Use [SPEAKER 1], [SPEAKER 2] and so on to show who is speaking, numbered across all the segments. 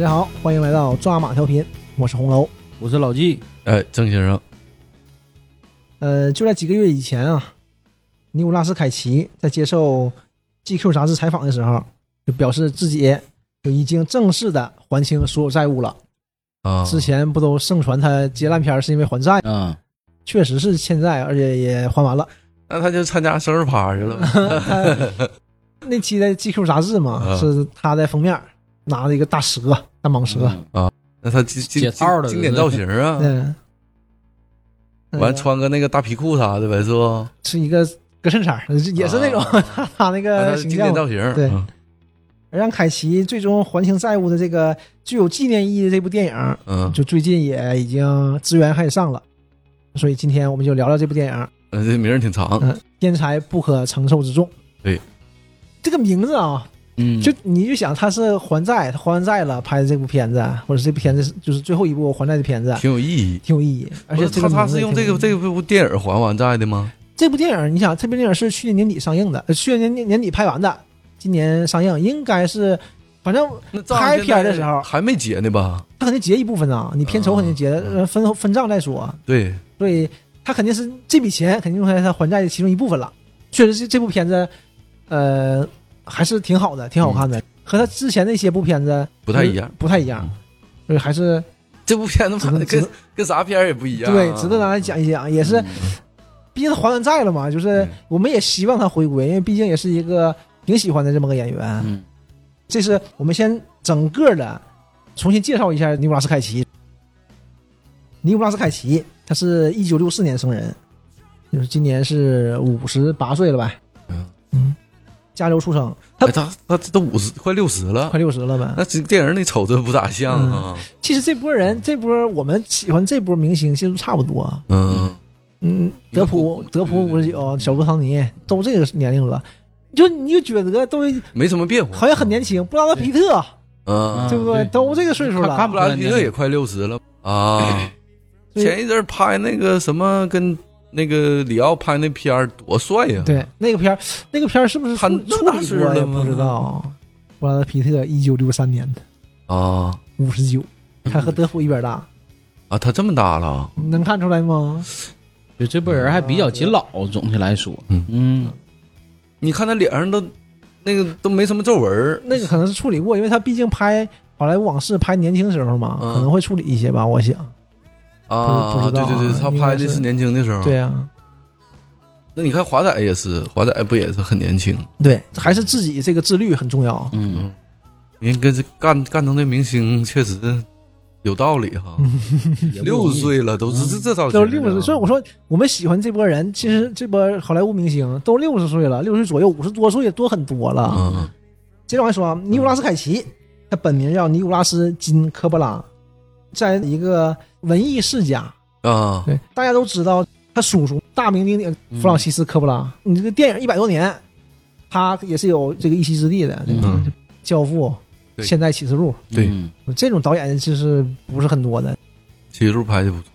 [SPEAKER 1] 家好，欢迎来到抓马调频，我是红楼。
[SPEAKER 2] 我是老纪，
[SPEAKER 3] 哎，郑先生，
[SPEAKER 1] 呃，就在几个月以前啊，尼古拉斯凯奇在接受 GQ 杂志采访的时候，就表示自己就已经正式的还清所有债务了。
[SPEAKER 3] 啊，
[SPEAKER 1] 之前不都盛传他接烂片儿是因为还债，
[SPEAKER 2] 嗯，
[SPEAKER 1] 确实是欠债，而且也还完了。
[SPEAKER 3] 那他就参加生日趴去了呗，
[SPEAKER 1] 那期的 GQ 杂志嘛，
[SPEAKER 3] 嗯
[SPEAKER 1] 是他在封面拿了一个大蛇，大蟒蛇，
[SPEAKER 2] 嗯
[SPEAKER 3] 那他经经
[SPEAKER 2] 解套了
[SPEAKER 3] 经经典造型啊，
[SPEAKER 1] 嗯，呃
[SPEAKER 3] 完穿个那个大皮裤啥的呗，是不？
[SPEAKER 1] 是一个格衬衫儿，也是那 种、
[SPEAKER 3] 啊
[SPEAKER 1] 他那
[SPEAKER 3] 那
[SPEAKER 1] 个
[SPEAKER 3] 他是
[SPEAKER 1] 形
[SPEAKER 3] 经
[SPEAKER 1] 象嘛。
[SPEAKER 3] 典造型，
[SPEAKER 1] 对
[SPEAKER 3] 嗯
[SPEAKER 1] 而让凯奇最终还清债务的这个具有纪念意义的这部电影，
[SPEAKER 3] 嗯，
[SPEAKER 1] 就最近也已经资源开始上了，所以今天我们就聊聊这部电影。
[SPEAKER 3] 嗯这名儿挺长，
[SPEAKER 1] 嗯，天才不可承受之重。
[SPEAKER 3] 对，
[SPEAKER 1] 这个名字啊，
[SPEAKER 2] 嗯，
[SPEAKER 1] 就你就想他是还债，他还完债了拍的这部片子，啊或者是这部片子是就是最后一部还债的片子，啊
[SPEAKER 3] 挺有意义。
[SPEAKER 1] 挺有意义。而且
[SPEAKER 3] 不是他他是用这个
[SPEAKER 1] 这
[SPEAKER 3] 这部电影还完债的吗？
[SPEAKER 1] 这部电影，你想这部电影是去年年底上映的，呃去年年年底拍完的，今年上映，应该是反正
[SPEAKER 3] 那账
[SPEAKER 1] 拍
[SPEAKER 3] 现在
[SPEAKER 1] 片的时候
[SPEAKER 3] 还没结呢吧？
[SPEAKER 1] 他肯定结一部分啊，你片酬肯定结，
[SPEAKER 3] 嗯
[SPEAKER 1] 呃分分账再说，
[SPEAKER 3] 对，
[SPEAKER 1] 所以他肯定是这笔钱肯定用来他还债的其中一部分了。确实是这部片子，呃，还是挺好的，挺好看的，和他之前那些部片子
[SPEAKER 3] 嗯不太一样
[SPEAKER 1] 嗯不太一样，所以还是
[SPEAKER 3] 这部片子
[SPEAKER 1] 值
[SPEAKER 3] 拍
[SPEAKER 1] 得
[SPEAKER 3] 的
[SPEAKER 1] 值
[SPEAKER 3] 跟
[SPEAKER 1] 得
[SPEAKER 3] 跟啥片儿也不一样啊，
[SPEAKER 1] 对值得拿来讲一讲，也是毕竟他还完债了嘛，就是
[SPEAKER 3] 嗯
[SPEAKER 1] 我们也希望他回归，因为毕竟也是一个挺喜欢的这么个演员。
[SPEAKER 2] 嗯，
[SPEAKER 1] 这是我们先整个的重新介绍一下尼古拉斯凯奇。尼古拉斯凯奇，他是一九六四年生人，就是今年是五十八岁了吧？
[SPEAKER 3] 嗯
[SPEAKER 1] 嗯，加州出生，他
[SPEAKER 3] 哎。他他他都五十快六十了
[SPEAKER 1] 快，六十了吧？
[SPEAKER 3] 那这电影里瞅着不咋像啊。
[SPEAKER 1] 其实这波人，这波我们喜欢这波明星，其实都差不多。啊
[SPEAKER 3] 嗯，
[SPEAKER 1] 嗯，德普、嗯德普五十九、小罗唐尼都这个年龄了，就你就觉得都
[SPEAKER 3] 没什么变化，
[SPEAKER 1] 好像很年轻。布拉德皮特，啊
[SPEAKER 3] 嗯，
[SPEAKER 1] 对不
[SPEAKER 2] 对
[SPEAKER 1] 都这个岁数了，
[SPEAKER 2] 看看
[SPEAKER 3] 布
[SPEAKER 2] 不
[SPEAKER 3] 拉德皮特也快六十了啊。
[SPEAKER 1] 所以
[SPEAKER 3] 前一阵儿拍那个什么，跟那个里奥拍那片儿多帅呀、
[SPEAKER 1] 对，那个片儿，那个片儿是不是
[SPEAKER 3] 他
[SPEAKER 1] 处
[SPEAKER 3] 那
[SPEAKER 1] 处
[SPEAKER 3] 大
[SPEAKER 1] 理
[SPEAKER 3] 岁
[SPEAKER 1] 过
[SPEAKER 3] 数
[SPEAKER 1] 也
[SPEAKER 3] 了吗
[SPEAKER 1] 不知道。布拉德皮特一九六三年的，
[SPEAKER 3] 啊
[SPEAKER 1] 五十九，他
[SPEAKER 3] 嗯
[SPEAKER 1] 和德普一边大，
[SPEAKER 3] 啊，他这么大了啊，
[SPEAKER 1] 能看出来吗？
[SPEAKER 2] 就这波人还比较勤劳，总体来说，
[SPEAKER 3] 嗯
[SPEAKER 2] 嗯
[SPEAKER 3] 你看他脸上都那个都没什么皱纹儿，
[SPEAKER 1] 那个可能是处理过，因为他毕竟拍《好莱坞往事》拍年轻时候嘛，
[SPEAKER 3] 嗯
[SPEAKER 1] 可能会处理一些吧，我想。
[SPEAKER 3] 啊，
[SPEAKER 1] 不知道
[SPEAKER 3] 对
[SPEAKER 1] 啊
[SPEAKER 3] 对对，他
[SPEAKER 1] 应该
[SPEAKER 3] 拍的
[SPEAKER 1] 是
[SPEAKER 3] 是年轻的时候。
[SPEAKER 1] 对啊，
[SPEAKER 3] 那你看华仔也是，华仔不也是很年轻？
[SPEAKER 1] 对，还是自己这个自律很重要。
[SPEAKER 2] 嗯，
[SPEAKER 3] 你跟这干干成这明星，确实有道理哈。
[SPEAKER 2] 也不容
[SPEAKER 3] 六
[SPEAKER 2] 易
[SPEAKER 3] 十，岁了，都是这这造型
[SPEAKER 1] 嗯都
[SPEAKER 3] 儿啊，
[SPEAKER 1] 六十岁，所以我说我们喜欢这波人，其实这波好莱坞明星都六十岁了，六十岁左右，五十多岁多很多了。
[SPEAKER 3] 嗯，
[SPEAKER 1] 接着往下说啊，尼古拉斯凯奇，他本名叫尼古拉斯金科波拉，在一个文艺世家。
[SPEAKER 3] 嗯啊，
[SPEAKER 1] 对，大家都知道他叔叔大名鼎鼎
[SPEAKER 3] 嗯
[SPEAKER 1] 弗朗西斯科波拉。你这个电影一百多年，他也是有这个一席之地的，对吧？
[SPEAKER 3] 嗯
[SPEAKER 1] 教父、
[SPEAKER 3] 对
[SPEAKER 1] 现代启示录
[SPEAKER 3] 对
[SPEAKER 2] 嗯，
[SPEAKER 1] 这种导演就是不是很多的。
[SPEAKER 3] 齐路拍的不错，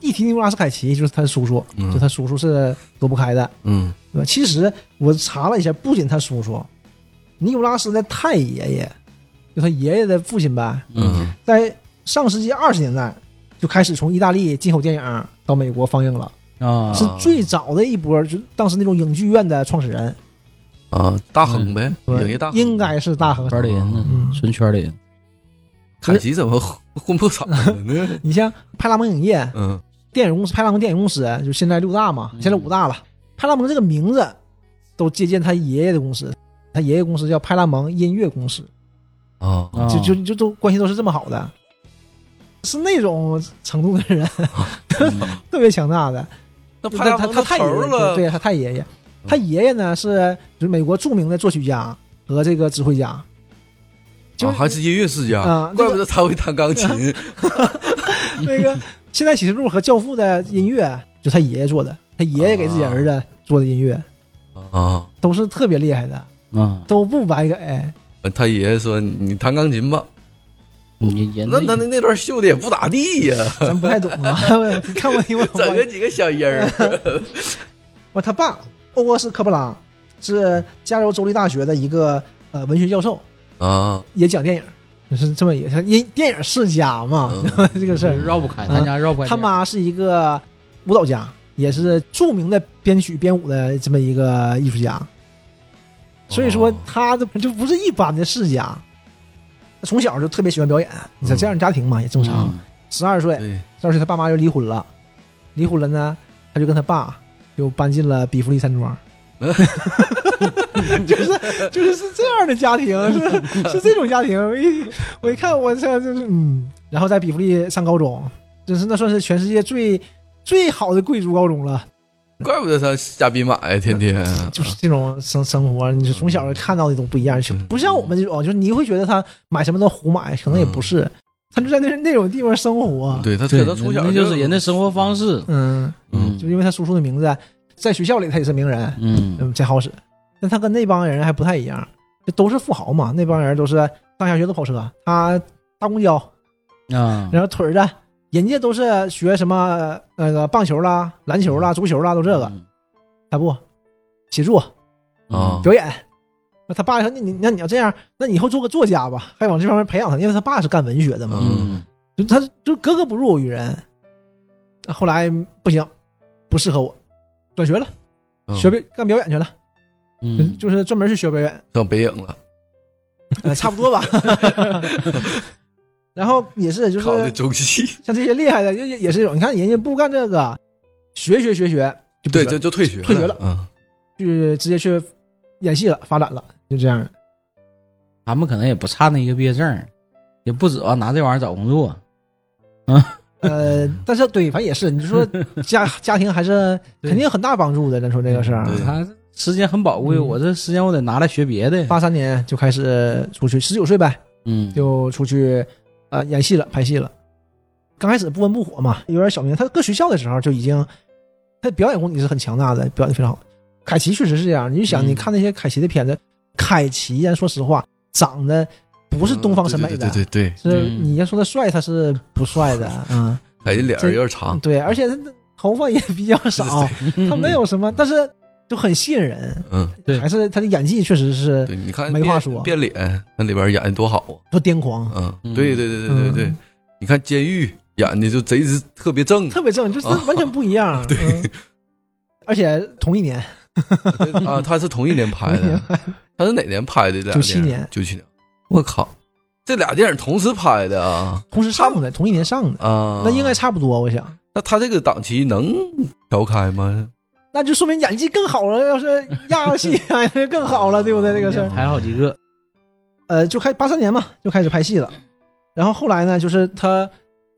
[SPEAKER 1] 一提尼古拉斯凯奇，就是他叔叔，就
[SPEAKER 3] 嗯
[SPEAKER 1] 他叔叔是躲不开的，
[SPEAKER 3] 嗯
[SPEAKER 1] 对吧？其实我查了一下，不仅他叔叔，尼古拉斯的太爷爷，就他爷爷的父亲呗，
[SPEAKER 2] 嗯，
[SPEAKER 3] 嗯
[SPEAKER 1] 在上世纪二十年代就开始从意大利进口电影到美国放映了，
[SPEAKER 2] 啊，
[SPEAKER 1] 是最早的一波，就当时那种影剧院的创始人，
[SPEAKER 3] 啊，大亨呗，
[SPEAKER 1] 嗯对
[SPEAKER 3] 影业大亨
[SPEAKER 1] 应该是大亨。
[SPEAKER 2] 圈里人呢，
[SPEAKER 1] 嗯，
[SPEAKER 2] 纯圈里人，
[SPEAKER 3] 凯奇怎么混混破产了 呢？
[SPEAKER 1] 你像派拉蒙影业
[SPEAKER 3] 嗯
[SPEAKER 1] 电影公司，派拉蒙电影公司就现在六大嘛，
[SPEAKER 2] 嗯
[SPEAKER 1] 现在五大了。派拉蒙这个名字都借鉴他爷爷的公司，他爷爷公司叫派拉蒙音乐公司，
[SPEAKER 3] 啊
[SPEAKER 2] 啊
[SPEAKER 1] 嗯就就就都关系都是这么好的，是那种程度的人，
[SPEAKER 2] 嗯
[SPEAKER 1] 特别强大的。
[SPEAKER 3] 那派
[SPEAKER 1] 他
[SPEAKER 3] 拉
[SPEAKER 1] 他
[SPEAKER 3] 蒙
[SPEAKER 1] 他
[SPEAKER 3] 他
[SPEAKER 1] 太
[SPEAKER 3] 头
[SPEAKER 1] 爷
[SPEAKER 3] 儿
[SPEAKER 1] 爷
[SPEAKER 3] 了，啊嗯
[SPEAKER 1] 对他太爷爷，他爷爷呢是就是美国著名的作曲家和这个指挥家，就
[SPEAKER 3] 啊还是音乐世家，
[SPEAKER 1] 啊那个
[SPEAKER 3] 怪不得他会弹钢琴。
[SPEAKER 1] 那 个《现代启示录》和《教父》的音乐，就他爷爷做的，他爷爷给自己儿子做的音乐
[SPEAKER 3] 啊，
[SPEAKER 1] 都是特别厉害的，
[SPEAKER 3] 嗯
[SPEAKER 2] 啊，
[SPEAKER 1] 都不白给。哎
[SPEAKER 3] 他爷爷说：“你弹钢琴吧。
[SPEAKER 2] 你”
[SPEAKER 1] 嗯
[SPEAKER 2] 人
[SPEAKER 3] 那他那那段秀的也不咋地呀，
[SPEAKER 1] 咱不太懂 啊，看过因为我
[SPEAKER 3] 整个几个小音儿。
[SPEAKER 1] 我他爸欧沃斯科布拉是加州州立大学的一个呃文学教授，
[SPEAKER 3] 啊
[SPEAKER 1] 也讲电影，就是这么一个他因电影世家嘛，
[SPEAKER 3] 嗯
[SPEAKER 1] 这个事儿。
[SPEAKER 2] 绕不开，他家绕不开。
[SPEAKER 1] 他妈是一个舞蹈家，也是著名的编曲编舞的这么一个艺术家，所以说
[SPEAKER 3] 哦
[SPEAKER 1] 他的就不是一般的世家。他从小就特别喜欢表演，你在这样的家庭嘛也正常。
[SPEAKER 2] 嗯
[SPEAKER 1] 十二岁，
[SPEAKER 3] 对，
[SPEAKER 1] 十二岁他爸妈就离婚了，离婚了呢，他就跟他爸就搬进了比弗利山庄。就是就是是这样的家庭，是是这种家庭。我一我一看，我这就是嗯，然后在比弗利上高中，就是那算是全世界最最好的贵族高中了，
[SPEAKER 3] 怪不得他下兵马呀，天啊天
[SPEAKER 1] 就是这种生生活，你就从小看到的都不一样，就不像我们这种，就是你会觉得他买什么都胡买，可能也不是，他就在那那种地方生活，
[SPEAKER 3] 对他可
[SPEAKER 2] 对，
[SPEAKER 3] 能从小
[SPEAKER 2] 那就是人的生活方式。
[SPEAKER 1] 嗯，
[SPEAKER 3] 嗯
[SPEAKER 1] 就因为他叔叔的名字，在学校里他也是名人，
[SPEAKER 2] 嗯
[SPEAKER 1] 嗯，在好使。但他跟那帮人还不太一样，就都是富豪嘛，那帮人都是上下学都跑车，他搭公交，
[SPEAKER 2] 啊，
[SPEAKER 1] 然后腿儿的，人家都是学什么呃那个棒球啦、篮球啦、足球啦，都这个。
[SPEAKER 2] 嗯
[SPEAKER 1] 他不，写作、
[SPEAKER 3] 啊
[SPEAKER 1] 表演。那他爸说：“那你那你要这样，那你以后做个作家吧。”还往这方面培养他，因为他爸是干文学的嘛，
[SPEAKER 2] 嗯
[SPEAKER 1] 就他就格格不入于人。后来不行，不适合我，转学了，
[SPEAKER 3] 嗯
[SPEAKER 1] 学表干表演去了，
[SPEAKER 2] 嗯，
[SPEAKER 1] 就是专门去学表演。
[SPEAKER 3] 上北影了，
[SPEAKER 1] 呃，差不多吧。 然后也是，就是
[SPEAKER 3] 考的中戏，
[SPEAKER 1] 像这些厉害的，也也也是有。你看人家不干这个，学学学学，就不
[SPEAKER 3] 对，
[SPEAKER 1] 学
[SPEAKER 3] 就就退学，
[SPEAKER 1] 退学了，
[SPEAKER 3] 嗯，
[SPEAKER 1] 去直接去演戏了，发展了，就这样。
[SPEAKER 2] 他们可能也不差那一个毕业证，也不指望拿这玩意儿找工作。
[SPEAKER 1] 呃，但是对，反正也是，你就说家家庭还是肯
[SPEAKER 2] 对
[SPEAKER 1] 定有很大帮助的。咱说这个事儿，啊
[SPEAKER 3] 对
[SPEAKER 2] 他时间很宝贵，
[SPEAKER 1] 嗯
[SPEAKER 2] 我这时间我得拿来学别的。
[SPEAKER 1] 八三年就开始出去，十九岁呗
[SPEAKER 2] 嗯，
[SPEAKER 1] 就出去呃演戏了，拍戏了。刚开始不温不火嘛，有点小名。他搁学校的时候就已经，他表演功底是很强大的，表演得非常好。凯奇确实是这样，你就想
[SPEAKER 2] 嗯
[SPEAKER 1] 你看那些凯奇的片子，凯奇咱说实话长得不是东方审美的，
[SPEAKER 3] 对对对对，
[SPEAKER 1] 是
[SPEAKER 2] 嗯
[SPEAKER 1] 你要说他帅，他是不帅的啊、
[SPEAKER 3] 哎，脸儿有点长
[SPEAKER 1] 嗯，，对，而且他的头发也比较少，他没有什么，但是就很吸引人，
[SPEAKER 3] 嗯，
[SPEAKER 2] 对
[SPEAKER 1] 还是他的演技确实是
[SPEAKER 3] 对，你看
[SPEAKER 1] 没
[SPEAKER 3] 变
[SPEAKER 1] 话说
[SPEAKER 3] 变脸那里边演的多好啊，
[SPEAKER 1] 多癫狂，
[SPEAKER 3] 嗯，
[SPEAKER 2] 嗯
[SPEAKER 3] 对对对对对对
[SPEAKER 1] 嗯，
[SPEAKER 3] 你看监狱演的就贼是特别 正，
[SPEAKER 1] 特别正，就是
[SPEAKER 3] 哦
[SPEAKER 1] 完全不一样。 对、而且同一年，
[SPEAKER 3] 啊，他是同一年拍
[SPEAKER 1] 同一年
[SPEAKER 3] 的，他是哪年拍的？
[SPEAKER 1] 97年，
[SPEAKER 3] 九七年，我靠，这俩电影同时拍的啊
[SPEAKER 1] 同时上的，同一年上的，
[SPEAKER 3] 啊，
[SPEAKER 1] 那应该差不多，我想。
[SPEAKER 3] 那他这个档期能调开吗？
[SPEAKER 1] 那就说明演技更好了，要是压个戏哎更好
[SPEAKER 3] 哦
[SPEAKER 1] 了，对不对？这个事儿，
[SPEAKER 2] 还好几个。
[SPEAKER 1] 呃，就开八三年嘛，就开始拍戏了。然后后来呢，就是他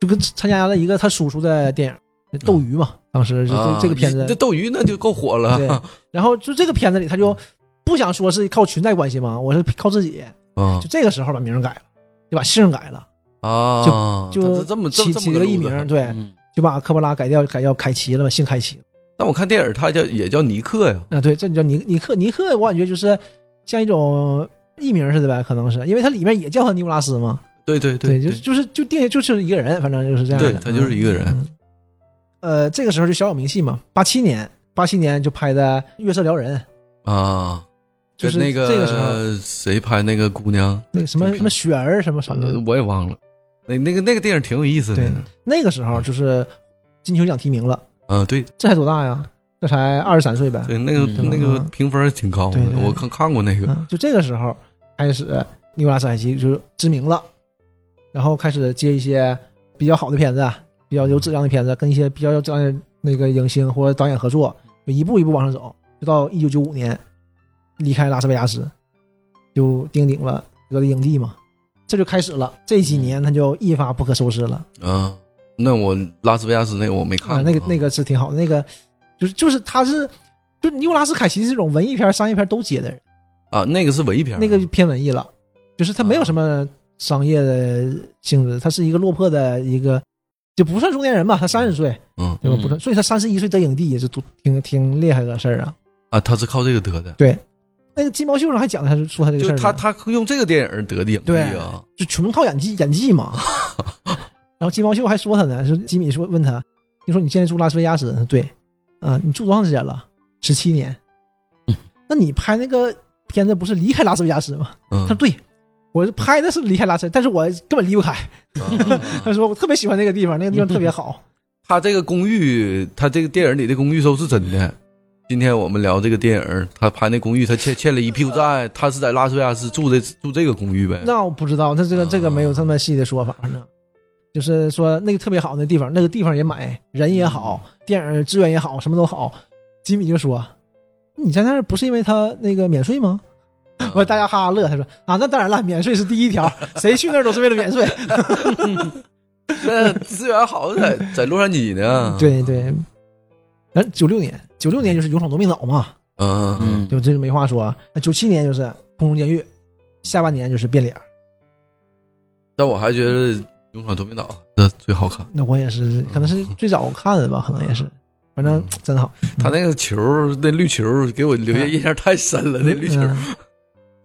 [SPEAKER 1] 就跟参加了一个他叔叔的电影《斗鱼》嘛，当时就
[SPEAKER 3] 啊
[SPEAKER 1] 这这个片
[SPEAKER 3] 这
[SPEAKER 1] 子，
[SPEAKER 3] 斗鱼那就够火
[SPEAKER 1] 对
[SPEAKER 3] 了，
[SPEAKER 1] 然后就这个片子里，他就不想说是靠裙带关系嘛，我是靠自己，
[SPEAKER 3] 啊
[SPEAKER 1] 就这个时候把名儿改了，就把姓儿改了，
[SPEAKER 3] 啊，
[SPEAKER 1] 就
[SPEAKER 3] 他是这么这
[SPEAKER 1] 起
[SPEAKER 3] 么这
[SPEAKER 1] 起
[SPEAKER 3] 么
[SPEAKER 1] 了
[SPEAKER 3] 个
[SPEAKER 1] 艺
[SPEAKER 3] 路子
[SPEAKER 1] 名，。对，
[SPEAKER 2] 嗯
[SPEAKER 1] 就把科波拉改掉，改叫凯奇了嘛，姓凯奇。
[SPEAKER 3] 但我看电影，他叫也叫尼克呀，
[SPEAKER 1] 啊，对，这叫尼尼克尼克，我感觉就是像一种艺名似的呗，可能是因为它里面也叫他尼古拉斯嘛。
[SPEAKER 3] 对对
[SPEAKER 1] 就
[SPEAKER 3] 对，
[SPEAKER 1] 就是就定义就是一个人，反正就是这样的。
[SPEAKER 3] 对他就是一个人
[SPEAKER 1] 嗯呃，这个时候就小有名气嘛。八七年，八七年就拍的《月色撩人》，
[SPEAKER 3] 啊，
[SPEAKER 1] 就
[SPEAKER 3] 跟
[SPEAKER 1] 是
[SPEAKER 3] 那个
[SPEAKER 1] 这个时候，
[SPEAKER 3] 谁拍那个姑娘，
[SPEAKER 1] 那个什么
[SPEAKER 3] 这个
[SPEAKER 1] 什么雪儿什么什
[SPEAKER 3] 呃
[SPEAKER 1] 么，
[SPEAKER 3] 我也忘了。那那个那个电影挺有意思的
[SPEAKER 1] 对，那个时候就是金球奖提名了，
[SPEAKER 3] 嗯，对
[SPEAKER 1] 这才多大呀？这才二十三岁呗。
[SPEAKER 3] 对，那个
[SPEAKER 2] 嗯
[SPEAKER 3] 那个评分挺高的
[SPEAKER 1] 对，对
[SPEAKER 3] 我看看过那个，
[SPEAKER 1] 嗯，就这个时候开始，尼古拉斯凯奇就是知名了，然后开始接一些比较好的片子，啊比较有质量的片子，跟一些比较有质量的那个影星或者导演合作，就一步一步往上走，就到一九九五年离开拉斯维加斯，就定鼎了这个影帝嘛。这就开始了，这几年他就一发不可收拾了。
[SPEAKER 3] 啊，那我拉斯维加斯那个我没看
[SPEAKER 1] 嗯啊，
[SPEAKER 3] 过，
[SPEAKER 1] 那个那个是挺好的，那个就是就是他是就是尼古拉斯凯奇这种文艺片、商业片都接的人。
[SPEAKER 3] 啊，那个是文艺片，
[SPEAKER 1] 那个就偏文艺了，就是它没
[SPEAKER 3] 啊
[SPEAKER 1] 有什么商业的性质，它是一个落魄的一个，就不算中年人吧，他三十岁，
[SPEAKER 3] 嗯
[SPEAKER 1] 对吧？
[SPEAKER 2] 嗯
[SPEAKER 1] 不算，所以他三十一岁得影帝也是多挺挺厉害的事儿啊。
[SPEAKER 3] 啊，他是靠这个得的，
[SPEAKER 1] 那个金毛秀上还讲他是说他这个
[SPEAKER 3] 就
[SPEAKER 1] 事儿
[SPEAKER 3] 是
[SPEAKER 1] 呢，
[SPEAKER 3] 他他用这个电影得的影帝啊，
[SPEAKER 1] 就纯靠演技演技嘛。 然后金毛秀还说他呢，说吉米说问他，听说你现在住拉斯维加斯，他说对，啊，你住多长时间了？十七
[SPEAKER 3] 嗯
[SPEAKER 1] 年。那你拍那个片子不是离开拉斯维加斯吗？
[SPEAKER 3] 嗯
[SPEAKER 1] 他说对，我拍的是离开拉伸，但是我根本离不开。
[SPEAKER 3] 啊
[SPEAKER 1] 他说我特别喜欢那个地方，那个地方特别好。
[SPEAKER 3] 他这个公寓，他这个电影里的公寓都是真的。今天我们聊这个电影，他拍那公寓，他欠欠了一屁股债，他是在拉斯维加斯住的住这个公寓呗。
[SPEAKER 1] 那我不知道，他这个这个没有这么细的说法，反正就是说那个特别好的地方，那个地方也买，人也好，电影资源也好，什么都好。吉米就说：“你在那儿不是因为他那个免税吗？”我大家哈哈乐，他说：“啊，那当然了，免税是第一条，谁去那儿都是为了免税。
[SPEAKER 3] 那资源好在在洛杉矶 呢。，
[SPEAKER 1] 对对，然九六年，九六年就是《勇闯夺命岛》嘛，
[SPEAKER 3] 嗯嗯
[SPEAKER 2] 嗯，
[SPEAKER 1] 就这个没话说。那九七年就是《空中监狱》，下半年就是变脸儿。
[SPEAKER 3] 但我还觉得《勇闯夺命岛》这最好看，
[SPEAKER 1] 那我也是，可能是最早看的吧，可能也是，反正
[SPEAKER 3] 嗯
[SPEAKER 1] 真好。
[SPEAKER 3] 他那个球，那绿球给我留下印象太深了，那绿球。
[SPEAKER 1] 嗯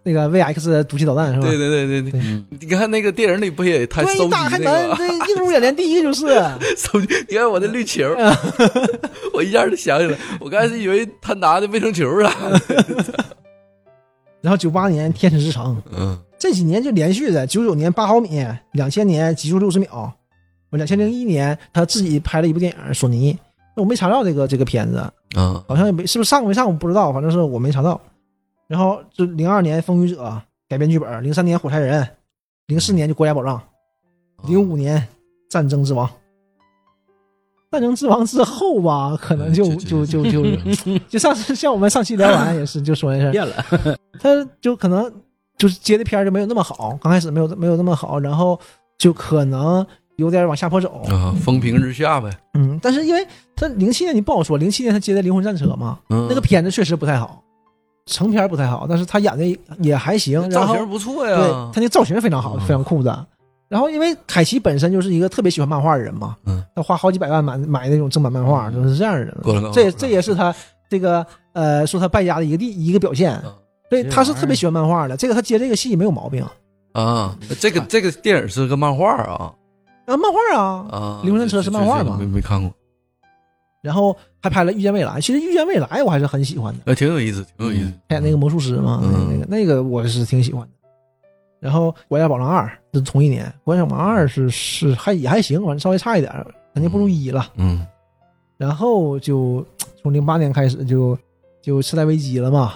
[SPEAKER 1] 那个 VX 毒气导弹是吧？
[SPEAKER 3] 对对对对对，
[SPEAKER 2] 嗯
[SPEAKER 3] 你看那个电影里不也他
[SPEAKER 1] 对，
[SPEAKER 3] 收
[SPEAKER 1] 一
[SPEAKER 3] 集
[SPEAKER 1] 打开
[SPEAKER 3] 那
[SPEAKER 1] 门
[SPEAKER 3] 个，吗？
[SPEAKER 1] 这映入眼帘第一个就是，
[SPEAKER 3] 手机，你看我那绿球，
[SPEAKER 1] 嗯
[SPEAKER 3] 我一下就想起来，我刚才是以为他拿的卫生球啊。
[SPEAKER 1] 然后九八年《天使之城》，
[SPEAKER 3] 嗯，
[SPEAKER 1] 这几年就连续的，九九年八毫米，两千年极速六十秒，我两千零一年他自己拍了一部电影，索尼，那我没查到这个这个片子，
[SPEAKER 3] 啊，
[SPEAKER 1] 好像也没是不是上过没上我不知道，反正是我没查到。然后就零二年《风雨者》改编剧本，零三年《火柴人》，零四年就《国家宝藏》， 零五年《战争之王》。战争之王之后吧，可能就
[SPEAKER 3] 嗯
[SPEAKER 1] 就
[SPEAKER 3] 这
[SPEAKER 1] 就就 就上 次像我们上期聊完也是就说一下，
[SPEAKER 2] 变了，
[SPEAKER 1] 他就可能就是接的片儿就没有那么好，刚开始没有没有那么好，然后就可能有点往下坡走。
[SPEAKER 3] 啊，风平日下呗。
[SPEAKER 1] 嗯，但是因为他零七年你不好说，零七年他接的《灵魂战车》嘛，
[SPEAKER 3] 嗯
[SPEAKER 1] 那个片子确实不太好，成片儿不太好，但是他演的也还行，然
[SPEAKER 3] 造
[SPEAKER 1] 后
[SPEAKER 3] 型不错
[SPEAKER 1] 对
[SPEAKER 3] 呀
[SPEAKER 1] 他。那造型非常好，
[SPEAKER 3] 嗯
[SPEAKER 1] 非常酷的。然后因为凯奇本身就是一个特别喜欢漫画的人嘛，
[SPEAKER 3] 嗯，
[SPEAKER 1] 他花好几百万买买那种正版漫画，就是这样的人。
[SPEAKER 3] 过来过来
[SPEAKER 1] 这这也是他这个呃说他败家的一个地一个表现
[SPEAKER 3] 嗯。
[SPEAKER 1] 对，
[SPEAKER 2] 这
[SPEAKER 1] 他是
[SPEAKER 2] 玩意儿
[SPEAKER 1] 特别喜欢漫画的，这个他接这个戏没有毛病。
[SPEAKER 3] 啊，这个这个电影是个漫画啊
[SPEAKER 1] 啊，漫画啊，
[SPEAKER 3] 啊，
[SPEAKER 1] 灵魂车是漫画吗
[SPEAKER 3] 没没看过，
[SPEAKER 1] 然后还拍了《遇见未来》，其实《遇见未来》我还是很喜欢的。
[SPEAKER 3] 呃，挺有意思，挺有意思。
[SPEAKER 1] 嗯哎还有那个魔术师嘛，
[SPEAKER 3] 嗯
[SPEAKER 1] 那个那个我是挺喜欢的。然后《国家宝藏二》是同一年，《国家宝藏二是》是还也还行，反正稍微差一点儿，肯定不如一了。
[SPEAKER 3] 嗯
[SPEAKER 1] 然后就从零八年开始就就次贷危机了嘛，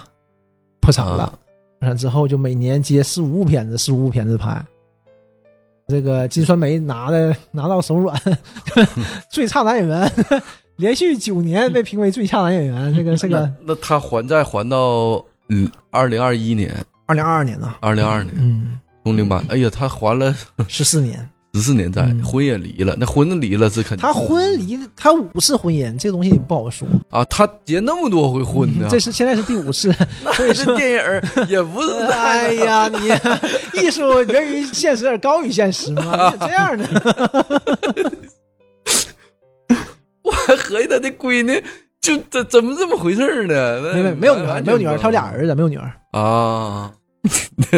[SPEAKER 1] 破产了。破产之后就每年接四五部片子，四五部片子拍。这个金酸梅拿的拿到手软， 最差男演员，连续九年被评为最差男演员。这个这个
[SPEAKER 3] 嗯那他还债还到嗯二零二一年，
[SPEAKER 1] 二零二二年呢，
[SPEAKER 3] 二零二年
[SPEAKER 1] 嗯，
[SPEAKER 3] 从零八，哎呀，他还了
[SPEAKER 1] 十四年。
[SPEAKER 3] 十四年债，
[SPEAKER 1] 嗯
[SPEAKER 3] 婚也离了，那婚离了是肯定
[SPEAKER 1] 他婚离他五次婚姻，这个东西你不好说。
[SPEAKER 3] 啊，他结那么多回婚呢，
[SPEAKER 1] 嗯这是现在是第五次。
[SPEAKER 3] 这这电影儿也不是
[SPEAKER 1] 哎呀，你 艺术源于现实而高于现实 嘛，你咋这样呢？
[SPEAKER 3] 我还合计他 的闺女就怎怎么这么回事儿呢？那
[SPEAKER 1] 没有没有女儿，
[SPEAKER 3] 完全
[SPEAKER 1] 没有女儿，
[SPEAKER 3] 不知
[SPEAKER 1] 他
[SPEAKER 3] 道
[SPEAKER 1] 有俩儿子，没有女儿。
[SPEAKER 3] 啊。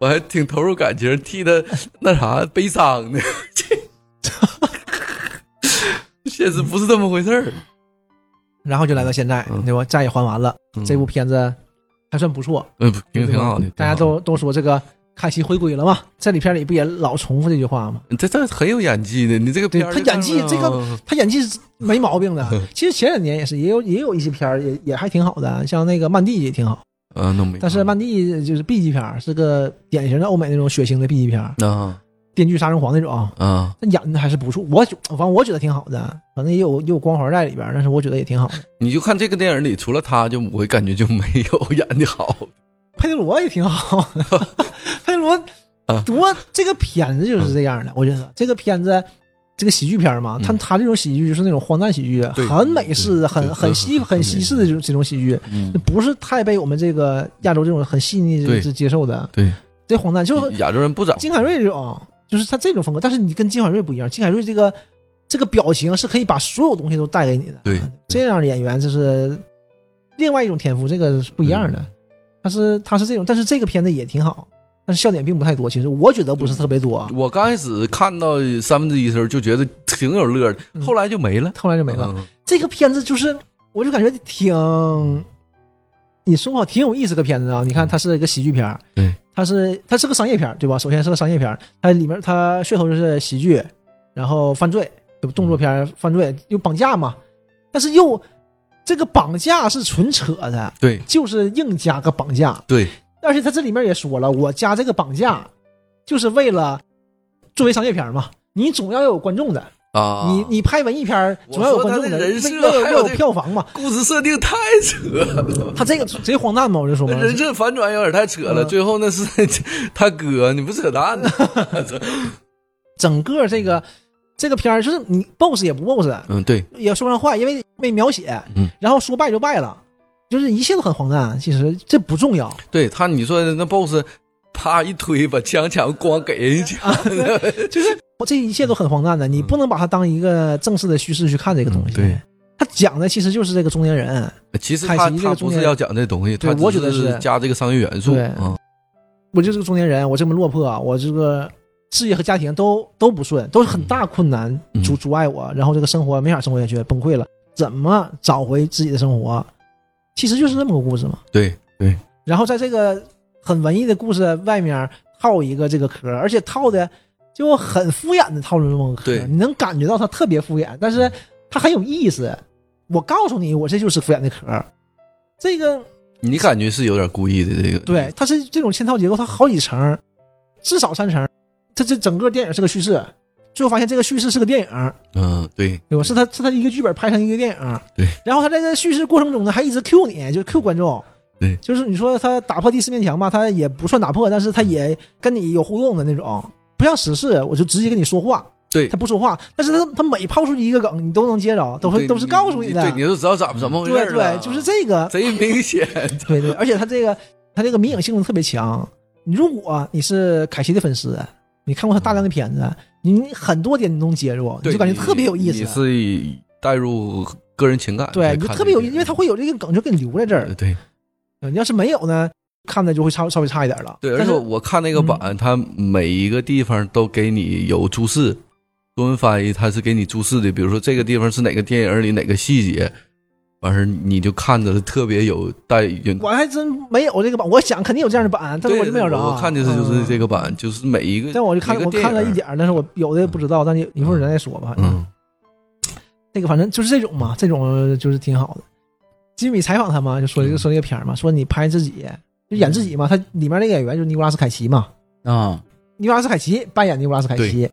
[SPEAKER 3] 我还挺投入感情，替他 那啥悲伤的。 现实不是这么回事儿。
[SPEAKER 1] 然后就来到现在，
[SPEAKER 3] 嗯
[SPEAKER 1] 对吧？债也还完了，这部片子还算不错，
[SPEAKER 3] 嗯，不
[SPEAKER 1] 对
[SPEAKER 3] 挺挺
[SPEAKER 1] 吧
[SPEAKER 3] 好的，
[SPEAKER 1] 大家都都说这个凯奇回归了嘛，这里片里不也老重复这句话吗？
[SPEAKER 3] 这这很有演技的。你这个片儿
[SPEAKER 1] 对他演技这个他演技是没毛病
[SPEAKER 3] 嗯
[SPEAKER 1] 的。其实前两年也是，也有也有一些片儿也也还挺好的，啊像那个曼蒂也挺好。
[SPEAKER 3] 啊，弄没看。
[SPEAKER 1] 但是曼蒂就是 B 级片儿，是个典型的欧美那种血腥的 B 级片儿，《
[SPEAKER 3] 啊
[SPEAKER 1] 电锯杀人狂》那种。
[SPEAKER 3] 啊，
[SPEAKER 1] 那演的还是不错，我觉反正我觉得挺好的，可能也有也有光环在里边儿，但是我觉得也挺好的。
[SPEAKER 3] 你就看这个电影里，除了他，就我感觉就没有演的好。
[SPEAKER 1] 佩德罗也挺 好，佩德罗
[SPEAKER 3] 啊
[SPEAKER 1] 多这个片子就是这样的，我觉得这个片子。这个喜剧片儿嘛，他
[SPEAKER 3] 嗯
[SPEAKER 1] 他这种喜剧就是那种荒诞喜剧，
[SPEAKER 3] 对
[SPEAKER 1] 很美式的，很
[SPEAKER 3] 对
[SPEAKER 1] 很西
[SPEAKER 3] 很
[SPEAKER 1] 很西式的这种这种喜剧，
[SPEAKER 2] 嗯
[SPEAKER 1] 不是太被我们这个亚洲这种很细腻
[SPEAKER 3] 对
[SPEAKER 1] 是接受的。
[SPEAKER 3] 对，
[SPEAKER 1] 这荒诞就是
[SPEAKER 3] 亚洲人不咋
[SPEAKER 1] 金凯瑞这种，就是他这种风格，但是你跟金凯瑞不一样，金凯瑞这个这个表情是可以把所有东西都带给你的。
[SPEAKER 3] 对
[SPEAKER 1] 这样的演员就是另外一种天赋，这个是不一样的。他是他是这种，但是这个片子也挺好，但是笑点并不太多。其实我觉得不是特别多，啊
[SPEAKER 3] 我刚开始看到三分之一的时候就觉得挺有乐的，
[SPEAKER 1] 嗯
[SPEAKER 3] 后来就没了，
[SPEAKER 1] 后来就没了。
[SPEAKER 3] 嗯。
[SPEAKER 1] 这个片子就是，我就感觉挺你说好挺有意思个片子啊！你看它是一个喜剧片儿，
[SPEAKER 3] 对，
[SPEAKER 1] 它是它是个商业片儿，对吧？首先是个商业片儿，它里面它噱头就是喜剧，然后犯罪，对吧？动作片儿犯罪又绑架嘛，但是又这个绑架是纯扯的，
[SPEAKER 3] 对
[SPEAKER 1] 就是硬加个绑架，
[SPEAKER 3] 对
[SPEAKER 1] 而且他这里面也说了，我加这个绑架，就是为了作为商业片儿嘛，你总要有观众的，
[SPEAKER 3] 啊，
[SPEAKER 1] 你你拍文艺片儿总要有观众的，
[SPEAKER 3] 我说他这人
[SPEAKER 1] 为
[SPEAKER 3] 设
[SPEAKER 1] 要有
[SPEAKER 3] 还
[SPEAKER 1] 要
[SPEAKER 3] 有
[SPEAKER 1] 有
[SPEAKER 3] 这个
[SPEAKER 1] 票房 嘛。
[SPEAKER 3] 故事设定太扯了，
[SPEAKER 1] 他这个贼荒诞嘛，我就说嘛，
[SPEAKER 3] 人设反转有点太扯了。
[SPEAKER 1] 嗯
[SPEAKER 3] 最后那是他哥，你不扯 淡呢？
[SPEAKER 1] 整个这个这个片儿就是你 boss 也不 boss，
[SPEAKER 3] 嗯，对，
[SPEAKER 1] 也说不上话，因为没描写，
[SPEAKER 3] 嗯
[SPEAKER 1] 然后说败就败了，就是一切都很荒诞。其实这不重要，
[SPEAKER 3] 对他，你说那 boss 啪一推，把枪抢光给人家，
[SPEAKER 1] 就是这一切都很荒诞的，你不能把它当一个正式的叙事去看这个东西。
[SPEAKER 3] 嗯对，
[SPEAKER 1] 他讲的其实就是这个中年人，
[SPEAKER 3] 其实
[SPEAKER 1] 凯
[SPEAKER 3] 他
[SPEAKER 1] 奇这个
[SPEAKER 3] 他
[SPEAKER 1] 中
[SPEAKER 3] 不
[SPEAKER 1] 间
[SPEAKER 3] 是要讲这东西，
[SPEAKER 1] 对
[SPEAKER 3] 他
[SPEAKER 1] 我
[SPEAKER 3] 只
[SPEAKER 1] 觉得是
[SPEAKER 3] 加这个商业元素
[SPEAKER 1] 对
[SPEAKER 3] 啊。
[SPEAKER 1] 我就是个中年人，我这么落魄，我这个事业和家庭都都不顺，都是很大困难
[SPEAKER 3] 嗯
[SPEAKER 1] 阻阻碍我，然后这个生活没法生活下去，崩溃了，怎么找回自己的生活？其实就是这么个故事嘛。
[SPEAKER 3] 对对，
[SPEAKER 1] 然后在这个很文艺的故事外面套一个这个壳，而且套的就很敷衍的套了这么个壳，
[SPEAKER 3] 对
[SPEAKER 1] 你能感觉到它特别敷衍，但是它很有意思。我告诉你，我这就是敷衍的壳。这个
[SPEAKER 3] 你感觉是有点故意的这个？
[SPEAKER 1] 对，，它是这种嵌套结构，它好几层，至少三层。它这整个电影是个叙事，最后发现这个叙事是个电影，
[SPEAKER 3] 嗯，对，
[SPEAKER 1] 对吧？是他是他一个剧本拍成一个电影，
[SPEAKER 3] 对。
[SPEAKER 1] 然后他在这叙事过程中呢，还一直 Q 你，就是 Q 观众，
[SPEAKER 3] 对
[SPEAKER 1] 就是你说他打破第四面墙吧，他也不算打破，但是他也跟你有互动的那种，不像史事，我就直接跟你说话，
[SPEAKER 3] 对
[SPEAKER 1] 他不说话，但是他他每抛出去一个梗，你都能接着，都
[SPEAKER 3] 对
[SPEAKER 1] 会都是
[SPEAKER 3] 你
[SPEAKER 1] 告诉你的，
[SPEAKER 3] 对，你都知道怎么怎么回事
[SPEAKER 1] 对
[SPEAKER 3] 儿了
[SPEAKER 1] 对，就是这个，
[SPEAKER 3] 贼明 显。
[SPEAKER 1] 对对，而且他这个他这个迷影性特别强。你如果你是凯西的粉丝，你看过他大量的片子，你很多点你都能接住，你
[SPEAKER 3] 对
[SPEAKER 1] 就感觉特别有意思。
[SPEAKER 3] 你
[SPEAKER 1] 啊
[SPEAKER 3] 是以带入个人情感，
[SPEAKER 1] 对，你就
[SPEAKER 3] 看
[SPEAKER 1] 特别有意思，
[SPEAKER 3] 这个
[SPEAKER 1] 因为他会有这个梗，就给你留在这儿
[SPEAKER 3] 对。对
[SPEAKER 1] 你要是没有呢，看的就会稍稍微差一点了。
[SPEAKER 3] 对，而
[SPEAKER 1] 但
[SPEAKER 3] 且
[SPEAKER 1] 是
[SPEAKER 3] 我看那个版，它每一个地方都给你有注释，中文翻译它是给你注释的，比如说这个地方是哪个电影里哪个细节，完事儿你就看着特别有带有。
[SPEAKER 1] 我还真没有这个版，我想肯定有这样的版，但是
[SPEAKER 3] 对
[SPEAKER 1] 我就没有着。
[SPEAKER 3] 我看的是就是这
[SPEAKER 1] 个，
[SPEAKER 3] 个版，就是每一个，
[SPEAKER 1] 但我就看
[SPEAKER 3] 每个
[SPEAKER 1] 我
[SPEAKER 3] 电
[SPEAKER 1] 看了
[SPEAKER 3] 影
[SPEAKER 1] 一，点儿，但是我有的也不知道，但一一会儿咱再说吧。
[SPEAKER 3] 嗯，
[SPEAKER 1] 这个反正就是这种嘛，这种就是挺好的。金米采访他嘛，就说这个
[SPEAKER 3] 嗯
[SPEAKER 1] 说这个片儿嘛，说你拍自己就演自己嘛，他里面那个演员就是尼古拉斯凯奇嘛，
[SPEAKER 2] 啊，
[SPEAKER 1] 尼古拉斯凯奇扮演尼古拉斯凯奇。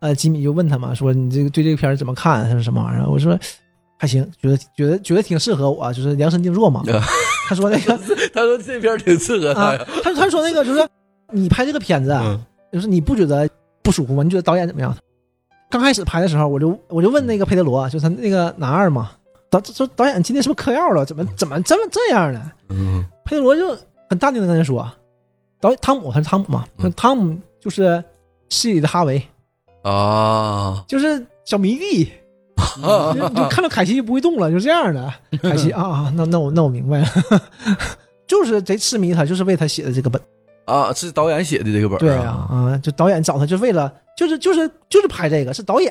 [SPEAKER 1] 呃，吉米就问他嘛，说你这个对这个片儿怎么看？他说什么玩意儿？我说还行，觉得觉得觉得挺适合我，就是量身定做嘛。
[SPEAKER 3] 啊
[SPEAKER 1] 他说那个
[SPEAKER 3] 他说这片儿挺适合他
[SPEAKER 1] 啊
[SPEAKER 3] 呀，，
[SPEAKER 1] 他他说那个就是你拍这个片子，啊，
[SPEAKER 3] 嗯
[SPEAKER 1] 就是你不觉得不舒服吗？你觉得导演怎么样？刚开始拍的时候，我就我就问那个佩德罗，啊就他那个男二嘛，导说导演今天是不是嗑药了？怎么怎么这么这样呢？
[SPEAKER 3] 嗯，
[SPEAKER 1] 佩德罗就很淡定的跟他说，导演汤姆他是汤姆嘛，
[SPEAKER 3] 嗯
[SPEAKER 1] 汤姆就是戏里的哈维，
[SPEAKER 3] 啊，
[SPEAKER 1] 就是小迷弟，
[SPEAKER 2] 嗯
[SPEAKER 1] 就就看到凯西就不会动了，就这样的。凯西啊啊，那那我那我明白了， 就是贼痴迷他，就是为他写的这个本。
[SPEAKER 3] 啊，是导演写的这个本儿
[SPEAKER 1] 对啊，啊，就导演找他就为了，就是就是就是拍这个，是导演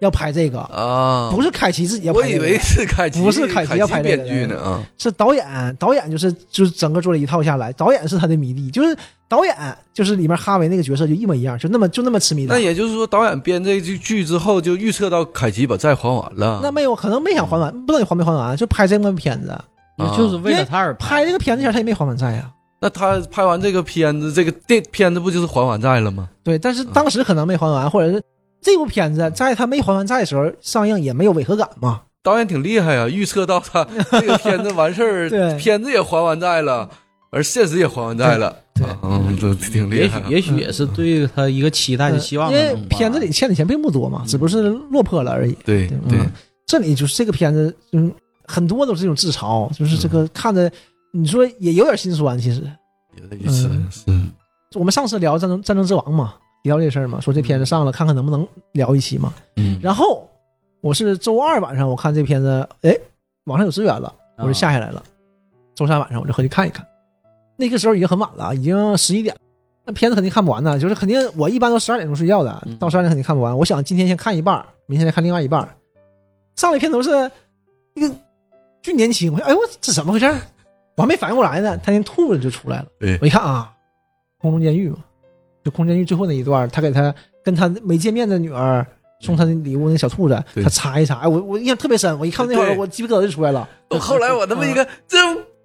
[SPEAKER 1] 要拍这个，
[SPEAKER 3] 啊，
[SPEAKER 1] 不是凯奇自己要
[SPEAKER 3] 我
[SPEAKER 1] 拍、这
[SPEAKER 3] 以
[SPEAKER 1] 个。
[SPEAKER 3] 为是凯奇，
[SPEAKER 1] 不是凯奇要拍这个
[SPEAKER 3] 编剧呢啊，
[SPEAKER 1] 是导演，导演就是就是整个做了一套下来，导演是他的迷弟，就是导演就是里面哈维那个角色就一模一样，就那么就那么痴迷的
[SPEAKER 3] 那。也就是说，导演编这剧剧之后，就预测到凯奇把债还完了。
[SPEAKER 1] 那没有，可能没想还
[SPEAKER 3] 嗯
[SPEAKER 1] 完，不知道你还没还完，就拍这么片子，
[SPEAKER 3] 啊
[SPEAKER 2] 就是为了他而
[SPEAKER 1] 拍这个片子前他也没还完债啊呀、
[SPEAKER 3] 那他拍完这个片子，这个电片子不就是还完债了吗？
[SPEAKER 1] 对，但是
[SPEAKER 3] 嗯
[SPEAKER 1] 当时可能没还完，或者是这部片子在他没还完债的时候上映也没有违和感嘛。
[SPEAKER 3] 导演挺厉害啊，预测 到他这个片子完事
[SPEAKER 1] 对
[SPEAKER 3] 儿，片子也还完债了，而现实也还完债了。
[SPEAKER 1] 对
[SPEAKER 3] 啊嗯，这挺厉
[SPEAKER 2] 也
[SPEAKER 3] 害
[SPEAKER 2] 许
[SPEAKER 3] 啊。
[SPEAKER 2] 也许也是对他一个期待的希
[SPEAKER 1] 嗯
[SPEAKER 2] 望
[SPEAKER 1] 因
[SPEAKER 2] 吧。
[SPEAKER 1] 为片子里欠的钱并不多嘛，只
[SPEAKER 3] 嗯
[SPEAKER 1] 不过是落魄了而已。
[SPEAKER 3] 对
[SPEAKER 1] 对
[SPEAKER 3] 对
[SPEAKER 1] 嗯这里就是这个片子，嗯，很多都是这种自嘲，就是这个看着，你说也有点心酸。其实
[SPEAKER 3] 也是
[SPEAKER 1] 嗯
[SPEAKER 3] 是，
[SPEAKER 1] 我们上次聊《战争战争之王》嘛，提到这事儿嘛，说这片子上了，看看能不能聊一期嘛。
[SPEAKER 3] 嗯
[SPEAKER 1] 然后我是周二晚上我看这片子，哎，网上有资源了，我
[SPEAKER 2] 嗯啊
[SPEAKER 1] 就下下来了。周三晚上我就回去看一看，那个时候已经很晚了，已经十一点了，那片子肯定看不完呢。就是肯定我一般都十二点钟睡觉的
[SPEAKER 2] 嗯，
[SPEAKER 1] 到十二点肯定看不完。我想今天先看一半儿，明天再看另外一半儿。上来片头是一个巨年轻，我说哎呦，我这怎么回事儿？我还没反应过来呢，他先吐了就出来了。
[SPEAKER 3] 对
[SPEAKER 1] 我一看啊，空中监狱嘛，就空中监狱最后那一段，他给他跟他没见面的女儿送他的礼物那小兔子，
[SPEAKER 3] 对
[SPEAKER 1] 他擦一擦，哎我我印象特别深，我一看那会儿
[SPEAKER 3] 对
[SPEAKER 1] 我鸡皮疙瘩就出来了
[SPEAKER 3] 我后来我他妈一
[SPEAKER 1] 嗯
[SPEAKER 3] 看，这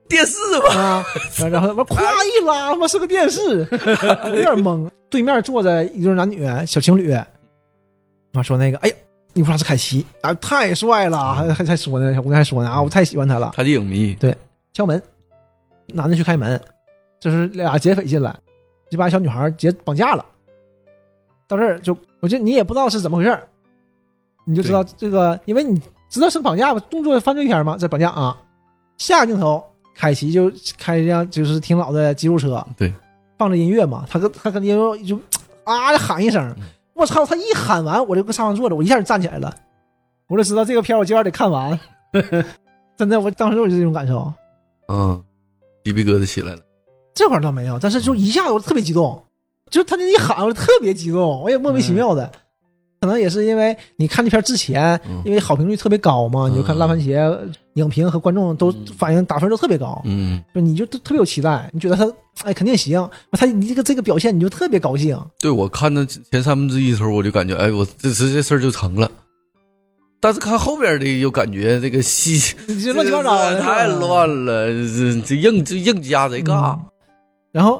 [SPEAKER 3] 电视吧，
[SPEAKER 1] 啊，然后然后我咵一拉，他妈是个电视， 我有点懵。对面坐着一对男女小情侣，妈说那个，哎呀，尼古拉斯凯奇啊，太帅了，还还还说呢，小姑娘还说呢啊，我太喜欢他了。
[SPEAKER 3] 他的影迷，
[SPEAKER 1] 敲门，男的去开门，这是俩劫匪进来，就把小女孩劫绑架了。到这儿就，我觉得你也不知道是怎么回事儿你就知道这个，因为你知道是绑架吧，动作犯罪片嘛，这绑架啊。下个镜头，凯奇就开一辆就是挺老的吉普车，
[SPEAKER 3] 对，
[SPEAKER 1] 放着音乐嘛，他跟他跟音乐就啊喊一声，我操！他一喊完，我就跟沙发坐着，我一下就站起来了，我就知道这个片儿我今晚得看完。真的，我当时我就这种感受。
[SPEAKER 3] 嗯，鸡皮疙瘩起来了。
[SPEAKER 1] 这块儿倒没有，但是就一下我特别激动，就是他那一喊，我就特别激动，我也莫名其妙的。可能也是因为你看这片儿之前，
[SPEAKER 3] 嗯
[SPEAKER 1] 因为好评率特别高嘛，你就看
[SPEAKER 3] 嗯
[SPEAKER 1] 烂番茄影评和观众都
[SPEAKER 2] 嗯
[SPEAKER 1] 反应打分都特别高，
[SPEAKER 3] 嗯，
[SPEAKER 1] 就你就特别有期待，你觉得他哎肯定行，他你这个这个表现你就特别高兴。
[SPEAKER 3] 对我看到前三分之一的时候，我就感觉，哎，我这这这事儿就成了。但是看后边的又感觉这个戏
[SPEAKER 1] 你这乱七八糟的，
[SPEAKER 3] 这太
[SPEAKER 1] 是吧
[SPEAKER 3] 乱了，这这硬这硬加贼尬。
[SPEAKER 1] 嗯然后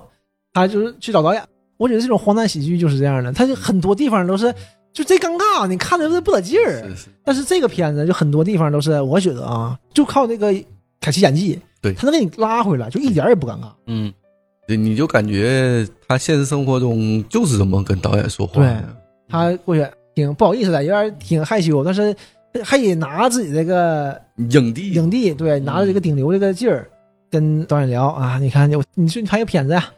[SPEAKER 1] 他就是去找导演。我觉得这种荒诞喜剧就是这样的，他就很多地方都是就贼尴尬，你看着都不得劲儿。啊
[SPEAKER 3] 是是
[SPEAKER 1] 但是这个片子就很多地方都是，我觉得啊，就靠那个凯奇演技，
[SPEAKER 3] 对
[SPEAKER 1] 他能给你拉回来，就一点儿也不尴尬。
[SPEAKER 3] 嗯，对，你就感觉他现实生活中就是这么跟导演说话的。
[SPEAKER 1] 他过去挺不好意思的，有点挺害羞，但是还得拿自己这个
[SPEAKER 3] 影帝，
[SPEAKER 1] 影帝，对，拿着这个顶流这个劲儿，跟导演聊啊，你看我，你说你拍个片子呀、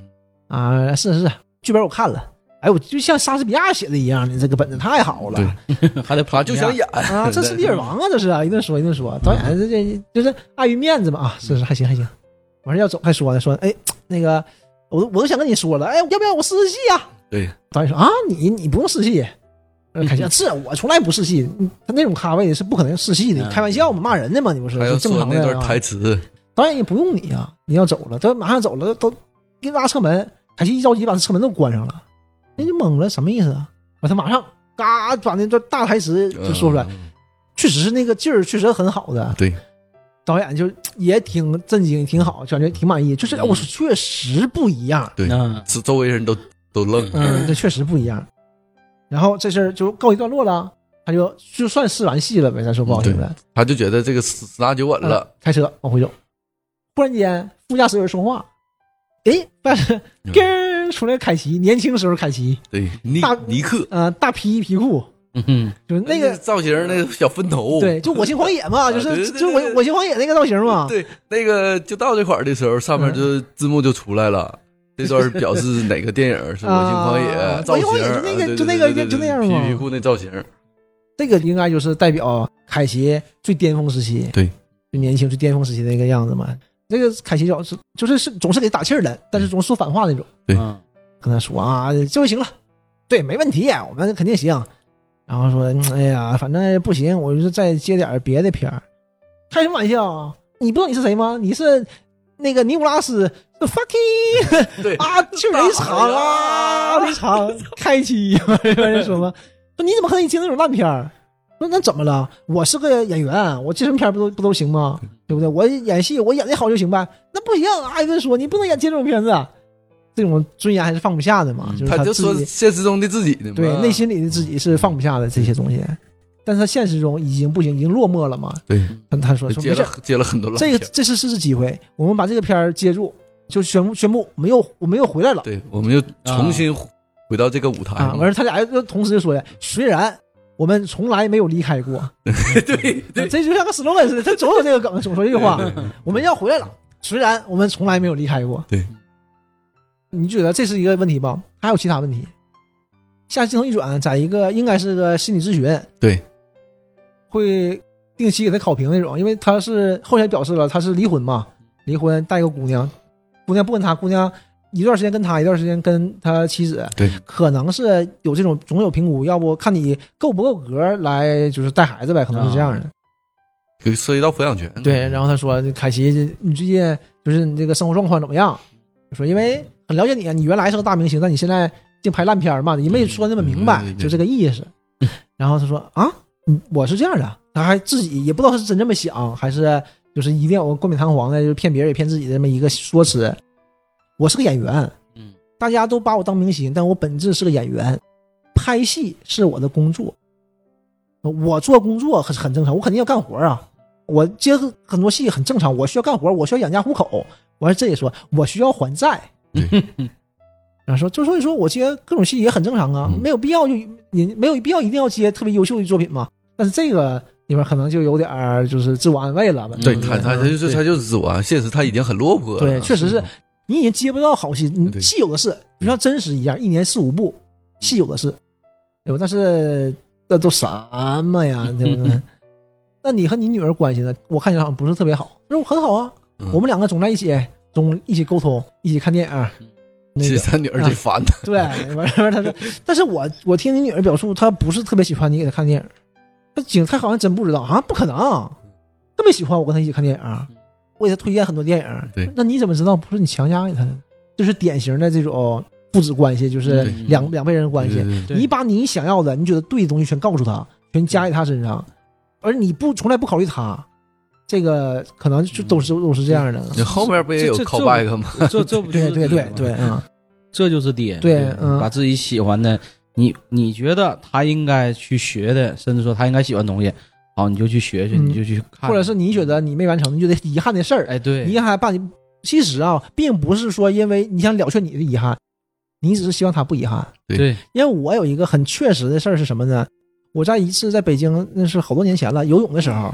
[SPEAKER 1] 啊，是是是，剧本我看了，哎，我就像莎士比亚写的一样，你这个本子太好了，
[SPEAKER 3] 对
[SPEAKER 2] 嗯还得
[SPEAKER 3] 他
[SPEAKER 2] 啪
[SPEAKER 3] 就想演
[SPEAKER 1] 啊，这是《利尔王》啊，这是啊，一顿说一顿说，导演这这就是碍于面子嘛啊，是是还行还行，完事要走还说呢，说哎那个我都我都想跟你说了，哎要不要我试试戏啊？
[SPEAKER 3] 对，
[SPEAKER 1] 导演说啊你你不用试戏，呃凯奇是我从来不试戏，嗯他那种咖位是不可能试戏的，
[SPEAKER 2] 嗯
[SPEAKER 1] 开玩笑嘛，骂人的嘛，你不是
[SPEAKER 3] 还要
[SPEAKER 1] 是正
[SPEAKER 3] 说
[SPEAKER 1] 常
[SPEAKER 3] 那
[SPEAKER 1] 的
[SPEAKER 3] 段
[SPEAKER 1] 啊
[SPEAKER 3] 台词，
[SPEAKER 1] 导演也不用你啊，你要走了，他马上走了，都一拉车门，凯西一着急把这车门都关上了，人就懵了，什么意思啊？完他马上嘎把那段大台词就说出来。
[SPEAKER 3] 嗯
[SPEAKER 1] 确实是那个劲儿确实很好的，
[SPEAKER 3] 对，
[SPEAKER 1] 导演就也挺震惊，挺好，感觉挺满意。
[SPEAKER 3] 嗯
[SPEAKER 1] 就是哎我说确实不一样，
[SPEAKER 3] 对
[SPEAKER 2] 嗯，
[SPEAKER 3] 是周围人都都愣了。
[SPEAKER 1] 嗯，这确实不一样。然后这事儿就告一段落了，他就就算试完戏了呗，咱说不好听的，
[SPEAKER 3] 他就觉得这个十十拿九稳
[SPEAKER 1] 嗯
[SPEAKER 3] 了，
[SPEAKER 1] 开车往回走。忽然间，副驾驶有人说话，哎，但是
[SPEAKER 3] 嗯
[SPEAKER 1] 叮儿出来凯奇，年轻时候凯奇，
[SPEAKER 3] 对，尼
[SPEAKER 1] 大
[SPEAKER 3] 尼克
[SPEAKER 1] 呃，大皮衣皮裤，
[SPEAKER 2] 嗯哼，
[SPEAKER 1] 就是那个，
[SPEAKER 3] 造型，那个小分头，
[SPEAKER 1] 对，就我行狂野嘛，就
[SPEAKER 3] 哦啊对
[SPEAKER 1] 是
[SPEAKER 3] 对对
[SPEAKER 1] 就我
[SPEAKER 3] 对
[SPEAKER 1] 我行狂野那个造型嘛，
[SPEAKER 3] 对，那个就到这块儿的时候，上面就
[SPEAKER 1] 嗯
[SPEAKER 3] 字幕就出来了。这段表 示哪个电影是《我行狂野
[SPEAKER 1] 啊》
[SPEAKER 3] 造型
[SPEAKER 1] 我行狂野就
[SPEAKER 3] 儿，
[SPEAKER 1] 那个
[SPEAKER 3] 啊对
[SPEAKER 1] 就那
[SPEAKER 3] 对
[SPEAKER 1] 个
[SPEAKER 3] 对对
[SPEAKER 1] 就那样
[SPEAKER 3] 对
[SPEAKER 1] 嘛
[SPEAKER 3] 皮皮裤那造型，
[SPEAKER 1] 这个应该就是代表凯奇最巅峰时期，
[SPEAKER 3] 对，
[SPEAKER 1] 就年轻最巅峰时期那个样子嘛。这个凯奇老师就是是总是给打气儿的，但是总说反话那种，
[SPEAKER 3] 对
[SPEAKER 2] 嗯
[SPEAKER 1] 跟他说啊，这回行了，对，没问题，啊我们肯定行。然后说，嗯哎呀，反正不行，我就是再接点别的片儿。开什么玩笑啊？你不知道你是谁吗？你是那个尼古拉斯 fucking
[SPEAKER 3] 对
[SPEAKER 1] 啊，去雷场啊，雷场开机，有人说 吗？说你怎么可以接那种烂片儿？说那怎么了？我是个演员，我接什么片儿不都不都行吗？
[SPEAKER 3] 嗯
[SPEAKER 1] 对不对？我演戏，我演的好就行呗。那不行，啊！一顿说你不能演接这种片子，啊这种尊严还是放不下的嘛。
[SPEAKER 2] 嗯
[SPEAKER 1] 就是
[SPEAKER 3] 他就
[SPEAKER 1] 自己
[SPEAKER 3] 说现实中的自己的嘛，
[SPEAKER 1] 对内心里的自己是放不下的这些东西，但是他现实中已经不行，已经落寞了嘛。
[SPEAKER 3] 对，
[SPEAKER 1] 他他说说
[SPEAKER 3] 接
[SPEAKER 1] 没事
[SPEAKER 3] 了，接了很多烂
[SPEAKER 1] 这
[SPEAKER 3] 片
[SPEAKER 1] 个
[SPEAKER 3] 儿。
[SPEAKER 1] 这次是是机会，我们把这个片儿接住，就宣布宣布我们又我们又回来了。
[SPEAKER 3] 对，我们就重新回到这个舞台
[SPEAKER 1] 啊，
[SPEAKER 3] 嘛
[SPEAKER 1] 完事他俩又同时就说了，虽然我们从来没有离开过， 啊
[SPEAKER 3] 对对
[SPEAKER 1] 这就像个 slogan 似的，他总有这个梗，总说这句 话，我们要回来了，虽然我们从来没有离开过。
[SPEAKER 3] 对，
[SPEAKER 1] 你觉得这是一个问题吧？还有其他问题。下镜头一转，在一个应该是个心理咨询，
[SPEAKER 3] 对，
[SPEAKER 1] 会定期给他考评那种，因为他是后来表示了他是离婚嘛，离婚带一个姑娘，姑娘不跟他，姑娘一段时间跟他，一段时间跟他妻子，
[SPEAKER 3] 对，
[SPEAKER 1] 可能是有这
[SPEAKER 3] 啊
[SPEAKER 1] 种总有评估，要不看你够不够格来就是带孩子呗，可能是这样的。
[SPEAKER 3] 就涉及到抚养权。
[SPEAKER 1] 对，然后他说：“凯奇，你最近就是你这个生活状况怎么样？”我说：“因为很了解你啊，你原来是个大明星，但你现在净拍烂片儿嘛，你没说那么明白
[SPEAKER 3] 嗯对，对
[SPEAKER 1] 就这个意思。”然后他说：“啊，嗯我是这样的。”他还自己也不知道他是真这么想，还是就是一定要冠冕堂皇的，就是骗别人也骗自己的这么一个说辞。我是个演员，
[SPEAKER 2] 嗯，
[SPEAKER 1] 大家都把我当明星，但我本质是个演员，拍戏是我的工作，我做工作很很正常，我肯定要干活啊，我接很多戏很正常，我需要干活，我需要养家糊口。完事这也说，我需要还债。然后说，就所以说我接各种戏也很正常啊，
[SPEAKER 3] 嗯
[SPEAKER 1] 没有必要就也没有必要一定要接特别优秀的作品嘛。但是这个里面可能就有点儿就是自我安慰了吧。
[SPEAKER 3] 对
[SPEAKER 2] 嗯
[SPEAKER 3] 他，他他就是他就是自我安，现实他已经很落魄了。嗯
[SPEAKER 1] 对，确实是你已经接不到好戏，你
[SPEAKER 3] 对嗯
[SPEAKER 1] 戏有的是，就像真实一样，一年四五部，戏有的是，对吧？但是那都什么呀， 对不对？那你和你女儿关系呢？我看起来好像不是特别好，那我很好啊，
[SPEAKER 3] 嗯
[SPEAKER 1] 我们两个总在一起，总一起沟通，一起看电影。
[SPEAKER 3] 嗯
[SPEAKER 1] 那
[SPEAKER 3] 其
[SPEAKER 1] 个啊
[SPEAKER 3] 实他女儿得烦 他，
[SPEAKER 1] 对，完事儿他说，但是我我听你女儿表述，她不是特别喜欢你给她看电影，她警她好像真不知道啊，不可能，特别喜欢我跟她一起看电影，我给她推荐很多电影，
[SPEAKER 3] 对
[SPEAKER 1] 那你怎么知道不是你强加给她的？就是典型的这种父子关系，就是
[SPEAKER 3] 对
[SPEAKER 1] 两两辈人的关系
[SPEAKER 3] 对，对对
[SPEAKER 2] 对
[SPEAKER 1] 你把你想要的、你觉得对的东西全告诉他，全加在他身上，而你不从来不考虑他，这个可能
[SPEAKER 3] 嗯
[SPEAKER 1] 就都是都是这样的。
[SPEAKER 3] 你后面不也有
[SPEAKER 2] 这这
[SPEAKER 3] callback 吗？
[SPEAKER 2] 这这不就
[SPEAKER 1] 对
[SPEAKER 2] 是
[SPEAKER 1] 对
[SPEAKER 2] 爹
[SPEAKER 1] 对
[SPEAKER 2] 吗
[SPEAKER 1] 对，嗯，
[SPEAKER 2] 这就是爹。
[SPEAKER 1] 对嗯
[SPEAKER 2] 把自己喜欢的，你你觉得他应该去学的，甚至说他应该喜欢的东西，好，你就去学学，
[SPEAKER 1] 嗯
[SPEAKER 2] 你就去看，
[SPEAKER 1] 或者是你觉得你没完成，你觉得遗憾的事儿，
[SPEAKER 2] 哎，对，
[SPEAKER 1] 遗憾把你，其实啊，并不是说因为你想了却你的遗憾，你只是希望他不遗憾。
[SPEAKER 2] 对，
[SPEAKER 1] 因为我有一个很确实的事儿是什么呢？我在一次在北京，那是好多年前了，游泳的时候，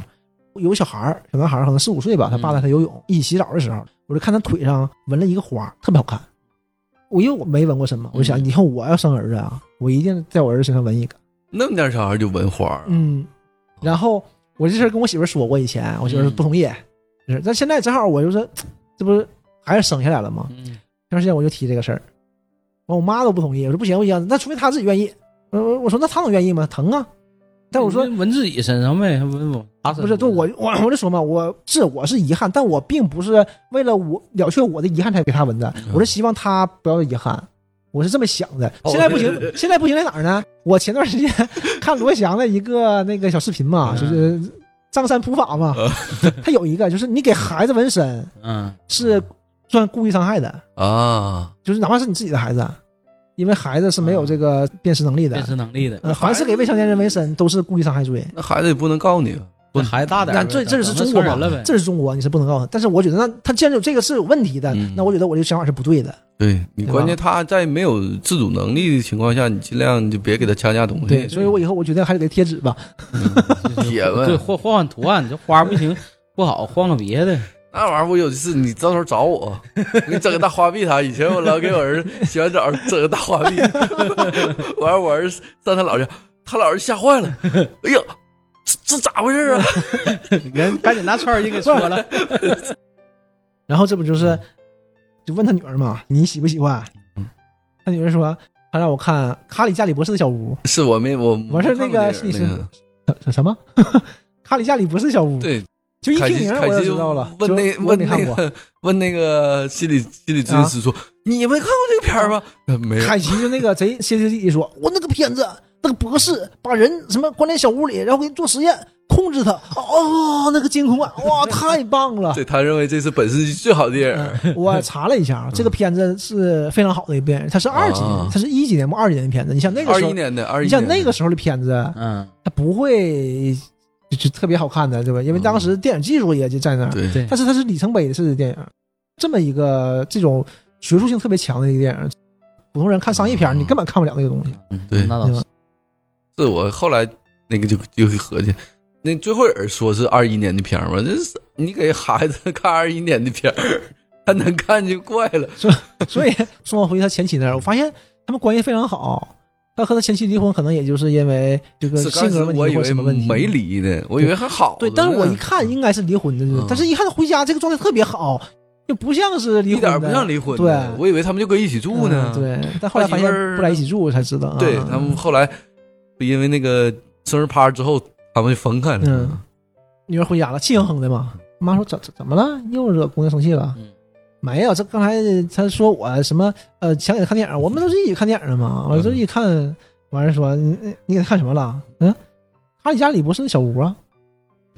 [SPEAKER 1] 有个小孩儿，小男孩儿可能四五岁吧，
[SPEAKER 2] 嗯
[SPEAKER 1] 他爸带他游泳，一起洗澡的时候，我就看他腿上纹了一个花儿，特别好看。我因为我没纹过身嘛，我就想
[SPEAKER 2] 嗯
[SPEAKER 1] 以后我要生儿子啊，我一定在我儿子身上纹一个。
[SPEAKER 3] 那么点小孩就闻花儿，
[SPEAKER 1] 嗯，然后我这事儿跟我媳妇儿说过，以前我媳妇儿不同意，是但现在正好我就是，这不是还是生下来了吗？
[SPEAKER 2] 嗯
[SPEAKER 1] 前段时间我就提这个事儿，完我妈都不同意，我说不行不行，那除非她自己愿意。我我我说那她能愿意吗？疼啊！但我说
[SPEAKER 2] 纹自己身上呗，纹我
[SPEAKER 1] 啊
[SPEAKER 2] 他身上
[SPEAKER 1] 不是，对我我我就说嘛，我是我是遗憾，但我并不是为了我了却我的遗憾才给她纹的，
[SPEAKER 2] 嗯
[SPEAKER 1] 我是希望她不要有遗憾。我是这么想的，
[SPEAKER 3] 哦
[SPEAKER 1] 现在不行，现在不行在哪儿呢？我前段时 间看罗翔的一个那个小视频嘛，
[SPEAKER 2] 嗯
[SPEAKER 1] 就是张三普法嘛， 他有一个就是你给孩子纹身
[SPEAKER 2] 嗯，
[SPEAKER 1] 是算故意伤害的，
[SPEAKER 3] 啊，
[SPEAKER 1] 就是哪怕是你自己的孩子，因为孩子是没有这个辨识能力的
[SPEAKER 2] 嗯辨，识能力的，
[SPEAKER 1] 呃，凡是给未成年人纹身都是故意伤害罪。
[SPEAKER 3] 那孩子也不能告你，
[SPEAKER 2] 那孩子大点儿
[SPEAKER 1] 那
[SPEAKER 2] 呗，
[SPEAKER 1] 这这是
[SPEAKER 2] 咱们
[SPEAKER 1] 中国
[SPEAKER 2] 成
[SPEAKER 1] 嘛
[SPEAKER 2] 人了呗，？
[SPEAKER 1] 这是中国，你是不能告诉他。但是我觉得，那他既然有这个是有问题的，
[SPEAKER 3] 嗯
[SPEAKER 1] 那我觉得我这个想法是不对的。
[SPEAKER 3] 对
[SPEAKER 1] 对
[SPEAKER 3] 你
[SPEAKER 1] 吧
[SPEAKER 3] 关键他在没有自主能力的情况下，你尽量就别给他强加东西。
[SPEAKER 1] 对，所以我以后我决定还是给贴纸吧。
[SPEAKER 3] 铁问
[SPEAKER 2] 对，换换换图案，这花不行 不好，换个别 的。
[SPEAKER 3] 那玩意儿，我有一次你到时候找我，你整个大花臂啥？以前我老给我儿子洗完澡整个大花臂，完了我儿子上他老家，他老人吓坏了，哎呀，这这咋回事啊？
[SPEAKER 2] 人赶紧拿串儿就给戳 了。
[SPEAKER 1] 然后这不
[SPEAKER 3] 嗯
[SPEAKER 1] 就是，就问他女儿嘛，你喜不喜欢？他女儿说，他让我看卡里加里博士的小屋，
[SPEAKER 3] 是我没我
[SPEAKER 1] 完事儿
[SPEAKER 3] 嗯看
[SPEAKER 1] 那个
[SPEAKER 3] 过电
[SPEAKER 1] 是
[SPEAKER 3] 影那
[SPEAKER 1] 什什么？ 卡里加里博士小屋，
[SPEAKER 3] 对，
[SPEAKER 1] 就一
[SPEAKER 3] 凯
[SPEAKER 1] 听
[SPEAKER 3] 西
[SPEAKER 1] 名儿
[SPEAKER 3] 凯
[SPEAKER 1] 我就
[SPEAKER 3] 西
[SPEAKER 1] 知道了。
[SPEAKER 3] 问那
[SPEAKER 1] 就我
[SPEAKER 3] 问
[SPEAKER 1] 没
[SPEAKER 3] 那
[SPEAKER 1] 看过。啊
[SPEAKER 3] 个问那个心理心理咨询师说，你没看过这个片儿吗？呃没有。
[SPEAKER 1] 凯奇就那个贼歇斯底里说：“我那个片子，那个博士把人什么关在小屋里，然后给你做实验，控制他。哦，那个监控 啊，哇，太棒了
[SPEAKER 3] 对他认为这是本世纪最好的电！”影，
[SPEAKER 1] 嗯我查了一下，这个片子是非常好的一部电影，它是二几年
[SPEAKER 3] 啊，
[SPEAKER 1] 它是一几年不二几年的片子。你像那个
[SPEAKER 3] 二
[SPEAKER 1] 时
[SPEAKER 3] 一
[SPEAKER 1] 候，
[SPEAKER 3] 年的二一
[SPEAKER 1] 你
[SPEAKER 3] 年
[SPEAKER 1] 像
[SPEAKER 3] 的，
[SPEAKER 1] 那个时候的片子，
[SPEAKER 2] 嗯，
[SPEAKER 1] 它不会就就特别好看的，对吧？因为当时电影技术也就在那儿，
[SPEAKER 3] 嗯对
[SPEAKER 2] 对，
[SPEAKER 1] 但是它是里程碑式的电影，这么一个这种学术性特别强的一个电影，普通人看商业片儿你根本看不了那个东西。
[SPEAKER 2] 嗯
[SPEAKER 3] 对
[SPEAKER 2] 那倒是。
[SPEAKER 3] 是我后来那个就就合计，那最后人说是二一年的片儿嘛，这是你给孩子看二一年的片儿，他能看就怪了。
[SPEAKER 1] 所以送我回他前妻那儿，我发现他们关系非常好。他和他前妻离婚，可能也就是因为这个
[SPEAKER 3] 是
[SPEAKER 1] 性
[SPEAKER 3] 当时
[SPEAKER 1] 格问
[SPEAKER 3] 我
[SPEAKER 1] 题
[SPEAKER 3] 以
[SPEAKER 1] 或者
[SPEAKER 3] 为
[SPEAKER 1] 什么问题。
[SPEAKER 3] 没离呢，我以为还好呢。
[SPEAKER 1] 对，但是我一看应该是离婚的，
[SPEAKER 3] 嗯
[SPEAKER 1] 但是一看他回家这个状态特别好，就不像是离
[SPEAKER 3] 一
[SPEAKER 1] 婚的，
[SPEAKER 3] 点不像离婚的
[SPEAKER 1] 对
[SPEAKER 3] 我以为他们就搁一起住呢。
[SPEAKER 1] 嗯对，但后来发现
[SPEAKER 3] 他媳妇儿
[SPEAKER 1] 不在一起住才知道啊。
[SPEAKER 3] 对，他们后来因为那个生日趴之后，他们就分开了。
[SPEAKER 1] 嗯，女儿回家了，气哼哼的嘛。妈说怎怎怎么了？又惹姑娘生气了？
[SPEAKER 2] 嗯
[SPEAKER 1] 没有，这刚才她说我什么呃想给她看电影，我们都是一起看电影的嘛。我就一起看，完了说你你你给她看什么了？嗯，哈利家里不是小屋啊。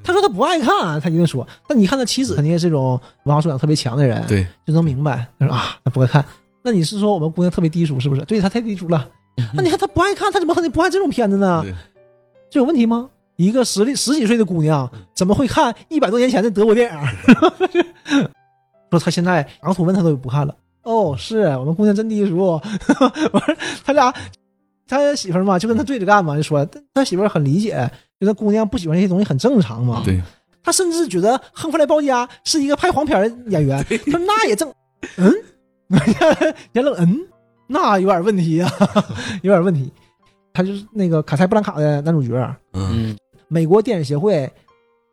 [SPEAKER 1] 他说他不爱看，他一定说。但你看他妻子肯定是这种文化素养特别强的人，
[SPEAKER 3] 对，
[SPEAKER 1] 就能明白。他说啊，那不爱看。那你是说我们姑娘特别低俗是不是？对，她太低俗了。那你看她不爱看，她怎么可能不爱这种片子呢？
[SPEAKER 3] 对
[SPEAKER 1] 这有问题吗？一个十里十几岁的姑娘怎么会看一百多年前的德国电影？ 说她现在昂土文她都不看了。哦，是我们姑娘真低俗。 完事儿他俩他媳妇儿嘛就跟他对着干嘛，就说他他媳妇儿很理解，就那姑娘不喜欢这些东西很正常嘛。
[SPEAKER 3] 对，
[SPEAKER 1] 他甚至觉得亨弗莱·鲍嘉是一个拍黄片儿的演员，他说那也正，嗯， 言冷嗯，那有点问题啊， 有点问题。他就是那个卡塞·布兰卡的男主角，
[SPEAKER 3] 嗯，
[SPEAKER 2] 嗯
[SPEAKER 1] 美国电影协会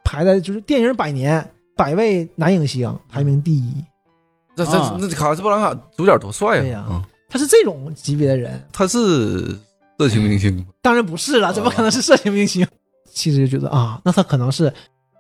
[SPEAKER 1] 排的就是电影百年百位男影星排名第一，
[SPEAKER 3] 这这
[SPEAKER 2] 啊
[SPEAKER 3] 那卡斯布兰卡主角多帅
[SPEAKER 1] 对
[SPEAKER 3] 呀
[SPEAKER 1] 呀！
[SPEAKER 3] 嗯
[SPEAKER 1] 他是这种级别的人，
[SPEAKER 3] 他是色情明星吗，
[SPEAKER 1] 当然不是了，怎么可能是色情明星？ 妻子就觉得啊，那他可能是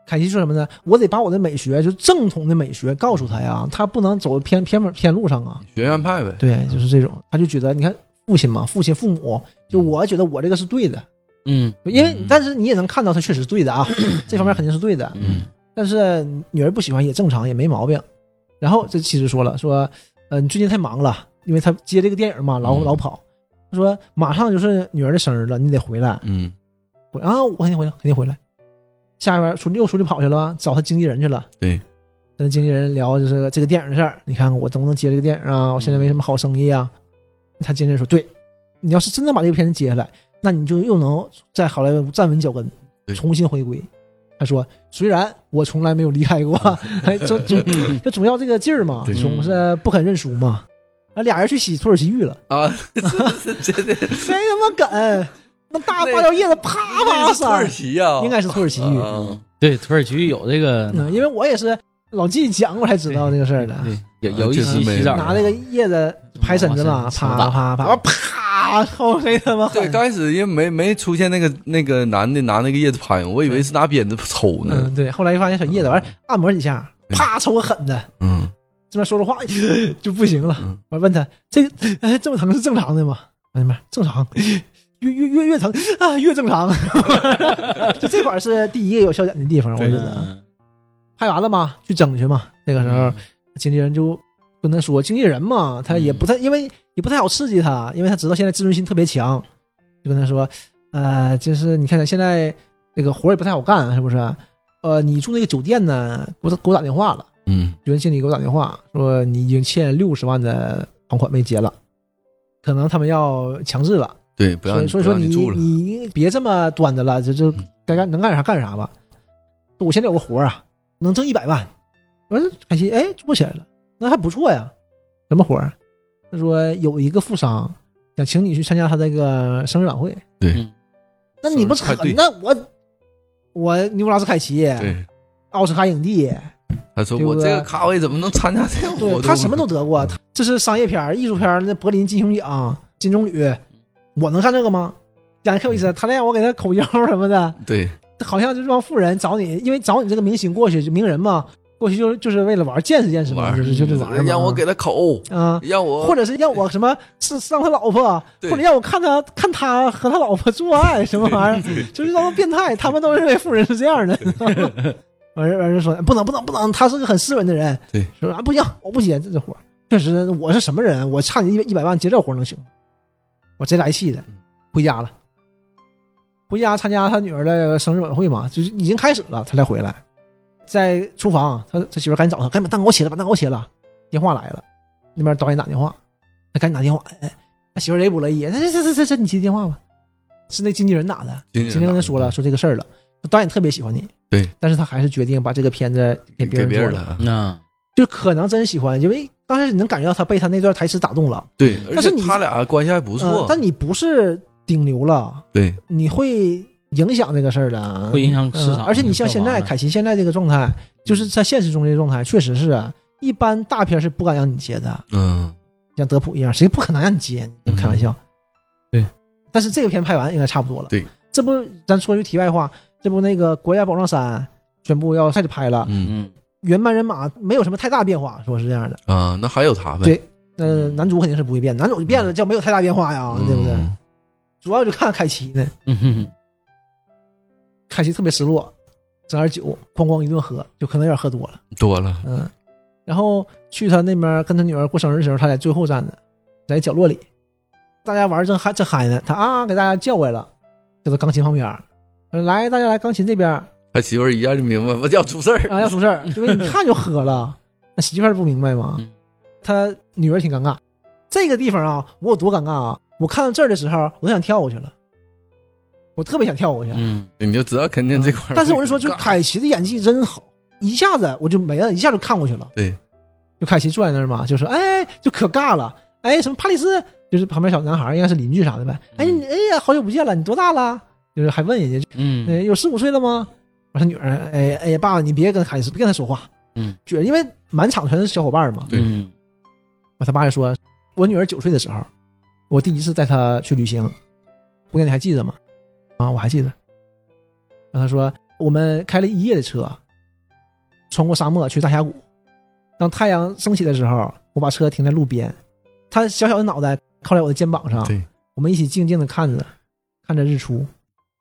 [SPEAKER 1] 凯西说什么呢？我得把我的美学，就正统的美学告诉他呀，他不能走偏偏门偏路上啊。
[SPEAKER 3] 学院派 呗。
[SPEAKER 1] 对，就是这种，他就觉得你看父亲嘛，父亲父母，就我觉得我这个是对的，
[SPEAKER 2] 嗯，
[SPEAKER 1] 因为但是你也能看到他确实是对 的啊，这方面肯定是对的。
[SPEAKER 2] 嗯
[SPEAKER 1] 但是女儿不喜欢也正常，也没毛病。然后这妻子说了，说，呃，你最近太忙了，因为他接这个电影嘛，老
[SPEAKER 3] 嗯
[SPEAKER 1] 老跑。他说马上就是女儿的生日了，你得回来。
[SPEAKER 3] 嗯，
[SPEAKER 1] 回啊，我肯定回来，肯定回来。下边出去又出去跑去了，找他经纪人去了。
[SPEAKER 3] 对，
[SPEAKER 1] 跟经纪人聊就是这个电影的事儿，你看看我能不能接这个电影啊？我现在没什么好生意啊。他经纪人说，对，你要是真的把这个片子接下来，那你就又能在好莱坞站稳脚跟，
[SPEAKER 3] 对
[SPEAKER 1] 重新回归。他说，虽然我从来没有离开过，
[SPEAKER 3] 嗯
[SPEAKER 1] 哎就就就总要这个劲儿嘛，
[SPEAKER 3] 对嗯
[SPEAKER 1] 总是不肯认输嘛。啊，俩人去西土耳其遇了，
[SPEAKER 3] 啊，这这这这
[SPEAKER 1] 谁他妈敢？那大芭蕉叶子啪啪
[SPEAKER 3] 土耳
[SPEAKER 1] 扇，
[SPEAKER 3] 其呀，
[SPEAKER 1] 应该是土耳其语。
[SPEAKER 3] 啊
[SPEAKER 2] 对，土耳其有这个，
[SPEAKER 1] 嗯，因为我也是老纪讲过才知道这个事儿的。
[SPEAKER 2] 对，有有一
[SPEAKER 3] 啊这
[SPEAKER 2] 期
[SPEAKER 3] 是没
[SPEAKER 2] 洗澡
[SPEAKER 1] 拿那个叶子拍身子嘛，啪啪啪，啪， 后谁他妈
[SPEAKER 3] 对，
[SPEAKER 1] 狠？
[SPEAKER 3] 刚开始因为没没出现那个那个男的拿那个叶子拍，我以为是拿鞭子抽呢。
[SPEAKER 1] 嗯，对。后来发现小叶子，完事儿按摩几下，啪抽个狠的，
[SPEAKER 3] 嗯，
[SPEAKER 1] 这边说着话就不行了
[SPEAKER 3] 嗯。
[SPEAKER 1] 我问他这个哎这么疼是正常的吗？哎呀妈，正常，越越越越疼啊越正常。 就这块儿是第一个有笑点的地方，我觉得。
[SPEAKER 2] 嗯
[SPEAKER 1] 拍完了嘛，去整去嘛。那个时候，经纪人就跟他说，经纪人嘛，他也不太，因为也不太好刺激他，因为他知道现在自尊心特别强，就跟他说，呃，就是你看现在那个活儿也不太好干，是不是？呃，你住那个酒店呢，给我打给我打电话了，
[SPEAKER 3] 嗯
[SPEAKER 1] 酒店经理给我打电话说你已经欠六十万的房款没结了，可能他们要强制了。
[SPEAKER 3] 对，不
[SPEAKER 1] 所以
[SPEAKER 3] 让你
[SPEAKER 1] 所以
[SPEAKER 3] 不
[SPEAKER 1] 说
[SPEAKER 3] 让
[SPEAKER 1] 你
[SPEAKER 3] 你住了。
[SPEAKER 1] 你别这么端着了，这就该干能干啥干啥吧。我现在有个活儿啊，能挣一百万。我说凯西，哎，做起来了，那还不错呀。什么活儿？啊他说有一个富商想请你去参加他那个生日晚会。
[SPEAKER 3] 对
[SPEAKER 2] 嗯
[SPEAKER 1] 那你不扯
[SPEAKER 3] 生日派对？
[SPEAKER 1] 那我我尼古拉斯凯奇，
[SPEAKER 3] 对，
[SPEAKER 1] 奥斯卡影帝，
[SPEAKER 3] 他说
[SPEAKER 1] 对不
[SPEAKER 3] 我
[SPEAKER 1] 对
[SPEAKER 3] 这个咖位怎么能参加这个活
[SPEAKER 1] 对
[SPEAKER 3] 动？啊嗯
[SPEAKER 1] 他什么都得过，他这是商业片儿、艺术片儿，那柏林金熊奖、金棕榈，我能干这个吗？讲的可有意
[SPEAKER 3] 嗯
[SPEAKER 1] 思了，他连我给他口交什么的，
[SPEAKER 3] 对，
[SPEAKER 1] 好像就这帮富人找你，因为找你这个明星过去，就名人嘛，过去就是就是为了玩儿见识见识嘛，
[SPEAKER 3] 玩儿嗯
[SPEAKER 1] 就是就是玩儿嘛。
[SPEAKER 3] 让我给他口，
[SPEAKER 1] 啊，
[SPEAKER 3] 让我
[SPEAKER 1] 或者是让我什么是是让他老婆，
[SPEAKER 3] 对
[SPEAKER 1] 或者让我看他看他和他老婆做爱什么玩意儿，就是他们变态，他们都认为富人是这样的。 完事完事说不能不能不能，他是个很斯文的人，
[SPEAKER 3] 对，
[SPEAKER 1] 说啊不行，我不接这这活儿确实我是什么人，我差你一百一百万接这活儿能行吗？我贼来气的，
[SPEAKER 3] 嗯
[SPEAKER 1] 回家了，回家参加他女儿的生日晚会嘛，就是已经开始了，他才回来，在厨房，他他媳妇儿赶紧找他，赶紧把蛋糕切了，把蛋糕切了，电话来了。那边导演打电话，他赶紧打电话，哎，他媳妇儿也不乐意，哎这这这这这，你接电话吧，是那经纪人打的，
[SPEAKER 3] 经纪人
[SPEAKER 1] 经纪人跟他说
[SPEAKER 3] 嗯
[SPEAKER 1] 了，说这个事儿了，导演特别喜欢你，
[SPEAKER 3] 对，
[SPEAKER 1] 但是他还是决定把这个片子给
[SPEAKER 3] 给
[SPEAKER 1] 别人
[SPEAKER 3] 别
[SPEAKER 1] 做
[SPEAKER 3] 人啊
[SPEAKER 1] 了，
[SPEAKER 3] 了。
[SPEAKER 2] 那
[SPEAKER 1] 就可能真喜欢，因为刚开始你能感觉到他被他那段台词打动了，
[SPEAKER 3] 对，而
[SPEAKER 1] 但是
[SPEAKER 3] 且
[SPEAKER 1] 你
[SPEAKER 3] 他俩关系还不
[SPEAKER 1] 不
[SPEAKER 3] 错。
[SPEAKER 1] 但你不是顶流了，
[SPEAKER 3] 对，
[SPEAKER 1] 你会影响这个事儿的，
[SPEAKER 2] 会影响市场
[SPEAKER 1] 嗯而且你像现在
[SPEAKER 2] 票房的
[SPEAKER 1] 凯奇现在这个状态，就是在现实中这个状态，确实是啊一般大片是不敢让你接的，
[SPEAKER 3] 嗯，
[SPEAKER 1] 像德普一样，谁不可能让你接？你开玩笑。
[SPEAKER 2] 对，
[SPEAKER 1] 但是这个片拍完应该差不多了。
[SPEAKER 3] 对，
[SPEAKER 1] 这不咱说句题外话，这不那个《国家宝藏三》宣布要开始拍了。
[SPEAKER 3] 嗯
[SPEAKER 2] 嗯
[SPEAKER 1] 原班人马没有什么太大变化，说是这样的。
[SPEAKER 3] 啊，那还有他呗，
[SPEAKER 1] 对那男主肯定是不会变，男主就变了，叫没有太大变化呀，
[SPEAKER 3] 嗯
[SPEAKER 1] 啊对不对？主要就看凯奇呢，
[SPEAKER 2] 嗯哼
[SPEAKER 1] 凯奇特别失落，整点酒，哐哐一顿喝，就可能有点喝多了，
[SPEAKER 3] 多了，
[SPEAKER 1] 嗯。然后去他那边跟他女儿过生日的时候，他在最后站着，在角落里，大家玩儿正嗨正嗨呢，他啊给大家叫过来了，就在钢琴旁边儿，来大家来钢琴这边儿
[SPEAKER 3] 他媳妇儿一下就明白，我要出事儿，
[SPEAKER 1] 啊要出事儿，因为你看就喝了，那媳妇儿不明白吗
[SPEAKER 2] 嗯？
[SPEAKER 1] 他女儿挺尴尬，这个地方啊，我有多尴尬啊！我看到这儿的时候，我都想跳过去了，我特别想跳过去，
[SPEAKER 2] 嗯
[SPEAKER 3] 你就知道肯定这 块儿会尴尬。
[SPEAKER 1] 嗯但是我就说，就凯奇的演技真好，一下子我就没了，一下就看过去了。
[SPEAKER 3] 对，
[SPEAKER 1] 就凯奇坐在那儿嘛，就说哎，就可尬了，哎，什么帕里斯，就是旁边小男孩，应该是邻居啥的呗。
[SPEAKER 3] 嗯
[SPEAKER 1] 哎，你哎呀，好久不见了，你多大了？就是还问人家，哎，
[SPEAKER 2] 嗯
[SPEAKER 1] 有十五岁了吗？我说女儿，哎哎呀，爸，你别跟凯斯，别跟他说话。
[SPEAKER 2] 嗯，
[SPEAKER 1] 觉因为满场全是小伙伴嘛。
[SPEAKER 3] 对
[SPEAKER 2] 嗯
[SPEAKER 1] 我他爸就说，我女儿九岁的时候，我第一次带她去旅行，姑娘你还记得吗？啊，我还记得。然后他说，我们开了一夜的车，穿过沙漠去大峡谷。当太阳升起的时候，我把车停在路边，她小小的脑袋靠在我的肩膀上，
[SPEAKER 3] 对，
[SPEAKER 1] 我们一起静静的看着，看着日出。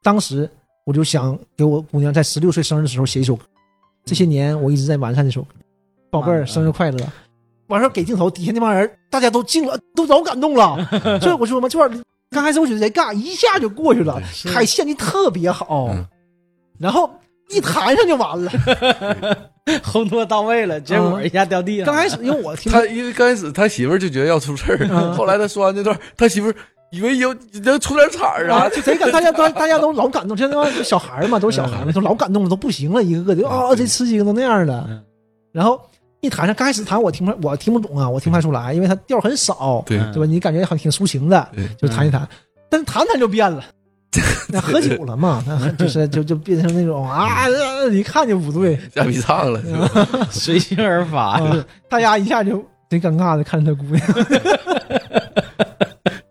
[SPEAKER 1] 当时我就想给我姑娘在十六岁生日的时候写一首歌，这
[SPEAKER 3] 嗯
[SPEAKER 1] 些年我一直在完善这首歌。宝贝儿，生日快乐！完事儿给镜头，底下那帮人大家都惊了，都老感动了。 所以我说嘛，这玩意儿刚开始我觉得贼尬，一下就过去了。凯西演技特别好
[SPEAKER 3] 嗯，
[SPEAKER 1] 然后一弹上就完 了。
[SPEAKER 2] 烘托到位了，结果一下掉地上。
[SPEAKER 1] 刚开始因为我听
[SPEAKER 3] 啊他因为刚开始他媳妇儿就觉得要出事儿，
[SPEAKER 1] 嗯
[SPEAKER 3] 后来他说完这段儿，他媳妇儿以为有能出点彩儿
[SPEAKER 1] 啊，
[SPEAKER 3] 啊，
[SPEAKER 1] 就贼感，大家都大家都老感动，现在那帮小孩儿嘛，都是小孩儿
[SPEAKER 3] 嗯
[SPEAKER 1] 嘛，都老感动了，都不行了，一个个就啊，这吃惊都那样
[SPEAKER 2] 嗯
[SPEAKER 1] 了。然后一弹上，刚开始弹我听不我听不懂啊，我听不太出来，因为它调儿很少，
[SPEAKER 3] 嗯对
[SPEAKER 1] 对吧？你感觉好像挺抒情的
[SPEAKER 3] 对，嗯
[SPEAKER 1] 就弹一弹，但是弹弹就变 了。那喝酒了嘛？那就是就就变成那种啊，一看就不对，
[SPEAKER 3] 下逼唱了，是
[SPEAKER 1] 嗯
[SPEAKER 3] 吧
[SPEAKER 2] 随性而发，
[SPEAKER 1] 啊大家一下就贼尴尬的看着他姑娘。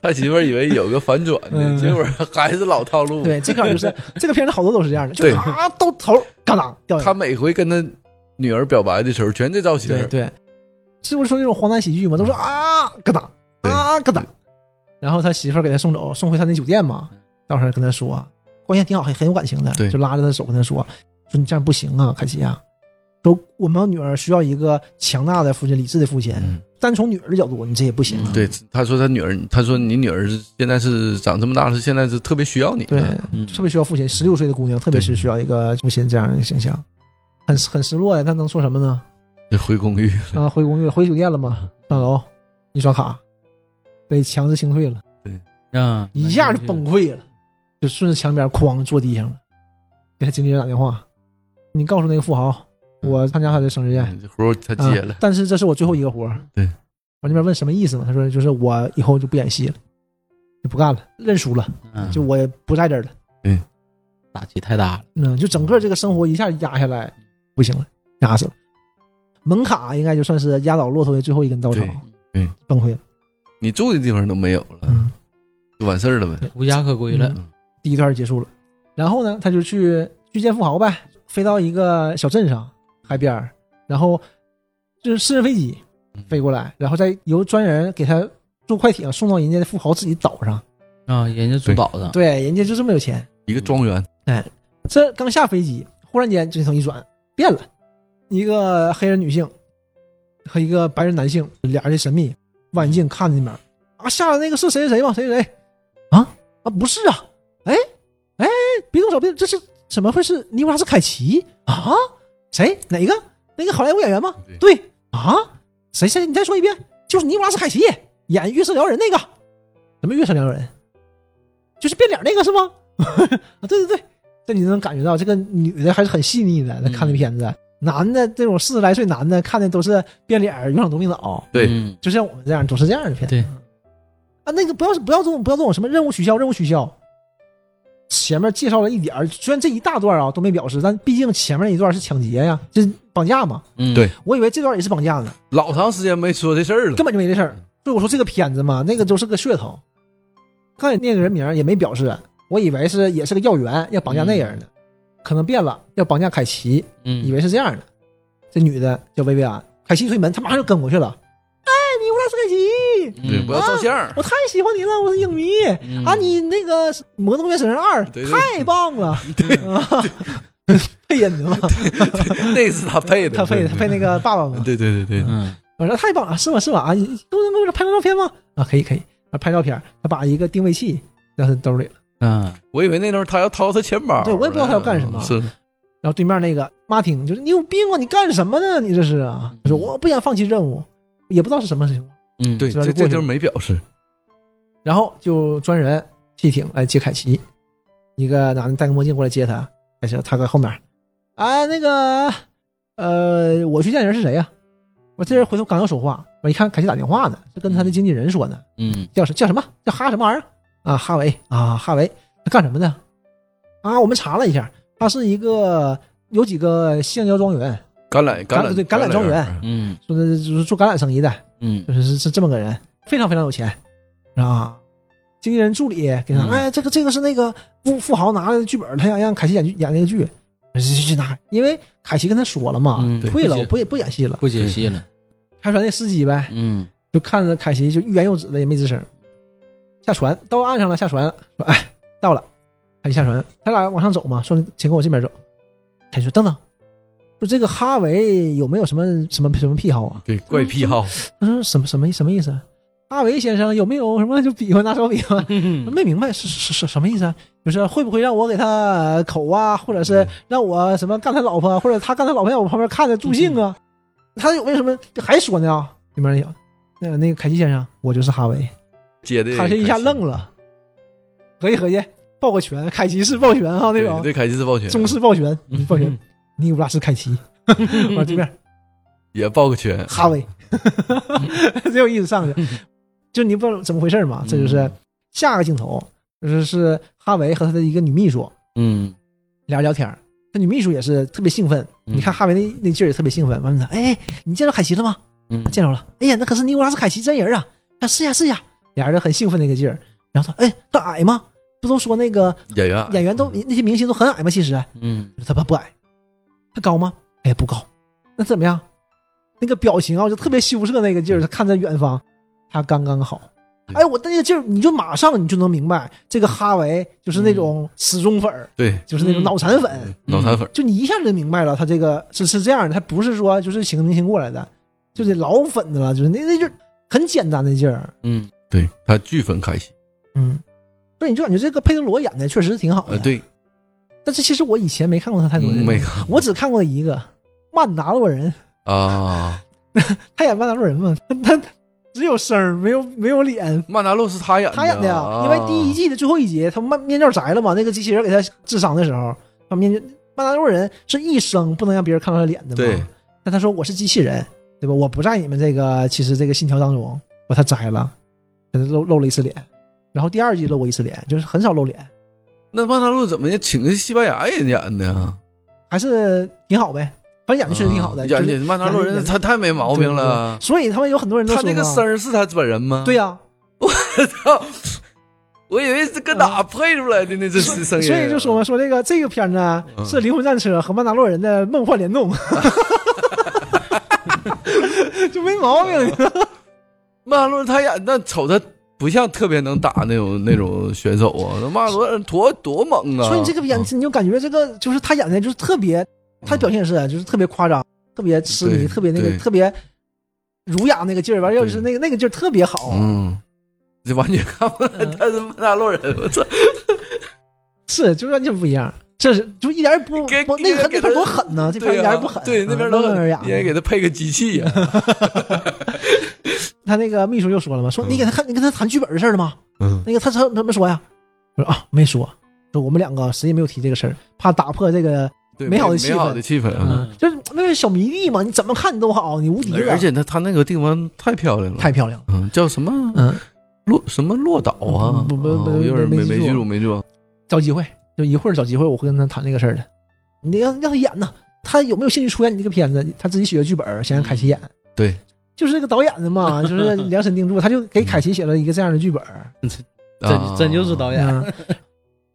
[SPEAKER 3] 他媳妇儿以为有个反转
[SPEAKER 1] 嗯
[SPEAKER 3] 呢，结果还是老套路。
[SPEAKER 1] 对，这块儿就是 这个片子好多都是这样的，就
[SPEAKER 3] 对
[SPEAKER 1] 啊到头儿嘎当掉下来。
[SPEAKER 3] 他每回跟他女儿表白的时候，全这造型
[SPEAKER 1] 对。对，是不是说那种荒诞喜剧嘛？都说啊咯噔
[SPEAKER 3] 嗯对
[SPEAKER 1] 啊咯噔，然后他媳妇儿给他送走，送回他那酒店嘛。到时候跟他说，关键挺好，很很有感情的，
[SPEAKER 3] 对
[SPEAKER 1] 就拉着他的手跟他说，说你这样不行啊，凯奇啊，说我们女儿需要一个强大的父亲，理智的父亲。
[SPEAKER 3] 嗯
[SPEAKER 1] 单从女儿的角度，你这也不行啊。
[SPEAKER 3] 对，他说他女儿，他说你女儿现在是长这么大，是现在是特别需要你的。
[SPEAKER 1] 对，
[SPEAKER 2] 嗯
[SPEAKER 1] 特别需要父亲。十六岁的姑娘，特别是需要一个父亲这样的形象，很很失落呀。那能做什么 呢？
[SPEAKER 3] 就回公寓，
[SPEAKER 1] 让他回公寓了，回酒店了嘛，上楼一刷卡，被强制清退了。
[SPEAKER 2] 嗯，
[SPEAKER 1] 一下就崩溃了，就顺着墙边哐坐地上了，给他经纪人打电话，你告诉那个富豪，我参加他的生日宴，
[SPEAKER 3] 这活儿嗯他接了
[SPEAKER 1] 啊，但是这是我最后一个活儿。
[SPEAKER 3] 对，
[SPEAKER 1] 我那边问什么意思嘛，他说就是我以后就不演戏了，就不干了，认输了，
[SPEAKER 2] 嗯，
[SPEAKER 1] 就我也不在这儿了，
[SPEAKER 2] 打击太大了。
[SPEAKER 1] 嗯，就整个这个生活一下压下来，不行了，压死了。门卡应该就算是压倒骆驼的最后一根稻草
[SPEAKER 3] 对，对，
[SPEAKER 1] 崩溃了，
[SPEAKER 3] 你住的地方都没有了，
[SPEAKER 1] 嗯。
[SPEAKER 3] 就完事儿了呗。
[SPEAKER 2] 无家可归了。
[SPEAKER 1] 第一段结束了。然后呢，他就去去见富豪呗，飞到一个小镇上海边儿，然后就是私人飞机飞过来，然后再由专人给他坐快艇送到人家的富豪自己岛上。
[SPEAKER 2] 啊，人家住岛上，
[SPEAKER 1] 对，人家就这么有钱。
[SPEAKER 3] 一个庄园，
[SPEAKER 1] 这刚下飞机，忽然间镜头一转，变了，一个黑人女性和一个白人男性，俩人的神秘望远镜看着那边儿啊，下来那个是谁谁谁吗？谁谁谁啊啊，不是啊，哎哎，别动手，别动这是怎么会是尼古拉斯凯奇啊？谁哪个那个好莱坞演员吗？对啊，谁谁你再说一遍，就是尼古拉斯凯奇演《月色撩人》那个，什么《月色撩人》？就是变脸那个是吗？ 啊，对对对，这你能感觉到这个女的还是很细腻的，她看那片子。男的这种四十来岁男的看的都是变脸儿、有场夺命啊岛，
[SPEAKER 3] 对
[SPEAKER 2] 嗯
[SPEAKER 1] 就像我们这样，都是这样的片子。
[SPEAKER 2] 对
[SPEAKER 1] 啊，那个不要不要这种不要这种什么任务取消，任务取消。前面介绍了一点儿，虽然这一大段啊都没表示，但毕竟前面一段是抢劫呀，就是绑架嘛。
[SPEAKER 2] 嗯，
[SPEAKER 3] 对
[SPEAKER 1] 我以为这段也是绑架呢，
[SPEAKER 3] 老长时间没说这事儿了。
[SPEAKER 1] 根本就没这事儿。所以我说这个片子嘛，那个就是个噱头。刚才那个人名儿也没表示，我以为是也是个要员要绑架那人呢。可能变了，要绑架凯奇，
[SPEAKER 2] 嗯，
[SPEAKER 1] 以为是这样的。这女的叫薇薇安，凯奇一推门，她马上就跟过去了。哎，尼古拉斯凯奇，
[SPEAKER 3] 对，我要照相儿。
[SPEAKER 1] 我太喜欢你了，我是影迷、
[SPEAKER 2] 嗯
[SPEAKER 1] 啊！你那个《魔动原神二》
[SPEAKER 3] 对对
[SPEAKER 1] 太棒了，啊配音的嘛，
[SPEAKER 3] 那是他配
[SPEAKER 1] 嗯
[SPEAKER 3] 的，
[SPEAKER 1] 他配他配那个爸爸嘛。
[SPEAKER 3] 对对对对，
[SPEAKER 2] 嗯
[SPEAKER 1] 我说太棒了，是吗？是吗？啊，你都能给我拍张照片吗？啊，可以可以，啊，拍照片。他把一个定位器扔他兜里了，
[SPEAKER 2] 嗯
[SPEAKER 3] 我以为那时候他要掏他钱包，
[SPEAKER 1] 对我也不知道他要干什么
[SPEAKER 3] 是
[SPEAKER 1] 然后对面那个马丁就是你有病啊，你干什么呢？你这是啊？他说
[SPEAKER 3] 嗯
[SPEAKER 1] 我不想放弃任务，也不知道是什么情况。
[SPEAKER 2] 嗯，
[SPEAKER 3] 对，
[SPEAKER 1] 知道
[SPEAKER 3] 这
[SPEAKER 1] 就过去
[SPEAKER 3] 这就是
[SPEAKER 1] 了
[SPEAKER 3] 没表示。
[SPEAKER 1] 然后就专人汽艇来接凯奇，一个男的戴个墨镜过来接他，凯奇他搁后面，啊那个呃，我去见人是谁呀、我这人回头刚要说话，我一看凯奇打电话呢，是跟他的经纪人说呢，
[SPEAKER 2] 嗯
[SPEAKER 1] 叫什叫什么叫哈什么玩意儿啊？哈维啊哈维，他干什么的？啊，我们查了一下，他是一个有几个橡胶庄园，
[SPEAKER 3] 橄榄橄榄
[SPEAKER 1] 对橄榄庄园
[SPEAKER 2] 嗯
[SPEAKER 1] 说的就是做橄榄生意的，
[SPEAKER 2] 嗯
[SPEAKER 1] 就是是是这么个人，非常非常有钱，啊，经纪人助理给他，
[SPEAKER 2] 嗯
[SPEAKER 1] 哎，这个这个是那个富富豪拿的剧本，他想让凯西演剧演那个剧，去去去拿，因为凯西跟他说了嘛，
[SPEAKER 2] 嗯，
[SPEAKER 1] 退了，
[SPEAKER 2] 不
[SPEAKER 1] 我
[SPEAKER 2] 解
[SPEAKER 1] 不也不演戏了。
[SPEAKER 2] 不解析了，
[SPEAKER 1] 开船那司机呗，
[SPEAKER 2] 嗯
[SPEAKER 1] 就看着凯西就欲言又止的，也没吱声。下船到岸上了，下船了，说哎到了，凯西下船，他俩往上走嘛，说请跟我这边走。凯西说等等，说这个哈维有没有什么什么什么癖好啊？
[SPEAKER 3] 对，怪癖好，
[SPEAKER 1] 他说什么什么什么意思啊？哈维先生有没有什么就比划拿手比划？
[SPEAKER 3] 嗯
[SPEAKER 1] 没明白是是是什么意思啊？就是会不会让我给他口啊，或者
[SPEAKER 3] 嗯
[SPEAKER 1] 是让我什么干他老婆，或者他干他老婆在我旁边看着助兴
[SPEAKER 3] 嗯
[SPEAKER 1] 啊？他有没有什么还说呢啊？里面有那那个凯西先生，我就是哈维。
[SPEAKER 3] 接的
[SPEAKER 1] 凯西一下愣了，合计合计，抱个拳，凯奇式抱拳哈、那
[SPEAKER 3] 对嗯
[SPEAKER 1] 种
[SPEAKER 3] 对，凯西是抱拳，
[SPEAKER 1] 中式抱拳，嗯抱拳，尼古拉斯凯奇，
[SPEAKER 3] 嗯
[SPEAKER 1] 往这边
[SPEAKER 3] 也抱个拳，
[SPEAKER 1] 哈维，真有意思上去，就你不知道怎么回事嘛，
[SPEAKER 2] 嗯
[SPEAKER 1] 这就是下个镜头，就是是哈维和他的一个女秘书
[SPEAKER 2] 嗯
[SPEAKER 1] 俩人聊天儿，他女秘书也是特别兴奋，
[SPEAKER 2] 嗯
[SPEAKER 1] 你看哈维那那劲儿也特别兴奋，完问他，哎，你见着凯奇了吗？
[SPEAKER 2] 嗯
[SPEAKER 1] 见着了，哎呀，那可是尼古拉斯凯奇真人啊，啊是呀是呀，俩人很兴奋那个劲儿，然后他，哎，他矮吗？不都说那个
[SPEAKER 3] 演员啊
[SPEAKER 1] 演员都那些明星都很矮吗？其实
[SPEAKER 2] 嗯
[SPEAKER 1] 他不不矮，他高吗？哎，不高。那怎么样？那个表情啊，就特别羞涩那个劲儿，他看着远方，他刚刚好。
[SPEAKER 3] 嗯
[SPEAKER 1] 哎，我那个劲儿，你就马上你就能明白，这个哈维就是那
[SPEAKER 3] 嗯
[SPEAKER 1] 种死忠粉儿，
[SPEAKER 3] 对
[SPEAKER 1] 就是那种脑残粉，
[SPEAKER 3] 脑残粉，
[SPEAKER 1] 就你一下就明白了，他这个是是这样的，他不是说就是请明星过来的，就是老粉的了，就是那那劲儿很简单的劲儿，
[SPEAKER 2] 嗯
[SPEAKER 3] 对他巨粉凯西，
[SPEAKER 1] 嗯。所以你就感觉这个佩德罗演的确实挺好的，
[SPEAKER 3] 呃，。对，
[SPEAKER 1] 但是其实我以前没看过他哦太多人，
[SPEAKER 2] 嗯
[SPEAKER 3] 没看
[SPEAKER 1] 我只看过一个曼达洛人，
[SPEAKER 3] 啊，
[SPEAKER 1] 他演曼达洛人嘛，他他只有声儿，没有没有脸。
[SPEAKER 3] 曼达洛是他演的，
[SPEAKER 1] 他演的呀，
[SPEAKER 3] 啊
[SPEAKER 1] 因为第一季的最后一集，他面面罩摘了嘛，那个机器人给他治伤的时候，他面曼达洛人是一生不能让别人看到他脸的嘛。
[SPEAKER 3] 对，
[SPEAKER 1] 但他说我是机器人，对吧？我不在你们这个其实这个信条当中，把他摘了，给他露露了一次脸，然后第二季露过一次脸，就是很少露脸，
[SPEAKER 3] 那曼达洛怎么也请个西班牙人演的呀？
[SPEAKER 1] 还是挺好呗，反正演的确实挺好的，
[SPEAKER 3] 啊
[SPEAKER 1] 就是
[SPEAKER 3] 演的曼达洛人
[SPEAKER 1] 演得
[SPEAKER 3] 他太没毛病了
[SPEAKER 1] 对对对。所以他们有很多人都
[SPEAKER 3] 他
[SPEAKER 1] 说
[SPEAKER 3] 那个
[SPEAKER 1] 嘛
[SPEAKER 3] 声儿是他本人吗？
[SPEAKER 1] 对呀、
[SPEAKER 3] 我以为是搁哪配出来的呢，这是声
[SPEAKER 1] 嗯
[SPEAKER 3] 音。
[SPEAKER 1] 所以就说嘛，说这个这个片儿呢
[SPEAKER 3] 嗯
[SPEAKER 1] 是《灵魂战车》和《曼达洛人》的梦幻联动， 就没毛病。
[SPEAKER 3] 曼达洛人他演那瞅他不像特别能打那种那种选手啊，那曼达洛人多 多猛啊！
[SPEAKER 1] 所以你这个演，你就感觉这个就是他演的，就是特别，他表现也是啊就是特别夸张，特别痴迷，
[SPEAKER 3] 嗯对
[SPEAKER 1] 特别那个
[SPEAKER 3] 对
[SPEAKER 1] 特别儒雅那个劲儿，完又是那个那个劲儿特别好，嗯
[SPEAKER 3] 嗯，这完全看不出来他是曼达洛人，我操！
[SPEAKER 1] 是就是完全不一样。这是就一点也不
[SPEAKER 3] 给
[SPEAKER 1] 不
[SPEAKER 3] 给
[SPEAKER 1] 那个
[SPEAKER 3] 给
[SPEAKER 1] 那
[SPEAKER 3] 他
[SPEAKER 1] 边多狠呢，这边
[SPEAKER 3] 对
[SPEAKER 1] 一
[SPEAKER 3] 啊
[SPEAKER 1] 点也不狠，
[SPEAKER 3] 对，那边都
[SPEAKER 1] 温文尔雅
[SPEAKER 3] 应。该给他配个机器呀。
[SPEAKER 1] 他那个秘书又说了嘛，说你给他看，你跟他谈剧本的事儿了吗？
[SPEAKER 3] 嗯，
[SPEAKER 1] 那个他他怎么说呀？我说啊，没说，说我们两个谁也没有提这个事儿，怕打破这个，
[SPEAKER 3] 对，
[SPEAKER 1] 美
[SPEAKER 3] 美
[SPEAKER 1] 好的气
[SPEAKER 3] 美好
[SPEAKER 1] 氛
[SPEAKER 3] 的气氛啊。
[SPEAKER 1] 嗯，就是那是小迷弟嘛，你怎么看你都好，你无敌了，
[SPEAKER 3] 而且他他那个地方太漂亮了，
[SPEAKER 1] 太漂亮了，
[SPEAKER 3] 嗯叫什么
[SPEAKER 1] 嗯，
[SPEAKER 3] 洛什么洛岛啊？
[SPEAKER 1] 不不
[SPEAKER 3] 啊
[SPEAKER 1] 不
[SPEAKER 3] 我有点
[SPEAKER 1] 没
[SPEAKER 3] 没
[SPEAKER 1] 没
[SPEAKER 3] 没
[SPEAKER 1] 记
[SPEAKER 3] 记
[SPEAKER 1] 住
[SPEAKER 3] 住没记住。
[SPEAKER 1] 找机会，就一会儿找机会我会跟他谈这个事儿的，你让让他演呐，他有没有兴趣出演你这个片子？他自己写的剧本，想让凯奇演，
[SPEAKER 3] 对，
[SPEAKER 1] 就是这个导演的嘛，就是量身定做，他就给凯奇写了一个这样的剧本，
[SPEAKER 3] 啊
[SPEAKER 2] 真真就是
[SPEAKER 3] 演。
[SPEAKER 2] 导演，
[SPEAKER 1] 嗯，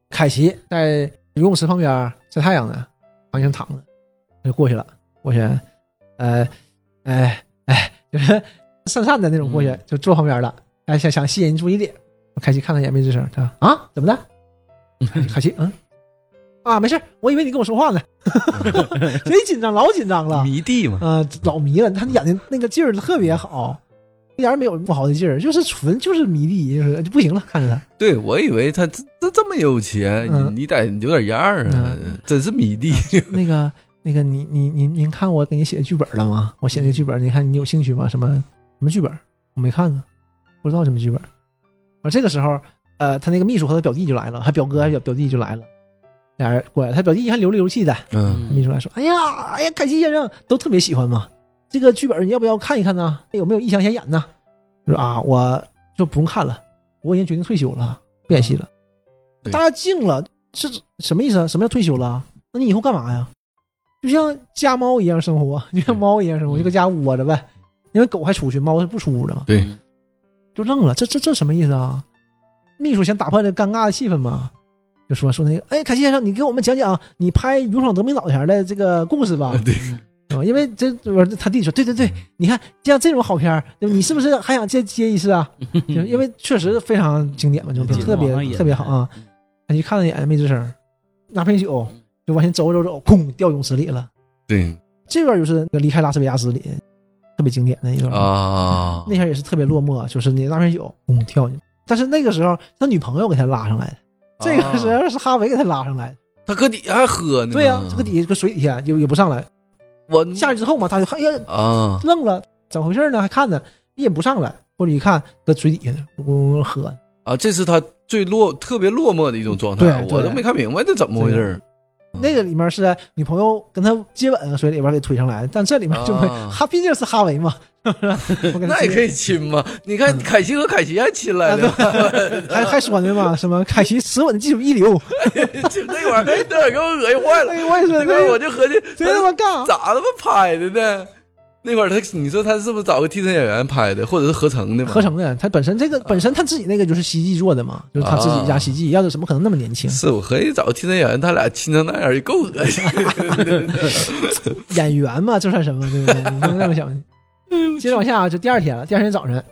[SPEAKER 1] 凯奇在游泳池旁边晒太阳呢，往上躺着，他就过去了，过去，呃，哎哎，就是讪讪的那种过去
[SPEAKER 2] 嗯，
[SPEAKER 1] 就坐旁边了，哎，想想吸引人注意力。凯奇看了一眼，没吱声。他说啊，怎么的？哎凯奇，嗯，啊，没事儿，我以为你跟我说话呢，贼紧张，老紧张了。
[SPEAKER 3] 迷弟嘛，
[SPEAKER 1] 啊、老迷了，他眼睛那个劲儿特别好，一点儿没有不好的劲儿，就是纯就是迷弟，就是就不行了，看着他，
[SPEAKER 3] 对我以为他这这这么有钱，
[SPEAKER 1] 嗯
[SPEAKER 3] 你你得有点样儿啊，
[SPEAKER 1] 嗯
[SPEAKER 3] 真是迷 弟。
[SPEAKER 1] 那个那个你你你您看我给你写的剧本了吗？我写的剧本，你看你有兴趣吗？什么什么剧本？我没看啊，不知道什么剧本。而这个时候，呃，他那个秘书和他表弟就来了，他表哥还表表弟就来了，俩人过来，他表弟还流里流气的，
[SPEAKER 3] 嗯，
[SPEAKER 1] 秘书来说：“哎呀，哎呀，凯奇先生都特别喜欢嘛，这个剧本你要不要看一看呢？有没有异想显演呢？”就说啊，我就不用看了，我已经决定退休了，不演戏了。
[SPEAKER 3] 对
[SPEAKER 1] 大家静了，这什么意思啊？什么叫退休了？那你以后干嘛呀？就像家猫一样生活，就像猫一样生活，
[SPEAKER 2] 嗯
[SPEAKER 1] 就搁家窝着呗。因为狗还出去，猫是不出屋的嘛，
[SPEAKER 3] 对，
[SPEAKER 2] 嗯
[SPEAKER 1] 就愣了，这这这什么意思啊？秘书想打破这尴尬的气氛嘛，就说说那个，哎，凯奇先生，你给我们讲讲你拍《勇闯德明岛》前的这个故 事吧。
[SPEAKER 3] 啊对，
[SPEAKER 1] 是吧因为这我他弟说，对对对，你看像这种好片儿，对吧你是不是还想再接一次啊？就是因为确实非常经典嘛，这种片儿
[SPEAKER 2] 嗯
[SPEAKER 1] 特
[SPEAKER 2] 嗯
[SPEAKER 1] 别特别好啊！他去看了一眼，没吱声，拿瓶酒就往前走走走，砰掉泳池里了。
[SPEAKER 3] 对
[SPEAKER 1] 这段就是离开拉斯维加斯里特别经典的一段
[SPEAKER 3] 啊，
[SPEAKER 1] 那下也是特别落寞，就是你拿瓶酒砰跳进去，但是那个时候他女朋友给他拉上来的，这个时
[SPEAKER 3] 啊
[SPEAKER 1] 候是哈维给他拉上来的。
[SPEAKER 3] 他搁底下还喝呢嘛，
[SPEAKER 1] 对呀、这个底下搁水底下也也不上来，
[SPEAKER 3] 我
[SPEAKER 1] 下去之后嘛，他就哎呀
[SPEAKER 3] 啊，
[SPEAKER 1] 愣了，怎么回事呢？还看呢，也不上来，或者一看搁嘴底下呢，咕咕咕喝。
[SPEAKER 3] 啊，这是他最落特别落寞的一种状态，
[SPEAKER 1] 对对
[SPEAKER 3] 我都没看明白这怎么回事儿。嗯
[SPEAKER 1] 那个里面是女朋友跟他接吻，水里边给推上来的，但这里面就没，
[SPEAKER 3] 啊
[SPEAKER 1] 哈，毕竟是哈维嘛， 是不是？嗯啊
[SPEAKER 3] 那也可
[SPEAKER 1] 以，
[SPEAKER 3] 以亲嘛？你看凯奇和凯奇还亲来了，
[SPEAKER 1] 还还说呢嘛，什么凯奇舌吻技术一 流，
[SPEAKER 3] 就那玩意儿，那玩意儿给我恶心坏了。
[SPEAKER 1] 哎，我也是，
[SPEAKER 3] 那块儿 我
[SPEAKER 1] 对，
[SPEAKER 3] 就合计，
[SPEAKER 1] 谁他妈干？啊
[SPEAKER 3] 咋他妈拍的呢？那块儿他，你说他是不是找个替身演员拍的，或者是合成的嘛？
[SPEAKER 1] 合成的，他本身这个本身他自己那个就是希冀做的嘛，就是他自己
[SPEAKER 3] 啊
[SPEAKER 1] 加希冀，要是怎么可能那么年轻？
[SPEAKER 3] 是我合计找个替身演员，他俩亲成那样儿也够恶心。
[SPEAKER 1] 演员嘛，这算什么？对不对？你不能这 么想。接着往下啊就第二天了，第二天早晨，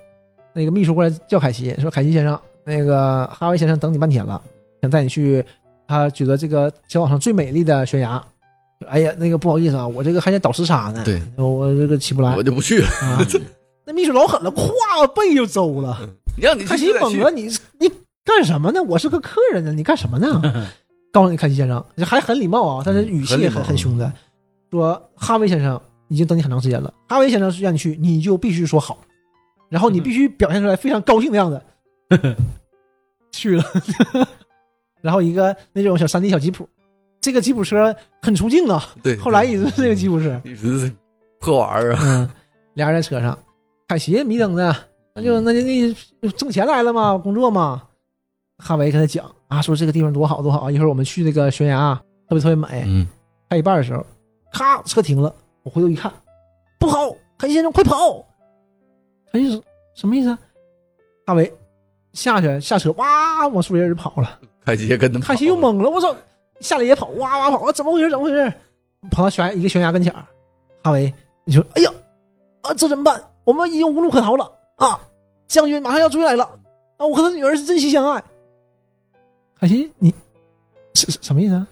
[SPEAKER 1] 那个秘书过来叫凯奇，说：“凯奇先生，那个哈维先生等你半天了，想带你去他觉得这个小岛上最美丽的悬崖。”哎呀，那个不好意思啊，我这个还得倒时差呢，
[SPEAKER 3] 对，
[SPEAKER 1] 我这个起不来
[SPEAKER 3] 我就不去了，
[SPEAKER 1] 啊。 那秘书老狠了，咵背就周了。
[SPEAKER 3] 你让你
[SPEAKER 1] 凯
[SPEAKER 3] 去
[SPEAKER 1] 奇
[SPEAKER 3] 就得
[SPEAKER 1] 猛
[SPEAKER 3] 去
[SPEAKER 1] 了，你你干什么呢？我是个客人呢，你干什么 呢？告诉你，凯奇先生还很礼貌啊，但是语气也
[SPEAKER 3] 嗯很礼
[SPEAKER 1] 很
[SPEAKER 3] 貌嗯
[SPEAKER 1] 很凶的，说哈维先生已经等你很长时间了，哈维先生让你去，你就必须说好，然后你
[SPEAKER 3] 嗯
[SPEAKER 1] 必须表现出来非常高兴的样子。 去了， 然后一个那种小山地小吉普，这个吉普车很出镜啊，
[SPEAKER 3] 对，
[SPEAKER 1] 后来一直是这个吉普车。
[SPEAKER 3] 你说这破玩意 儿啊，
[SPEAKER 1] 嗯，俩人在车上，凯奇迷瞪的，那就那就那就挣钱来了嘛，工作嘛。哈维跟他讲啊，说这个地方多好多好，啊一会儿我们去这个悬崖，啊特别特别美。
[SPEAKER 3] 嗯，
[SPEAKER 1] 开一半的时候，咔，车停了。我回头一看，不好，凯奇先生快跑！凯奇说什么意思啊？哈维下去下车，哇，往树林里跑了。
[SPEAKER 3] 凯奇也跟他们
[SPEAKER 1] 凯奇又懵了，我操，下来也跑，哇哇跑，啊怎么回事？怎么回事？跑到悬崖一个悬崖跟前儿，哈维你说，哎呀，啊，这怎么办？我们已经无路可逃了啊！将军马上要追来了啊！我和他女儿是真心相爱。凯奇，你什什什么意思啊？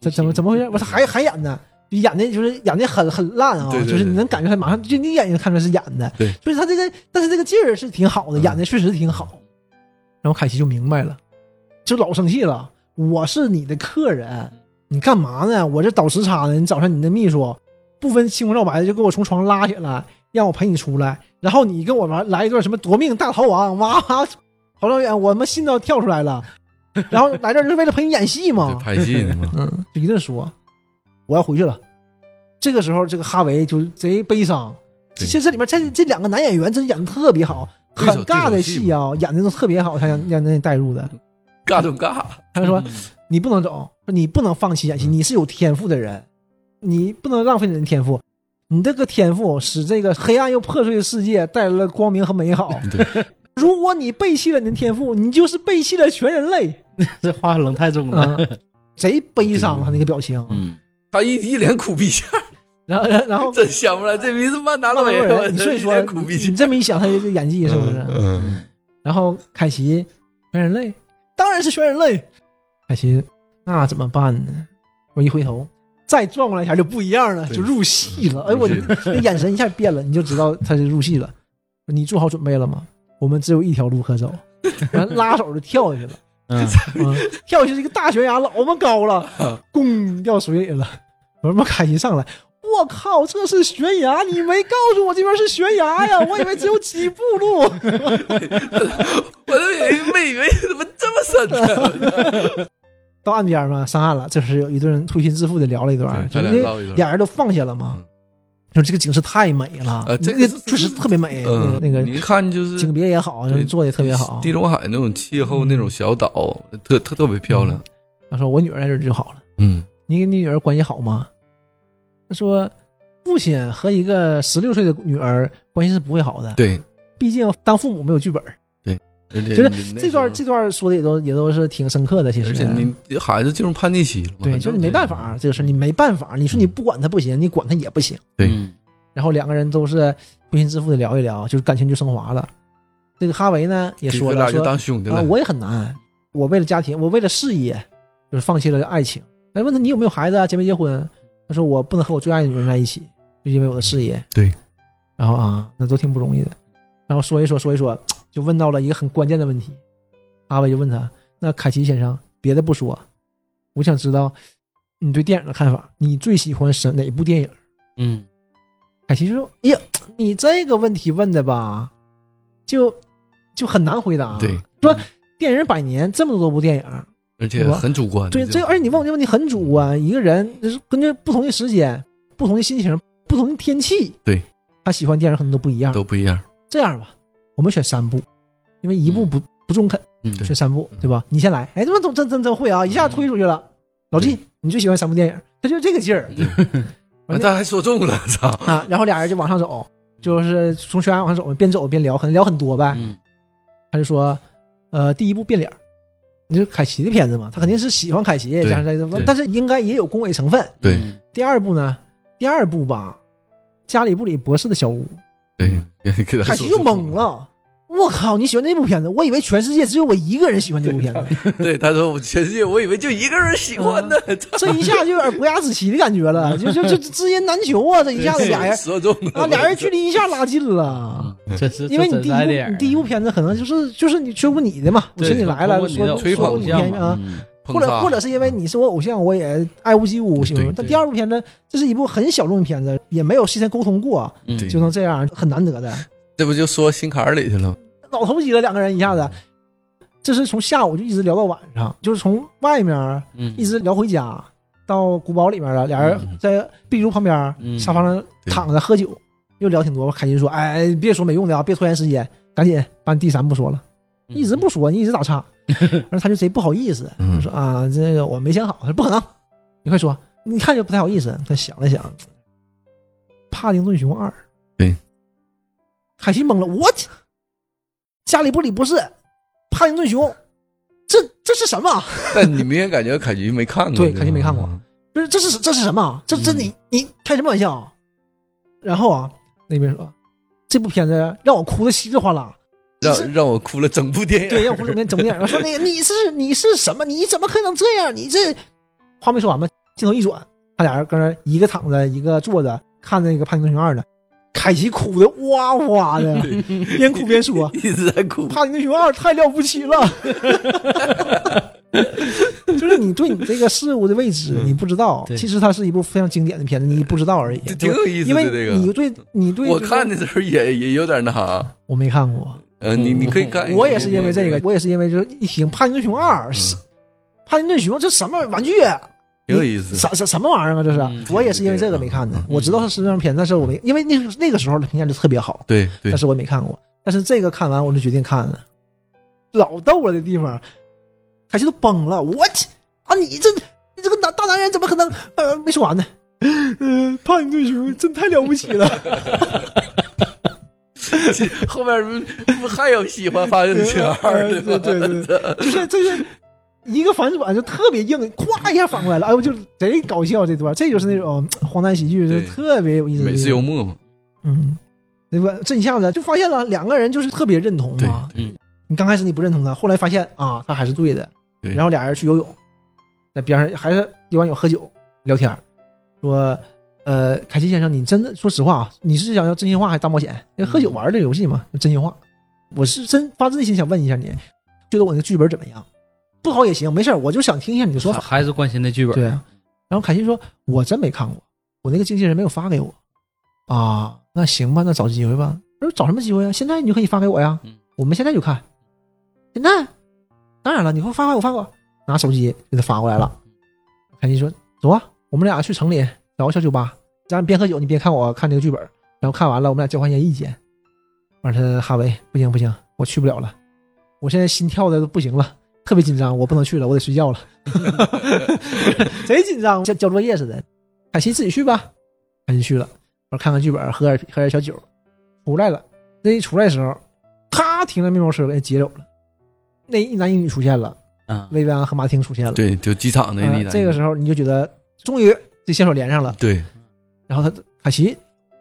[SPEAKER 1] 怎怎么怎么回事？我操，还还演呢？就演的就是演的很很烂啊、
[SPEAKER 3] 对对对
[SPEAKER 1] 就是你能感觉他马上就你眼睛看出来是演的，
[SPEAKER 3] 对，
[SPEAKER 1] 所以他这个但是这个劲儿是挺好的，
[SPEAKER 3] 嗯
[SPEAKER 1] 演的确实挺 好。然后凯奇就明白了，就老生气了，我是你的客人，你干嘛呢？我这倒时差呢，你找上你的秘书，不分青红皂白的就给我从床拉起来，让我陪你出来，然后你跟我玩来一段什么夺命大逃亡，哇哇，跑老远，我他妈心都要跳出来了。 然后来这儿就是为了陪你演戏嘛
[SPEAKER 3] 对，拍戏呢 嘛，
[SPEAKER 1] 嗯，就一顿说，我要回去了。这个时候，这个哈维就贼悲伤。
[SPEAKER 3] 对
[SPEAKER 1] 其实这里面这这两个男演员真演的特别好，
[SPEAKER 3] 对
[SPEAKER 1] 很
[SPEAKER 3] 手
[SPEAKER 1] 尬的
[SPEAKER 3] 对手戏嗯
[SPEAKER 1] 戏啊，演的都特别好，才让让人带入的。
[SPEAKER 3] 尬就尬，
[SPEAKER 1] 他说：“
[SPEAKER 3] 嗯
[SPEAKER 1] 你不能走，说你不能放弃演戏，你是有天赋的人，你不能浪费你的天赋。你这个天赋使这个黑暗又破碎的世界带来了光明和美好。
[SPEAKER 3] 对，
[SPEAKER 1] 如果你背弃了你的天赋，你就是背弃了全人类。”
[SPEAKER 2] 这话冷太重了
[SPEAKER 1] 嗯， 贼悲伤他那个表情，
[SPEAKER 2] 嗯，
[SPEAKER 3] 他一一脸苦逼相，
[SPEAKER 1] 然后然后然后
[SPEAKER 3] 真想不出来，这名字曼 达
[SPEAKER 1] 曼
[SPEAKER 3] 洛
[SPEAKER 1] 达洛
[SPEAKER 3] 人，我
[SPEAKER 1] 人，你哦
[SPEAKER 3] 这
[SPEAKER 1] 所
[SPEAKER 3] 一
[SPEAKER 1] 以说
[SPEAKER 3] 脸苦
[SPEAKER 1] 你
[SPEAKER 3] 逼
[SPEAKER 1] 你
[SPEAKER 3] 相，
[SPEAKER 1] 这么一想，他这演技是不是？
[SPEAKER 3] 嗯，
[SPEAKER 1] 然后凯奇选人类，当然是选人类。凯奇那怎么办呢？我一回头，再转过来一下就不一样了，
[SPEAKER 3] 对嗯
[SPEAKER 1] 就入戏了。哎，我
[SPEAKER 3] 入戏
[SPEAKER 1] 那眼神一下变了，你就知道他是入戏了。你做好准备了吗？我们只有一条路可走。然后拉手就跳下去了，
[SPEAKER 2] 嗯
[SPEAKER 1] 嗯、跳下去是一个大悬崖，老么高
[SPEAKER 3] 嗯
[SPEAKER 1] 了，咣掉水里了。我他妈凯奇上来，我靠，这是悬崖！你没告诉我这边是悬崖 呀，我以为只有几步路。
[SPEAKER 3] 我都以为没以为怎么这么深呢，
[SPEAKER 1] 到岸边嘛，上岸了。这时有一顿推心置腹的聊了一段，就
[SPEAKER 3] 咱
[SPEAKER 1] 是
[SPEAKER 3] 俩
[SPEAKER 1] 因为
[SPEAKER 3] 唠一段。
[SPEAKER 1] 俩人都放下了嘛
[SPEAKER 3] 嗯。
[SPEAKER 1] 就这个景色太美了，
[SPEAKER 3] 呃这个
[SPEAKER 1] 那
[SPEAKER 3] 是
[SPEAKER 1] 确实特别美，
[SPEAKER 3] 嗯，
[SPEAKER 1] 那个那
[SPEAKER 3] 你
[SPEAKER 1] 个
[SPEAKER 3] 看就是
[SPEAKER 1] 景别也好，
[SPEAKER 3] 对
[SPEAKER 1] 做的特别好。嗯
[SPEAKER 3] 地中海那种气候，那种小岛，特特特别漂亮。
[SPEAKER 1] 他说我女儿在这儿就好了。
[SPEAKER 3] 嗯，
[SPEAKER 1] 你跟你女儿关系好吗？他说，父亲和一个十六岁的女儿关系是不会好的，
[SPEAKER 3] 对，
[SPEAKER 1] 毕竟当父母没有剧本。
[SPEAKER 3] 而且
[SPEAKER 1] 就是
[SPEAKER 3] 你那
[SPEAKER 1] 这
[SPEAKER 3] 时
[SPEAKER 1] 段
[SPEAKER 3] 候
[SPEAKER 1] 这段说的也都也都是挺深刻的，其实。
[SPEAKER 3] 而且嗯你孩子进入叛逆期了嘛，
[SPEAKER 1] 对，就是你没办法，这个事儿你没办法。你说你不管他不行，你管他也不行。
[SPEAKER 3] 对
[SPEAKER 2] 嗯
[SPEAKER 1] 然后两个人都是推心置腹的聊一聊，就是感情就升华了。这个哈维呢也
[SPEAKER 3] 给
[SPEAKER 1] 说
[SPEAKER 3] 哥
[SPEAKER 1] 了
[SPEAKER 3] 俩就
[SPEAKER 1] 说
[SPEAKER 3] 当兄弟
[SPEAKER 1] 啊，
[SPEAKER 3] 了。
[SPEAKER 1] 我也很难，我为了家庭，我为了事业，就是放弃了爱情。哎，问他你有没有孩子啊？结没结婚？他说我不能和我最爱的女人在一起，就因为我的事业。
[SPEAKER 3] 对，
[SPEAKER 1] 然后啊，那都挺不容易的。然后说一说说一说，就问到了一个很关键的问题。阿伟就问他：“那凯奇先生，别的不说，我想知道你对电影的看法，你最喜欢什哪部电影？”
[SPEAKER 2] 嗯
[SPEAKER 1] 凯奇就说：“哎呀，你这个问题问的吧，就就很难回答。
[SPEAKER 3] 对，
[SPEAKER 1] 说电影百年这么多部电影，
[SPEAKER 3] 而且很主观。
[SPEAKER 1] 对
[SPEAKER 3] 啊就
[SPEAKER 1] 这个，而且你问我这个问题很主观、一个人就是根据不同的时间、不同的心情、不同的天气，
[SPEAKER 3] 对，
[SPEAKER 1] 他喜欢电影可能都不一样。
[SPEAKER 3] 都不一样。
[SPEAKER 1] 这样吧，我们选三部，因为一部不、不中肯，
[SPEAKER 2] 嗯
[SPEAKER 3] 对
[SPEAKER 1] 选三部，对吧？你先来，哎，这么真真真会啊，一下推出去了。老纪，你最喜欢三部电影？他就这个劲儿
[SPEAKER 3] 啊他还说中了，操！
[SPEAKER 1] 啊。然后俩人就往上走，就是从悬崖往上走，边走边聊，可能聊很多呗。
[SPEAKER 2] 嗯
[SPEAKER 1] 他就说，呃，第一部变脸儿，你是凯奇的片子嘛，他肯定是喜欢凯奇，
[SPEAKER 2] 嗯
[SPEAKER 1] 加上这个
[SPEAKER 3] 对
[SPEAKER 1] 但是应该也有恭维成分。
[SPEAKER 3] 对
[SPEAKER 1] 第二部呢，第二部吧，加里布里博士的小屋，嗯
[SPEAKER 3] 对，给他
[SPEAKER 1] 凯
[SPEAKER 3] 说
[SPEAKER 1] 奇就
[SPEAKER 3] 中
[SPEAKER 1] 懵。了。我靠！你喜欢这部片子？我以为全世界只有我一个人喜欢这部片子，
[SPEAKER 3] 对，他说我全世界，我以为就一个人喜欢呢， 操
[SPEAKER 1] 这一下就有点伯牙子期的感觉了，就就就知音难求啊！这一下子俩人
[SPEAKER 3] 说中了
[SPEAKER 1] 啊，俩人距离一下拉近了。
[SPEAKER 2] 嗯，这是
[SPEAKER 1] 因为你第一
[SPEAKER 2] 这真是
[SPEAKER 1] 部你第一部片子可能就是就是你缺过你的嘛，我
[SPEAKER 2] 对
[SPEAKER 1] 请你来了，
[SPEAKER 2] 通过你的
[SPEAKER 1] 说
[SPEAKER 2] 吹
[SPEAKER 1] 说
[SPEAKER 3] 捧
[SPEAKER 1] 过
[SPEAKER 2] 捧
[SPEAKER 1] 你
[SPEAKER 3] 一下
[SPEAKER 1] 片
[SPEAKER 2] 像
[SPEAKER 1] 子啊，
[SPEAKER 2] 嘛，
[SPEAKER 1] 或者或者是因为你是我偶像，我也爱屋及乌，喜欢
[SPEAKER 3] 嗯对
[SPEAKER 1] 但
[SPEAKER 3] 对
[SPEAKER 1] 第二部片子，这是一部很小众的片子，也没有事先沟通过，
[SPEAKER 2] 嗯
[SPEAKER 3] 对
[SPEAKER 1] 就能这样，很难 得的。
[SPEAKER 3] 这不就说心坎儿里去了吗？
[SPEAKER 1] 老投机了，两个人一下子，这是从下午就一直聊到晚上，就是从外面
[SPEAKER 2] 嗯
[SPEAKER 1] 一直聊回家，到古堡里面了，俩人在壁炉旁边、
[SPEAKER 2] 嗯
[SPEAKER 1] 沙发上躺着喝酒，又聊挺多。凯金说：“哎，别说没用的啊，别拖延时间，赶紧把第三部说了。”一直不说，你一直打 岔，然后他就贼不好意思，
[SPEAKER 3] 嗯
[SPEAKER 1] 他说啊，这个我没想好，他说不可能，你快说，你看就不太好意思。他想了想，《帕丁顿熊二》，
[SPEAKER 3] 对，
[SPEAKER 1] 海西懵了，我去，加里布里博士，帕丁顿熊，这这是什么？
[SPEAKER 3] 但你明显感觉凯奇没看过，嗯
[SPEAKER 1] 对
[SPEAKER 3] 吧
[SPEAKER 1] 凯奇没看过不是这是这是什么？这
[SPEAKER 3] 嗯
[SPEAKER 1] 这你你开什么玩笑？然后啊，那边说这部片子让我哭的稀里哗啦，这是
[SPEAKER 3] 让让我哭了整部电影。
[SPEAKER 1] 对，让胡主编整电影，说那个你是你是什么？你怎么可能这样？你这话没说完吧？镜头一转，他俩人搁那儿一个躺着，一个坐着，看那个《帕丁顿熊二》呢。凯奇哭的哇哇的，边哭边说
[SPEAKER 3] 一直在哭：“
[SPEAKER 1] 《帕丁顿熊二》太了不起了。” 就是你对你这个事物的未知，
[SPEAKER 3] 嗯
[SPEAKER 1] 你不知道。
[SPEAKER 2] 对
[SPEAKER 1] 其实它是一部非常经典的片子，你不知道而已。
[SPEAKER 3] 这挺有意思
[SPEAKER 1] 因
[SPEAKER 3] 的
[SPEAKER 1] 为
[SPEAKER 3] 这个
[SPEAKER 1] 你对你对
[SPEAKER 3] 我
[SPEAKER 1] 这个
[SPEAKER 3] 看的时候也也有点那啥，
[SPEAKER 1] 我没看过，
[SPEAKER 3] 呃，你你可以看一
[SPEAKER 1] 嗯
[SPEAKER 3] 下，
[SPEAKER 1] 我也是因为这个，我也是因为就是一听《帕丁顿熊二》是《帕丁顿熊》这什么玩具、啊？
[SPEAKER 3] 挺有意思
[SPEAKER 1] 什。什什么玩意儿啊？这
[SPEAKER 2] 嗯
[SPEAKER 1] 是，我也是嗯因为这个没看的。我知道它是这张片，但是我没，因为那个那个时候的评价就特别好，
[SPEAKER 3] 对对
[SPEAKER 1] 但，是我没看过。但是这个看完我就决定看了，老逗了的地方，凯西都崩了，我去啊！你这你这个男大男人怎么可能？呃，没说完呢。 嗯、帕丁顿熊真太了不起了，
[SPEAKER 3] 后面不不还有喜欢发现圈二
[SPEAKER 1] 对 嗯
[SPEAKER 3] 对吧？
[SPEAKER 1] 呃对对，就是这些一个反转就特别硬，咵一下反过来了，哎呦，就贼搞笑这段，这就是那种荒诞喜剧，就
[SPEAKER 3] 对
[SPEAKER 1] 特别有意思。
[SPEAKER 3] 美式幽默嘛，
[SPEAKER 1] 嗯，对吧？这一下子就发现了两个人就是特别认同
[SPEAKER 3] 对
[SPEAKER 1] 嘛。
[SPEAKER 2] 嗯，
[SPEAKER 1] 你刚开始你不认同他，后来发现啊，他还是对的。
[SPEAKER 3] 对
[SPEAKER 1] 然后俩人去游泳，在边上还是游完泳喝酒聊天儿，说，呃，凯奇先生，你真的说实话啊，你是想要真心话还是大冒险？因为喝酒玩儿这个游戏嘛，就真心话。我是真发自内心想问一下你，觉得我那剧本怎么样？不好也行，没事儿我就想听一下你的说法。
[SPEAKER 2] 还是关心那剧本。
[SPEAKER 1] 对啊，然后凯西说：“我真没看过，我那个经纪人没有发给我。”啊，那行吧，那找机会吧。我说找什么机会啊？现在你就可以发给我呀
[SPEAKER 2] 嗯，
[SPEAKER 1] 我们现在就看。现在，当然了，你给我发给我发给我，拿手机给他发过来了。凯西说：“走啊，我们俩去城里找个小酒吧，咱边喝酒，你边看我看这个剧本。然后看完了，我们俩交换一下意见。”完事，哈维不行不行，我去不了了，我现在心跳的都不行了，特别紧张，我不能去了，我得睡觉了。贼紧张，像交作业似的。凯西自己去吧，凯西去了，我看看剧本，喝点喝点小酒，出来了。那一出来的时候，他停在面包车给截走了。那一男一女出现了，
[SPEAKER 2] 嗯，
[SPEAKER 1] 薇薇安和马丁出现了。
[SPEAKER 3] 对，就机场那
[SPEAKER 1] 呃
[SPEAKER 3] 一
[SPEAKER 1] 这个时候你就觉得终于这线索连上了。
[SPEAKER 3] 对，
[SPEAKER 1] 然后他凯奇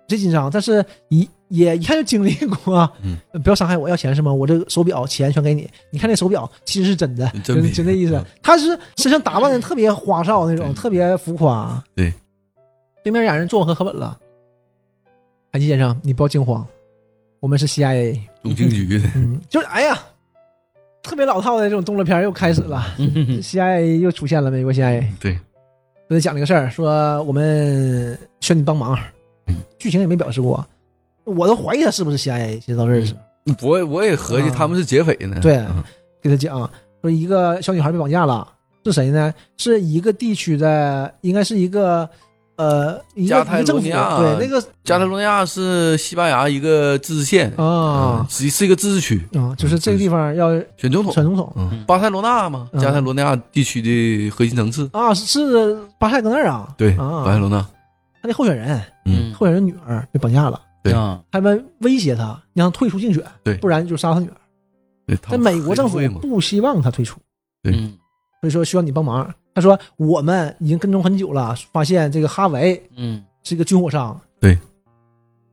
[SPEAKER 1] 最紧张，但是一也一看就经历过啊，
[SPEAKER 3] 嗯
[SPEAKER 1] 不要伤害我，要钱是吗？我这个手表钱全给你，你看这手表其实是真的，
[SPEAKER 3] 真
[SPEAKER 1] 就
[SPEAKER 3] 没
[SPEAKER 1] 就那意思
[SPEAKER 3] 嗯。
[SPEAKER 1] 他是身上打扮的特别花哨那种，
[SPEAKER 3] 对
[SPEAKER 1] 特别浮夸。
[SPEAKER 3] 对，
[SPEAKER 1] 对面俩人坐和合吻了。海基先生，你不要惊慌，我们是 CIA，
[SPEAKER 3] 中情局的，
[SPEAKER 1] 嗯，就是哎呀，特别老套的这种动作片又开始了
[SPEAKER 2] 嗯
[SPEAKER 1] ，CIA 又出现了，美国 CIA。
[SPEAKER 3] 对，
[SPEAKER 1] 跟他讲这个事儿，说我们需要你帮忙
[SPEAKER 3] 嗯，
[SPEAKER 1] 剧情也没表示过，我都怀疑他是不是 CIA。其实到
[SPEAKER 3] 嗯
[SPEAKER 1] 这儿是，
[SPEAKER 3] 我我也合计
[SPEAKER 1] 啊
[SPEAKER 3] 他们是劫匪呢，
[SPEAKER 1] 对
[SPEAKER 3] 嗯
[SPEAKER 1] 给他讲说一个小女孩被绑架了，是谁呢？是一个地区的，应该是一个呃一个
[SPEAKER 3] 加
[SPEAKER 1] 一
[SPEAKER 3] 泰
[SPEAKER 1] 个政
[SPEAKER 3] 罗
[SPEAKER 1] 府，
[SPEAKER 3] 尼亚
[SPEAKER 1] 对那个
[SPEAKER 3] 加泰罗尼亚是西班牙一个自治县，嗯
[SPEAKER 1] 啊
[SPEAKER 3] 是是一个自治区，
[SPEAKER 1] 啊，就是这个地方要
[SPEAKER 3] 选总统，
[SPEAKER 1] 选总统
[SPEAKER 3] 嗯，巴塞罗那嘛，
[SPEAKER 1] 嗯
[SPEAKER 3] 加泰罗尼亚地区的核心城市，
[SPEAKER 1] 啊，是是巴塞搁那儿啊，
[SPEAKER 3] 对，巴塞
[SPEAKER 1] 啊，
[SPEAKER 3] 罗那，
[SPEAKER 1] 他那候选人，
[SPEAKER 3] 嗯，
[SPEAKER 1] 候选人女儿被绑架了，
[SPEAKER 3] 对
[SPEAKER 2] 啊
[SPEAKER 1] 他们威胁他让他退出竞选，
[SPEAKER 3] 对
[SPEAKER 1] 不然就杀他女儿。
[SPEAKER 3] 对他
[SPEAKER 1] 但
[SPEAKER 3] 们
[SPEAKER 1] 美国政府
[SPEAKER 3] 黑社会嘛，
[SPEAKER 1] 不希望他退出。
[SPEAKER 3] 对
[SPEAKER 2] 嗯
[SPEAKER 1] 所以说需要你帮忙。他说我们已经跟踪很久了，发现这个哈维
[SPEAKER 2] 嗯
[SPEAKER 1] 是一个军火商，
[SPEAKER 3] 对，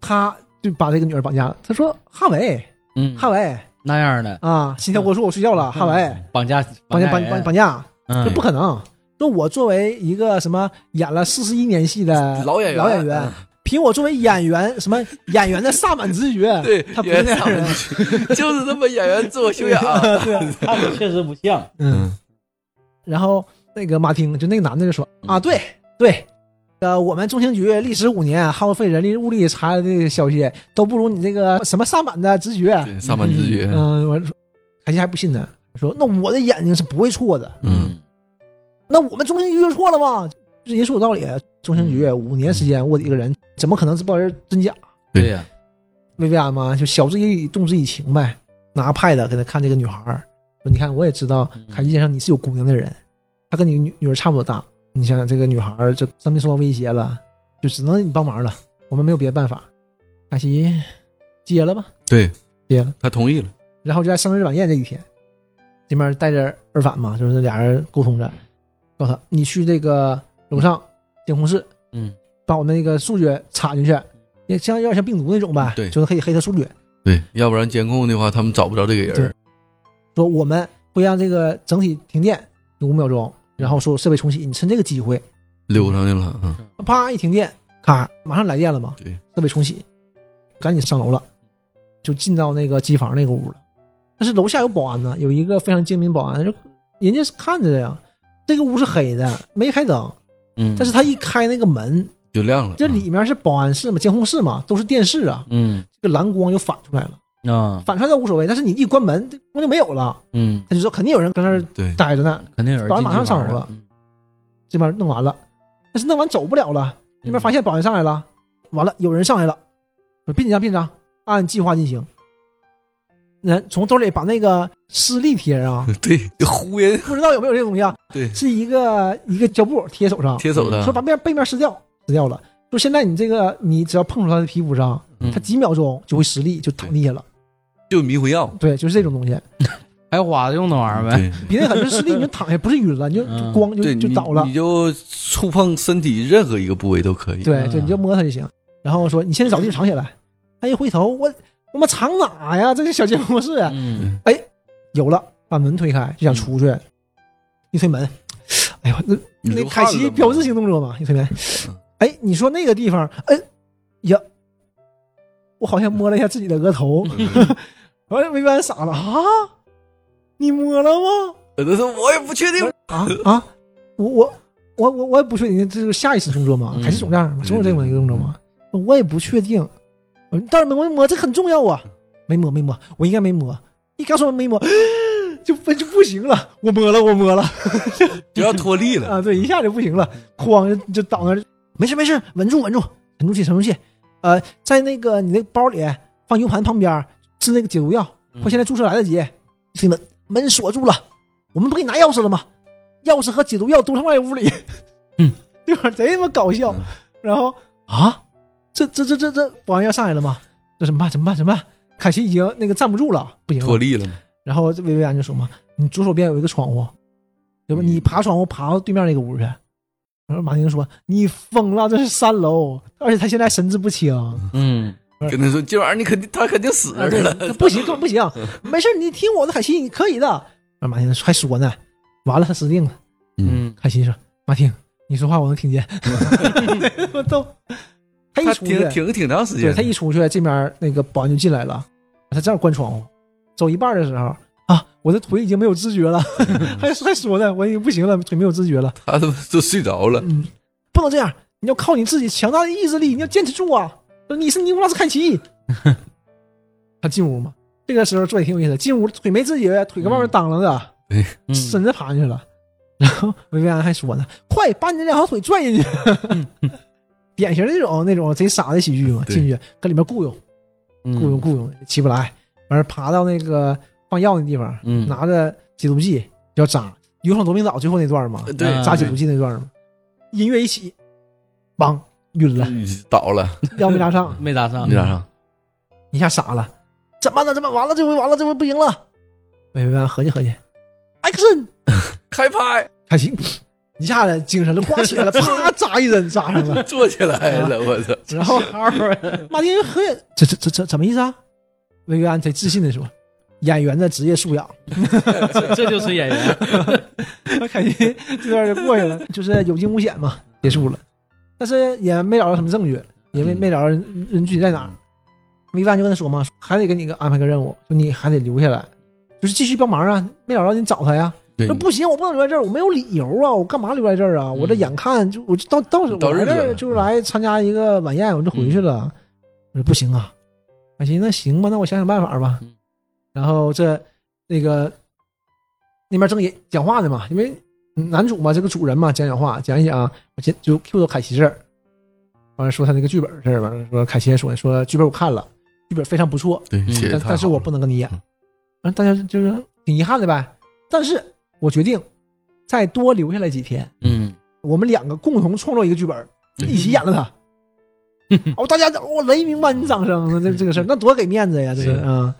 [SPEAKER 1] 他就把这个女儿绑架了。他说哈维，
[SPEAKER 2] 嗯，
[SPEAKER 1] 哈维
[SPEAKER 2] 那样的嗯
[SPEAKER 1] 啊，心跳过速，我睡觉了，哈维
[SPEAKER 2] 绑架
[SPEAKER 1] 绑架绑
[SPEAKER 2] 人
[SPEAKER 1] 绑绑架，这
[SPEAKER 2] 嗯
[SPEAKER 1] 不可能。说我作为一个什么演了四十一年戏的
[SPEAKER 3] 老演员
[SPEAKER 1] 老演员，凭我作为演员什么演员的萨满直 觉，
[SPEAKER 3] 对，
[SPEAKER 1] 他不是那样人，
[SPEAKER 3] 就是这么演员自我修养，啊
[SPEAKER 1] 对，
[SPEAKER 2] 看着确实不像。
[SPEAKER 1] 嗯。然后那个马丁就那个男的就说啊，对对，呃，我们中情局历时五年，耗费人力物力查的这个消息，都不如你这个什么萨满的直觉。
[SPEAKER 3] 对，萨满自觉，
[SPEAKER 1] 嗯，我说凯西还不信呢，说那我的眼睛是不会错的，
[SPEAKER 3] 嗯，
[SPEAKER 1] 那我们中情局就错了吗？人家说有道理，啊中情局五年时间卧底一个人，怎么可能不知道人真假？
[SPEAKER 2] 对呀，
[SPEAKER 1] 薇薇安嘛，就晓之以理，动之以情呗。拿 pad 给他看这个女孩儿，说：“你看，我也知道
[SPEAKER 2] 嗯
[SPEAKER 1] 凯西先生你是有姑娘的人，她跟你女女儿差不多大。你想想，这个女孩儿这生命受到威胁了，就只能你帮忙了，我们没有别的办法。”凯西接了吧，
[SPEAKER 3] 对
[SPEAKER 1] 接了，
[SPEAKER 3] 他同意了，
[SPEAKER 1] 然后就在生日晚宴这一天，这边带着耳返嘛，就是俩人沟通着，告诉他你去这个楼上监控室
[SPEAKER 2] 嗯
[SPEAKER 1] 把我们那个数据插进去，也像有点像病毒那种呗，
[SPEAKER 3] 对
[SPEAKER 1] 就是可以黑他数据。
[SPEAKER 3] 对，要不然监控的话，他们找不着这个人，
[SPEAKER 1] 说我们会让这个整体停电五秒钟，然后所有设备重启。你趁这个机会，
[SPEAKER 3] 溜上去了，嗯，
[SPEAKER 1] 啪一停电，咔，马上来电了嘛，
[SPEAKER 3] 对，
[SPEAKER 1] 设备重启，赶紧上楼了，就进到那个机房那个屋了。但是楼下有保安呢，有一个非常精明保安，就人家是看着的呀。这个屋是黑的，没开灯，
[SPEAKER 2] 嗯，
[SPEAKER 1] 但是他一开那个门，
[SPEAKER 3] 就亮了，
[SPEAKER 1] 这里面是保安室嘛，监控室嘛，都是电视啊，
[SPEAKER 2] 嗯
[SPEAKER 1] 这个蓝光就反出来了，
[SPEAKER 2] 啊
[SPEAKER 1] 反出来倒无所谓，但是你一关门，这光就没有了，
[SPEAKER 2] 嗯，
[SPEAKER 1] 他就说肯定有人搁那儿
[SPEAKER 3] 嗯对，
[SPEAKER 1] 待着呢，
[SPEAKER 2] 肯定有人
[SPEAKER 1] 保安马上
[SPEAKER 2] 进去玩
[SPEAKER 1] 上楼了，这边弄完了，但是弄完走不了了，那
[SPEAKER 3] 嗯
[SPEAKER 1] 边发现保安上来了，完了有人上来了，呃说别紧张别紧张，按计划进行。人从兜里把那个施力贴 啊，
[SPEAKER 3] 对，就呼 人，
[SPEAKER 1] 不知道有没有这个东西啊，
[SPEAKER 3] 对，
[SPEAKER 1] 是一个一个胶布贴手上，
[SPEAKER 3] 贴手的
[SPEAKER 1] 说，把面背面撕掉，撕掉了。说现在你这个你只要碰触他的皮肤上，
[SPEAKER 2] 嗯
[SPEAKER 1] 他几秒钟就会失力，就躺地下了。
[SPEAKER 3] 就迷魂药，
[SPEAKER 1] 对，就是这种东西。
[SPEAKER 2] 还花用那玩意儿呗。
[SPEAKER 3] 对
[SPEAKER 1] 比那狠，就是视力你就躺下，不是晕了，你就就
[SPEAKER 2] 嗯
[SPEAKER 1] 光就
[SPEAKER 3] 对，
[SPEAKER 1] 就
[SPEAKER 3] 你
[SPEAKER 1] 倒了
[SPEAKER 3] 你。就触碰身体任何一个部位都可以。
[SPEAKER 1] 对
[SPEAKER 2] 嗯
[SPEAKER 1] 对，你就摸它就行。然后说你现在找地方藏起来，他一回头，我他妈藏哪呀？这是小监控室啊，
[SPEAKER 2] 嗯，
[SPEAKER 1] 有了，把门推开就想出去，一推门，哎呦，那
[SPEAKER 3] 嗯你
[SPEAKER 1] 那
[SPEAKER 3] 流
[SPEAKER 1] 凯
[SPEAKER 3] 汗了
[SPEAKER 1] 奇
[SPEAKER 3] 吗
[SPEAKER 1] 标志性动作嘛，一推门
[SPEAKER 3] 嗯，
[SPEAKER 1] 哎，你说那个地方，哎呀，我好像摸了一下自己的额头，
[SPEAKER 3] 嗯
[SPEAKER 1] 完了维安傻了啊，你摸了吗？
[SPEAKER 3] 有的时候我也不确定，
[SPEAKER 1] 啊啊，我我我我我也不确定，这是下意识动作嘛，
[SPEAKER 2] 嗯
[SPEAKER 1] 还是总这样嘛，总有这么一个动作嘛，我也不确定。嗯但是没摸摸这很重要啊，没摸没摸，我应该没摸。一刚说没摸，就不就不行了，我摸了我摸了
[SPEAKER 3] 就要脱力了。
[SPEAKER 1] 啊，对，嗯一下就不行了，哐就就倒那儿，没事没事，稳住稳住，沉住气沉住气。呃，在那个你那包里放 U 盘旁边是那个解毒药，
[SPEAKER 3] 嗯
[SPEAKER 1] 或现在注册来得及。推门，门锁住了，我们不给你拿钥匙了吗？钥匙和解毒药都他妈在屋里。
[SPEAKER 2] 嗯，
[SPEAKER 1] 对吧？贼他妈搞笑
[SPEAKER 3] 嗯。
[SPEAKER 1] 然后啊，这这这这这保安要上来了吗？这怎么办？怎么办？怎么办？凯奇已经那个站不住了，不行
[SPEAKER 3] 脱
[SPEAKER 1] 了。
[SPEAKER 3] 力了嘛，
[SPEAKER 1] 然后这薇薇安就说嘛：“你左手边有一个窗户，对吧？
[SPEAKER 3] 嗯
[SPEAKER 1] 你爬窗户爬到对面那个屋去。”然后马丁说：“你疯了，这是三楼，而且他现在神志不清。”
[SPEAKER 2] 嗯，
[SPEAKER 3] 跟他说今晚上你肯定他肯定死
[SPEAKER 1] 啊
[SPEAKER 3] 那 儿了。
[SPEAKER 1] 那不行，根本不行。没事儿，你听我的，海西，你可以的。啊，嗯马丁还说呢，完了，他死定了。
[SPEAKER 2] 嗯，
[SPEAKER 1] 海西说：“马丁，你说话我能听见。” 我都，他一
[SPEAKER 3] 他
[SPEAKER 1] 出去
[SPEAKER 3] 挺，挺挺长时
[SPEAKER 1] 对
[SPEAKER 3] 间，
[SPEAKER 1] 他一出去，这边那个保安就进来了。他正好关窗户，走一半的时候啊，我的腿已经没有知觉 了，还还说呢，我已经不行了，腿没有知觉了。
[SPEAKER 3] 他他妈就睡着了。
[SPEAKER 1] 嗯，不能这样，你要靠你自己强大的意志力，你要坚持住啊！你是尼古拉斯凯 奇。他进屋嘛，这个时候做也挺有意思的，进屋腿没知觉，腿搁外面当啷着，
[SPEAKER 2] 嗯
[SPEAKER 1] 身子爬进去了。然后薇薇安还说呢：“快把你那两条腿拽进去！”
[SPEAKER 2] 嗯
[SPEAKER 1] 典型的那种那种贼傻的喜剧嘛，
[SPEAKER 3] 对
[SPEAKER 1] 进去搁里面雇佣
[SPEAKER 2] 嗯
[SPEAKER 1] 雇佣，雇佣，起不来，完事儿爬到那个放药那地方，
[SPEAKER 2] 嗯，
[SPEAKER 1] 拿着解毒剂要扎。《勇闯夺命岛》最后那段嘛，
[SPEAKER 3] 对，
[SPEAKER 2] 嗯
[SPEAKER 1] 扎解毒剂那段儿嘛，音乐一起，梆晕了，
[SPEAKER 3] 倒了，
[SPEAKER 1] 腰没扎上，
[SPEAKER 2] 没搭上，
[SPEAKER 3] 你咋
[SPEAKER 1] 嗯
[SPEAKER 3] 上？
[SPEAKER 1] 一下傻了，怎么了？怎么完了？这回完了，这回不行了。喂喂喂，合计合计，action，
[SPEAKER 3] 开拍，
[SPEAKER 1] 还行，一下子精神了，呱起来了，啪扎一针扎上了。
[SPEAKER 3] 坐起来 了，我操！
[SPEAKER 1] 然后
[SPEAKER 2] 号儿
[SPEAKER 1] 马丁合计，这这这这怎么意思啊？薇薇安贼自信的说，演员的职业素养。
[SPEAKER 2] 这 这就是 演员，
[SPEAKER 1] 凯奇这段就过去了，就是有惊无险嘛，结束了。但是也没找到什么证据，也没没找到人人具体在哪儿。米凡就跟他说嘛，还得给你个安排个任务，说你还得留下来，就是继续帮忙啊。没找着你找他呀，
[SPEAKER 3] 对
[SPEAKER 1] 说，不行，我不能留在这儿，我没有理由啊，我干嘛留在这儿啊？我这眼看就我就到到
[SPEAKER 3] 嗯到
[SPEAKER 1] 我来
[SPEAKER 3] 日子
[SPEAKER 1] 这儿
[SPEAKER 3] 了嗯
[SPEAKER 1] 就是来参加一个晚宴，我就回去了。我说不行啊，我寻思那行吧，那我想想办法吧
[SPEAKER 2] 嗯。
[SPEAKER 1] 然后这那个那边正也讲话呢嘛，因为男主嘛，这个主人嘛，讲讲话，讲一讲，我先就 Q 到凯奇这儿，完了说他那个剧本的事儿，完了说凯奇还说说剧本我看了，剧本非常不错，
[SPEAKER 3] 对，
[SPEAKER 2] 嗯
[SPEAKER 3] 写得
[SPEAKER 1] 但
[SPEAKER 3] 太
[SPEAKER 1] 但是
[SPEAKER 3] 好
[SPEAKER 1] 我
[SPEAKER 3] 了
[SPEAKER 1] 不能跟你演
[SPEAKER 3] 嗯，
[SPEAKER 1] 嗯，大家就是挺遗憾的呗。但是我决定再多留下来几天，
[SPEAKER 2] 嗯，
[SPEAKER 1] 我们两个共同创作一个剧本，
[SPEAKER 3] 对
[SPEAKER 1] 一起演了它。 哦，大家哦雷鸣万丈声，这这个事儿，那多给面子呀，这
[SPEAKER 3] 是
[SPEAKER 1] 个啊、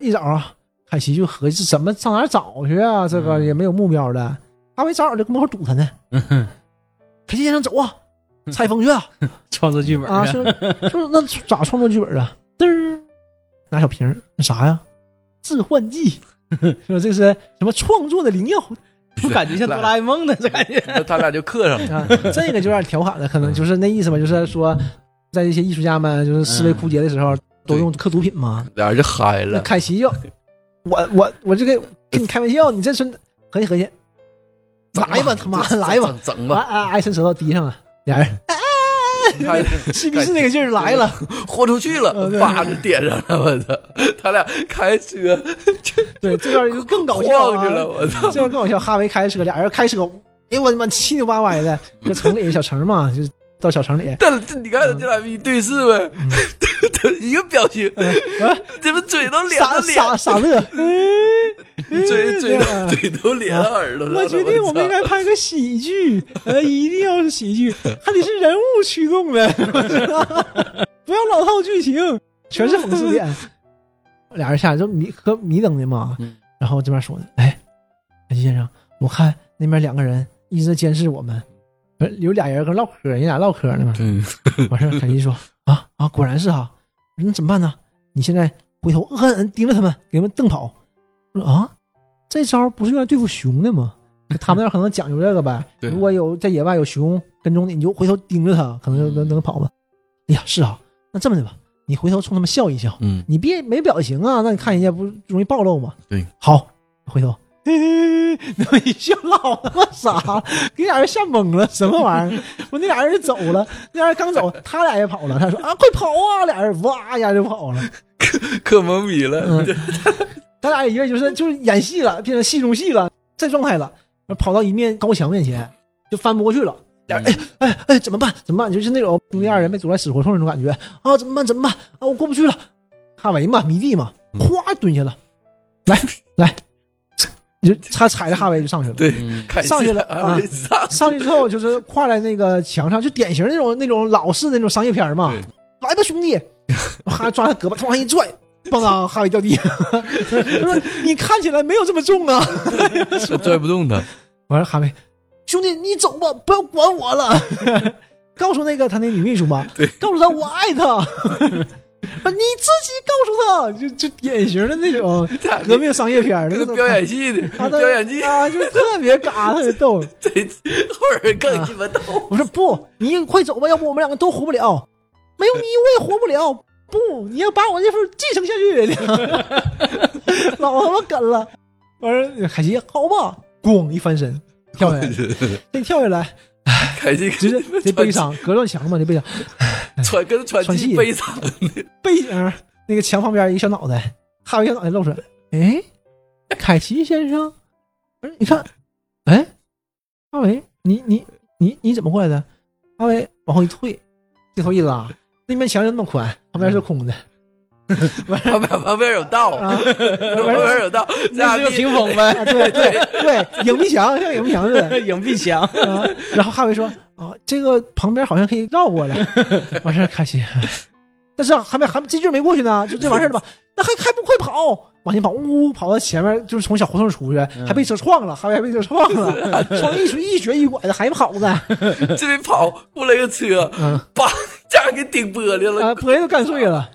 [SPEAKER 1] 一早啊，凯奇就合计怎么上哪儿找去啊？这个
[SPEAKER 2] 嗯
[SPEAKER 1] 也没有目标的，他没找好就跟门口堵他呢。凯奇先生走 啊，采风去啊！
[SPEAKER 2] 创作剧本
[SPEAKER 1] 啊，是是那咋创作剧本啊？嘚儿，拿小瓶儿，那啥呀？致幻剂，说这是什么创作的灵药
[SPEAKER 2] 我感觉像哆啦 A 梦呢，这感觉，
[SPEAKER 3] 那他俩就刻上了。
[SPEAKER 1] 啊？这个就让人调侃了，可能就是那意思吧，就是说，在这些艺术家们就是思维枯竭的时候，都用克毒品嘛。
[SPEAKER 3] 俩人就嗨
[SPEAKER 1] 那
[SPEAKER 3] 了，
[SPEAKER 1] 凯奇就，我我我这个跟你开玩笑，你这是合计合计，来吧他妈来吧，
[SPEAKER 3] 整整
[SPEAKER 1] 完
[SPEAKER 3] 吧，
[SPEAKER 1] 啊挨伸舌头滴上了，俩人
[SPEAKER 3] 他
[SPEAKER 1] 是不是那个劲儿来了？
[SPEAKER 3] 豁出去了
[SPEAKER 1] 嗯，对
[SPEAKER 3] 叭就点上了，我操！他俩开车
[SPEAKER 1] 对，这段就更搞
[SPEAKER 3] 晃
[SPEAKER 1] 笑啊
[SPEAKER 3] 去了，我 操！
[SPEAKER 1] 这样更好笑，哈维开车，俩人开车，哎呦我他妈七扭八歪的，搁城里小城嘛， 就到小城里，
[SPEAKER 3] 但这你看这俩一对视呗，
[SPEAKER 1] 嗯
[SPEAKER 3] 他一个表情， 这不嘴都咧
[SPEAKER 1] 啊傻
[SPEAKER 3] 到
[SPEAKER 1] 傻
[SPEAKER 3] 脸，
[SPEAKER 1] 傻乐。
[SPEAKER 3] 嘴嘴
[SPEAKER 1] 嗯
[SPEAKER 3] 都嘴都咧到耳朵上了，
[SPEAKER 1] 我决定我们应
[SPEAKER 3] 操
[SPEAKER 1] 该拍个喜剧，呃，一定要是喜剧，还得是人物驱动的， 不要老套剧情，全是讽刺点。俩人下来就迷喝迷瞪的嘛，
[SPEAKER 2] 嗯
[SPEAKER 1] 然后这边说呢，哎，海基先生，我看那边两个人一直在监视我们，呃有俩人跟唠嗑，人俩唠嗑呢嘛。
[SPEAKER 3] 对，
[SPEAKER 1] 完事儿，凯基说啊啊，果然是哈、那怎么办呢？你现在回头狠狠盯着他们，给他们瞪跑。我说啊，这招不是用来对付熊的吗？他们那儿可能讲究这个呗。
[SPEAKER 3] 对
[SPEAKER 1] 如果有在野外有熊跟踪你，你就回头盯着它，可能就能能跑吧。哎呀，是啊，那这么的吧，你回头冲他们笑一笑，
[SPEAKER 3] 嗯，
[SPEAKER 1] 你别没表情啊，那你看人家不容易暴露吗？
[SPEAKER 3] 对，
[SPEAKER 1] 好，回头。 嘿嘿嘿那么一笑老他妈傻 了，给俩人吓懵了，什么玩意儿？ 我那俩人走了，那俩人刚走，他俩也跑了。他说啊，快跑啊！俩人哇一下就跑了。
[SPEAKER 3] 可懵逼了
[SPEAKER 1] 嗯，他俩以为就是就是演戏了，变成戏中戏了，这状态了，跑到一面高墙面前就翻不过去了。俩人哎哎哎，怎么办？怎么办？就是那种兄弟二人被堵在死胡同那种感觉啊！怎么办？怎么办？啊，我过不去了。哈维嘛，迷弟嘛，
[SPEAKER 3] 嗯
[SPEAKER 1] 哗蹲下了，来来，你就他踩着哈维就上去了。
[SPEAKER 3] 对，
[SPEAKER 2] 嗯
[SPEAKER 3] 凯西
[SPEAKER 1] 上去了
[SPEAKER 3] 啊
[SPEAKER 1] 啊
[SPEAKER 3] 上
[SPEAKER 1] 上去之后就是跨在那个墙上，就典型那种那种老式的那种商业片嘛
[SPEAKER 3] 对。
[SPEAKER 1] 来吧，兄弟，哈抓他胳膊，突然一拽，咣当，哈维掉 地。说你看起来没有这么重啊。
[SPEAKER 3] 这 拽不动他，
[SPEAKER 1] 完了，哈维，兄弟你走吧，不要管我了。 告诉那个他那女秘书吧，告诉他我爱他。 不你自己告诉他，就就典型的那种革命商业片儿，那
[SPEAKER 3] 这
[SPEAKER 1] 种
[SPEAKER 3] 表演戏的
[SPEAKER 1] 他，的
[SPEAKER 3] 表演技，
[SPEAKER 1] 啊，就特别嘎，特别逗。
[SPEAKER 3] 这后人更鸡巴逗，
[SPEAKER 1] 我说不，你快走吧，要不我们两个都活不了。没有你我也活不了。不，你要把我这份继承下去， 老他妈梗了。完事儿海西好吧，咣一翻身跳
[SPEAKER 3] 哎
[SPEAKER 1] 下来，这跳下来
[SPEAKER 3] 凯西
[SPEAKER 1] 直接这悲伤，隔断墙嘛，这悲伤
[SPEAKER 3] 喘跟喘
[SPEAKER 1] 喘
[SPEAKER 3] 气
[SPEAKER 1] 气
[SPEAKER 3] 悲伤的，
[SPEAKER 1] 背影那个墙旁边一个小脑袋，哈维小脑袋露出来，哎，凯奇先生，不是你看，哎，哈维，你你你你怎么过来的？哈维往后一退，镜头一拉，那面墙就那么宽，旁边是空的，
[SPEAKER 3] 旁边旁边有道，
[SPEAKER 1] 啊，
[SPEAKER 3] 旁边有道，这
[SPEAKER 2] 那
[SPEAKER 3] 俩
[SPEAKER 2] 就
[SPEAKER 3] 逼
[SPEAKER 2] 屏风呗，
[SPEAKER 1] 啊 对对对，影壁墙像影壁墙似的，
[SPEAKER 2] 影壁墙。
[SPEAKER 1] 啊， 然后哈维说：“啊，这个旁边好像可以绕过来。”完事儿，开心。但是啊还没还没这句没过去呢，就这完事儿了吧？那还还不快跑，往前跑，呜呜跑到前面，就是从小胡同出去，还被车撞了，哈维还被车撞了，撞一瘸一瘸一拐的还跑呢。
[SPEAKER 3] 这边跑过来个车，
[SPEAKER 1] 嗯，
[SPEAKER 3] 叭，这样给顶玻璃了
[SPEAKER 1] 啊，，脖子都干碎了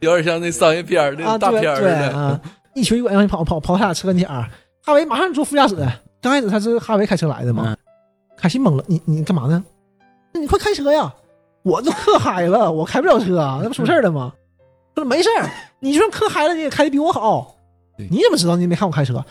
[SPEAKER 3] 有点像那商业片儿那
[SPEAKER 1] 啊！
[SPEAKER 3] 大
[SPEAKER 1] 对
[SPEAKER 3] 片儿似
[SPEAKER 1] 对
[SPEAKER 3] 的，
[SPEAKER 1] 啊，一瘸一拐往前跑，跑跑他俩车跟前儿。哈维马上坐副驾驶，刚开始他是哈维开车来的嘛，
[SPEAKER 2] 嗯
[SPEAKER 1] 凯西懵了，你你干嘛呢？那你快开车呀！我都磕嗨了，我开不了车啊，那不出事儿了吗？他说没事儿，你就算磕嗨了，你也开的比我好。
[SPEAKER 3] 对
[SPEAKER 1] 你怎么知道？你没看我开车啊？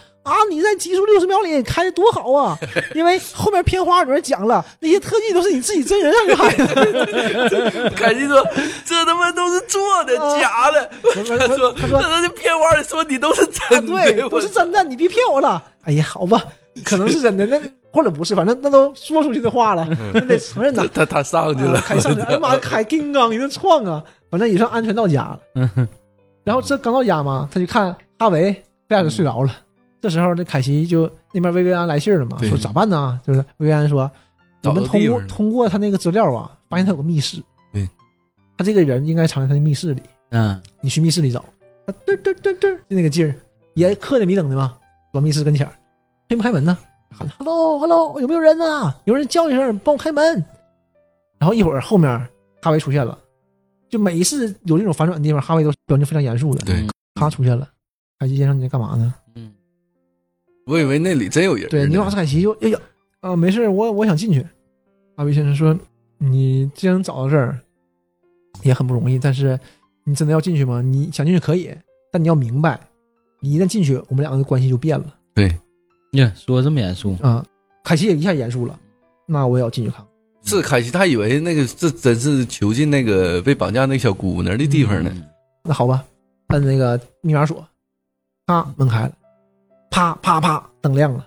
[SPEAKER 1] 你在极速六十秒里开的多好啊！因为后面片花里面讲了，那些特技都是你自己真人上去拍的。
[SPEAKER 3] 凯西说：“这他妈都是做的，
[SPEAKER 1] 啊
[SPEAKER 3] 假的。”他说：“
[SPEAKER 1] 他说
[SPEAKER 3] 那那片花里说你都是
[SPEAKER 1] 啊，
[SPEAKER 3] 真
[SPEAKER 1] 对，
[SPEAKER 3] 的，
[SPEAKER 1] 不
[SPEAKER 3] 我
[SPEAKER 1] 是真的，你别骗我了。哎呀，好 吧，可能是真的，那或者不是，反正那都说出去的话了，那得承 认呐。
[SPEAKER 3] 他他上去嗯了
[SPEAKER 1] 啊，凯上去，哎呀妈，凯金刚一顿撞啊，反正也算安全到家了。然后这刚到家嘛，他就看哈维他俩就睡着了。这时候那凯西就那边薇薇安来信了嘛，
[SPEAKER 3] 嗯对
[SPEAKER 1] 说咋办呢？就是薇薇安说，
[SPEAKER 3] 找
[SPEAKER 1] 我
[SPEAKER 3] 个
[SPEAKER 1] 们通
[SPEAKER 3] 地
[SPEAKER 1] 过
[SPEAKER 3] 方嗯
[SPEAKER 1] 通过他那个资料啊，发现他有个密室。
[SPEAKER 3] 对，
[SPEAKER 1] 他这个人应该藏在他的密室里。
[SPEAKER 2] 嗯，
[SPEAKER 1] 你去密室里找，啊，嘚嘚嘚嘚，就那个劲儿，也刻的迷瞪的嘛，往密室跟前儿，推不开门呢，喊 hello hello，有没有人啊？有人叫一声，帮我开门。然后一会儿后面哈维出现了，就每一次有这种反转的地方，哈维都表情非常严肃的，
[SPEAKER 3] 对，
[SPEAKER 1] 他出现了。凯西先生，你在干嘛呢？
[SPEAKER 2] 嗯，
[SPEAKER 3] 我以为那里真有人呢。
[SPEAKER 1] 对，尼古拉斯凯奇就哎呀啊，没事儿，我我想进去。哈维先生说：“你既然找到这儿，也很不容易，但是你真的要进去吗？你想进去可以，但你要明白，你一旦进去，我们两个的关系就变了
[SPEAKER 2] 呀，说这么严肃，
[SPEAKER 1] 啊。”凯奇也一下严肃了，那我也要进去看看。
[SPEAKER 3] 是凯西，他以为那个这真是囚禁那个被绑架那小姑娘的地方
[SPEAKER 1] 嗯
[SPEAKER 3] 呢。
[SPEAKER 1] 那好吧，摁那个密码锁，啪，门开了，啪啪啪，灯亮了，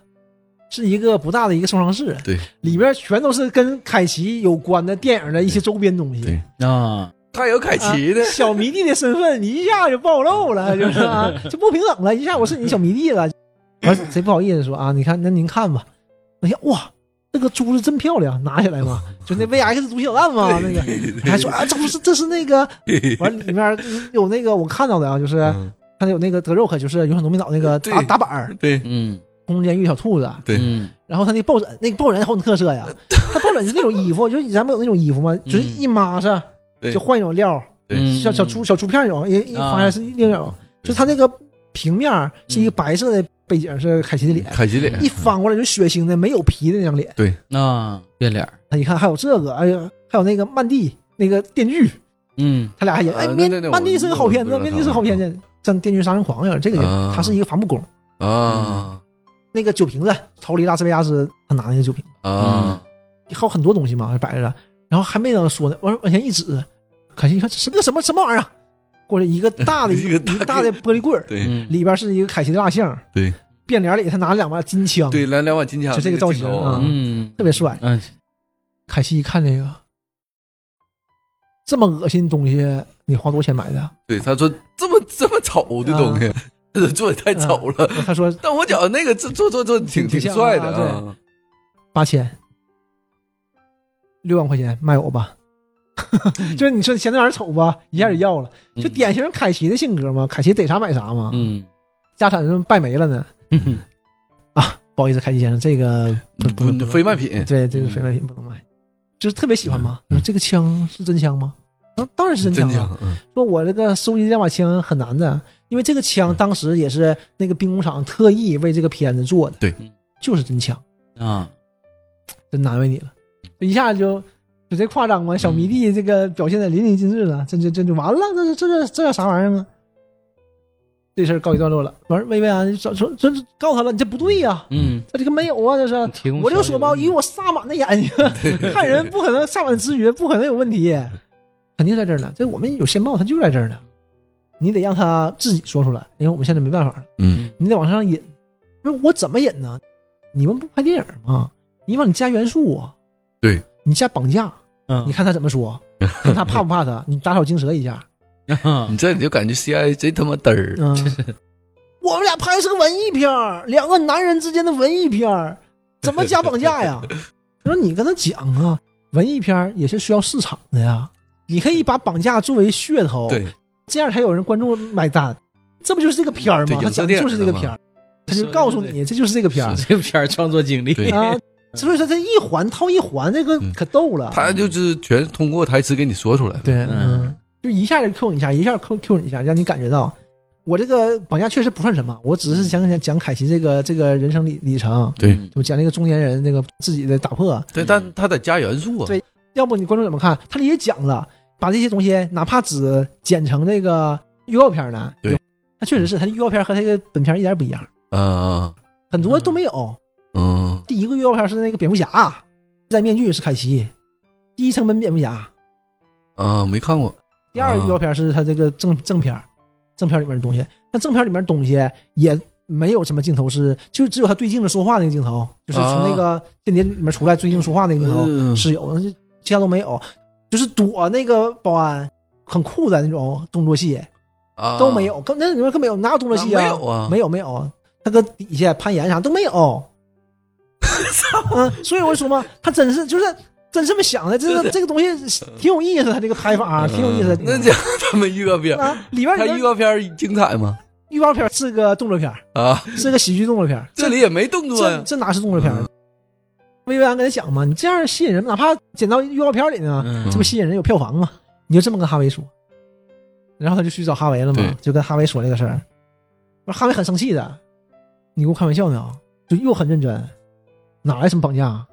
[SPEAKER 1] 是一个不大的一个收藏室，
[SPEAKER 3] 对，
[SPEAKER 1] 里边全都是跟凯奇有关的电影的一些周边东西。
[SPEAKER 3] 对
[SPEAKER 2] 嗯啊，
[SPEAKER 3] 他有凯奇的
[SPEAKER 1] 啊， 小迷弟的身份，你一下就暴露 了，就是、啊、就不平等了，一下我是你小迷弟了。完，谁不好意思说啊？你看，那您看吧。哎呀，哇，这个珠子真漂亮，拿起来 嘛，就那 VX 毒气导弹嘛，那个 还说啊，这不是这是那个，完里面有那个我看到的啊，就是
[SPEAKER 3] 嗯
[SPEAKER 1] 他有那个德肉克，就是《勇闯农民岛》那个打
[SPEAKER 3] 对
[SPEAKER 1] 打板儿，
[SPEAKER 3] 对
[SPEAKER 2] 嗯，
[SPEAKER 1] 空间遇小兔子，
[SPEAKER 3] 对
[SPEAKER 2] 嗯
[SPEAKER 1] 然后他那个抱枕，那个抱枕也好有特色 呀，他抱枕就那种衣服，就是咱们有那种衣服吗？就是一抹上
[SPEAKER 3] 嗯对
[SPEAKER 1] 就换一种料，
[SPEAKER 2] 嗯
[SPEAKER 1] 小小猪小猪片儿那种，一一
[SPEAKER 2] 啊
[SPEAKER 1] 划下来是另一种，就他那个平面儿是一个白色的背景是凯奇的脸，
[SPEAKER 3] 嗯凯奇脸
[SPEAKER 1] 一翻过来就是血腥的没有皮的那张脸，
[SPEAKER 2] 啊，变脸儿，
[SPEAKER 1] 他一看还有这个，哎呀，还有那个曼蒂那个电锯，
[SPEAKER 2] 嗯
[SPEAKER 1] 他俩还演，
[SPEAKER 3] 啊
[SPEAKER 1] 哎，
[SPEAKER 3] 那
[SPEAKER 1] 面
[SPEAKER 3] 那那我
[SPEAKER 1] 曼蒂是个好片子，
[SPEAKER 3] 我知道
[SPEAKER 1] 曼蒂是个好片子，像《电锯杀人狂》一样，这个也
[SPEAKER 3] 啊
[SPEAKER 1] 他是一个伐木工，
[SPEAKER 3] 啊
[SPEAKER 1] 嗯那个酒瓶子，逃离拉斯维加斯，他拿那个酒瓶，嗯
[SPEAKER 3] 啊，
[SPEAKER 1] 还有很多东西嘛，摆着，然后还没等说呢，往往前一指，凯奇一看这是个什么什么玩意儿啊，过来一个大的
[SPEAKER 3] 一个大
[SPEAKER 1] 一大的玻璃棍儿，
[SPEAKER 3] 对
[SPEAKER 2] 嗯，
[SPEAKER 1] 里边是一个凯奇的蜡像，
[SPEAKER 3] 对
[SPEAKER 1] 变脸里他拿了两把金枪，
[SPEAKER 3] 对，来两把金枪，
[SPEAKER 1] 就这个造型
[SPEAKER 3] 镜头
[SPEAKER 1] 啊
[SPEAKER 2] 嗯
[SPEAKER 1] 特别帅。
[SPEAKER 2] 嗯
[SPEAKER 1] 凯西一看这个，这么恶心的东西，你花多少钱买的？
[SPEAKER 3] 对，他说这么这么丑的东
[SPEAKER 1] 啊
[SPEAKER 3] 西， 这做的太丑了。
[SPEAKER 1] 他说
[SPEAKER 3] 但我觉得那个这做做做挺
[SPEAKER 1] 挺像啊
[SPEAKER 3] 帅的
[SPEAKER 1] 对
[SPEAKER 3] 啊，
[SPEAKER 1] 八千，六万块钱卖我吧。
[SPEAKER 3] 嗯
[SPEAKER 1] 就是你说嫌这玩意儿丑吧，一下就要了，就典型凯奇的性格嘛。凯奇逮啥买啥嘛，
[SPEAKER 2] 嗯
[SPEAKER 1] 家产都败没了呢。 啊，不好意思，凯奇先生，这个不不能
[SPEAKER 3] 嗯不非卖品，嗯
[SPEAKER 1] 对这个非卖品不能买，就是特别喜欢嘛。这个枪是真枪吗？啊当然是真
[SPEAKER 3] 真
[SPEAKER 1] 枪啊。
[SPEAKER 3] 枪，嗯
[SPEAKER 1] 说我这个收集这把枪很难的，因为这个枪当时也是那个兵工厂特意为这个片子做的，
[SPEAKER 3] 对，
[SPEAKER 1] 就是真枪，
[SPEAKER 2] 啊，
[SPEAKER 1] 真难为你了，这一下就就这夸张吗？小迷弟这个表现的淋漓尽致了，这这这就完了，这是这这这叫啥玩意儿啊？这事儿告一段落了，完事儿薇薇安说说这这告他了，你这不对呀、
[SPEAKER 2] 嗯，
[SPEAKER 1] 他这个没有啊，这是
[SPEAKER 2] 提供
[SPEAKER 1] 我就
[SPEAKER 2] 小
[SPEAKER 1] 说吧，
[SPEAKER 2] 礼物
[SPEAKER 1] 以我萨满的眼睛看人，不可能萨满直觉不可能有问题，肯定在这儿呢。这我们有线报，他就在这儿呢。你得让他自己说出来，因为我们现在没办法了，
[SPEAKER 3] 嗯
[SPEAKER 1] 你得往上引。不是我怎么引呢？你们不拍电影吗？你往里加元素啊，
[SPEAKER 3] 对
[SPEAKER 1] 你加绑架，
[SPEAKER 2] 嗯
[SPEAKER 1] 你看他怎么说，看他怕不怕他？你打草惊蛇一下，
[SPEAKER 2] 嗯
[SPEAKER 3] 你这你就感觉 CIA 贼他妈 嘚儿，
[SPEAKER 1] 嗯，我们俩拍的是个文艺片儿，两个男人之间的文艺片 儿，怎么加绑架 呀？他说你跟他讲啊，文艺片儿也是需要市场的呀，你可以把绑架作为噱头，
[SPEAKER 3] 对，
[SPEAKER 1] 这样才有人关注买单。这不就是这个片儿
[SPEAKER 3] 对
[SPEAKER 1] 吗？他
[SPEAKER 3] 影射
[SPEAKER 1] 讲
[SPEAKER 3] 电
[SPEAKER 1] 的
[SPEAKER 3] 影
[SPEAKER 1] 就是这个
[SPEAKER 3] 嘛
[SPEAKER 1] 片儿，他就告诉
[SPEAKER 2] 对
[SPEAKER 1] 你这就是这个片儿
[SPEAKER 2] 这个片儿创作经历，
[SPEAKER 3] 对
[SPEAKER 1] 啊。所以说这一环套一环，这个
[SPEAKER 3] 嗯
[SPEAKER 1] 可逗了。
[SPEAKER 3] 他就是全通过台词给你说出来，
[SPEAKER 1] 对，
[SPEAKER 2] 嗯
[SPEAKER 1] 嗯，就一下就 Q 你一下，一下 Q Q 你一下，让你感觉到我这个绑架确实不算什么，我只是想讲讲凯奇这个这个人生里里程，
[SPEAKER 3] 对
[SPEAKER 2] 嗯
[SPEAKER 1] 就讲那个中年人那个自己的打破。
[SPEAKER 3] 对，但他得加元素啊，
[SPEAKER 1] 嗯对要不你观众怎么看？他也讲了，把这些东西哪怕只剪成这个预告片呢，
[SPEAKER 3] 对，
[SPEAKER 1] 他确实是他的预告片和他这个本片一点不一样，
[SPEAKER 3] 啊，
[SPEAKER 1] 很多都没有。
[SPEAKER 3] 嗯
[SPEAKER 1] 第一个预告片是那个蝙蝠侠戴面具是凯奇，第一层门蝙蝠侠，
[SPEAKER 3] 啊，没看过，
[SPEAKER 1] 第二个预告片是他这个正正片儿，正片儿里面的东西。但正片儿里面的东西也没有什么镜头是，就只有他对镜子说话那个镜头，就是从那个间谍里面出来对镜子说话那个镜头、
[SPEAKER 3] 啊嗯
[SPEAKER 1] 是有，但是其他都没有。就是躲那个保安很酷的那种动作戏
[SPEAKER 3] 啊
[SPEAKER 1] 都没有，根那里面更没有，哪有动作戏
[SPEAKER 3] 啊没有啊
[SPEAKER 1] 没有没有，他搁底下攀岩啥都没 有。嗯，所以我就说嘛，他真是就是真这么想的，这个这个东西挺有意思，他这个拍法、啊挺有意思的。
[SPEAKER 3] 嗯那讲他们预告片，
[SPEAKER 1] 啊，里边
[SPEAKER 3] 他
[SPEAKER 1] 儿有
[SPEAKER 3] 预告片精彩吗？
[SPEAKER 1] 预告片是个动作片儿，
[SPEAKER 3] 啊，
[SPEAKER 1] 是个喜剧动作片儿。
[SPEAKER 3] 这里也嗯没动作
[SPEAKER 1] 这
[SPEAKER 3] 呀，
[SPEAKER 1] 这哪是动作片儿？薇薇安跟他讲嘛，你这样吸引人，哪怕剪到预告片里呢，
[SPEAKER 2] 嗯
[SPEAKER 1] 这不吸引人有票房嘛？你就这么跟哈维说，然后他就去找哈维了嘛
[SPEAKER 3] 对，
[SPEAKER 1] 就跟哈维说这个事儿。不是哈维很生气的，你给我开玩笑呢啊？就又很认真，哪来什么绑架？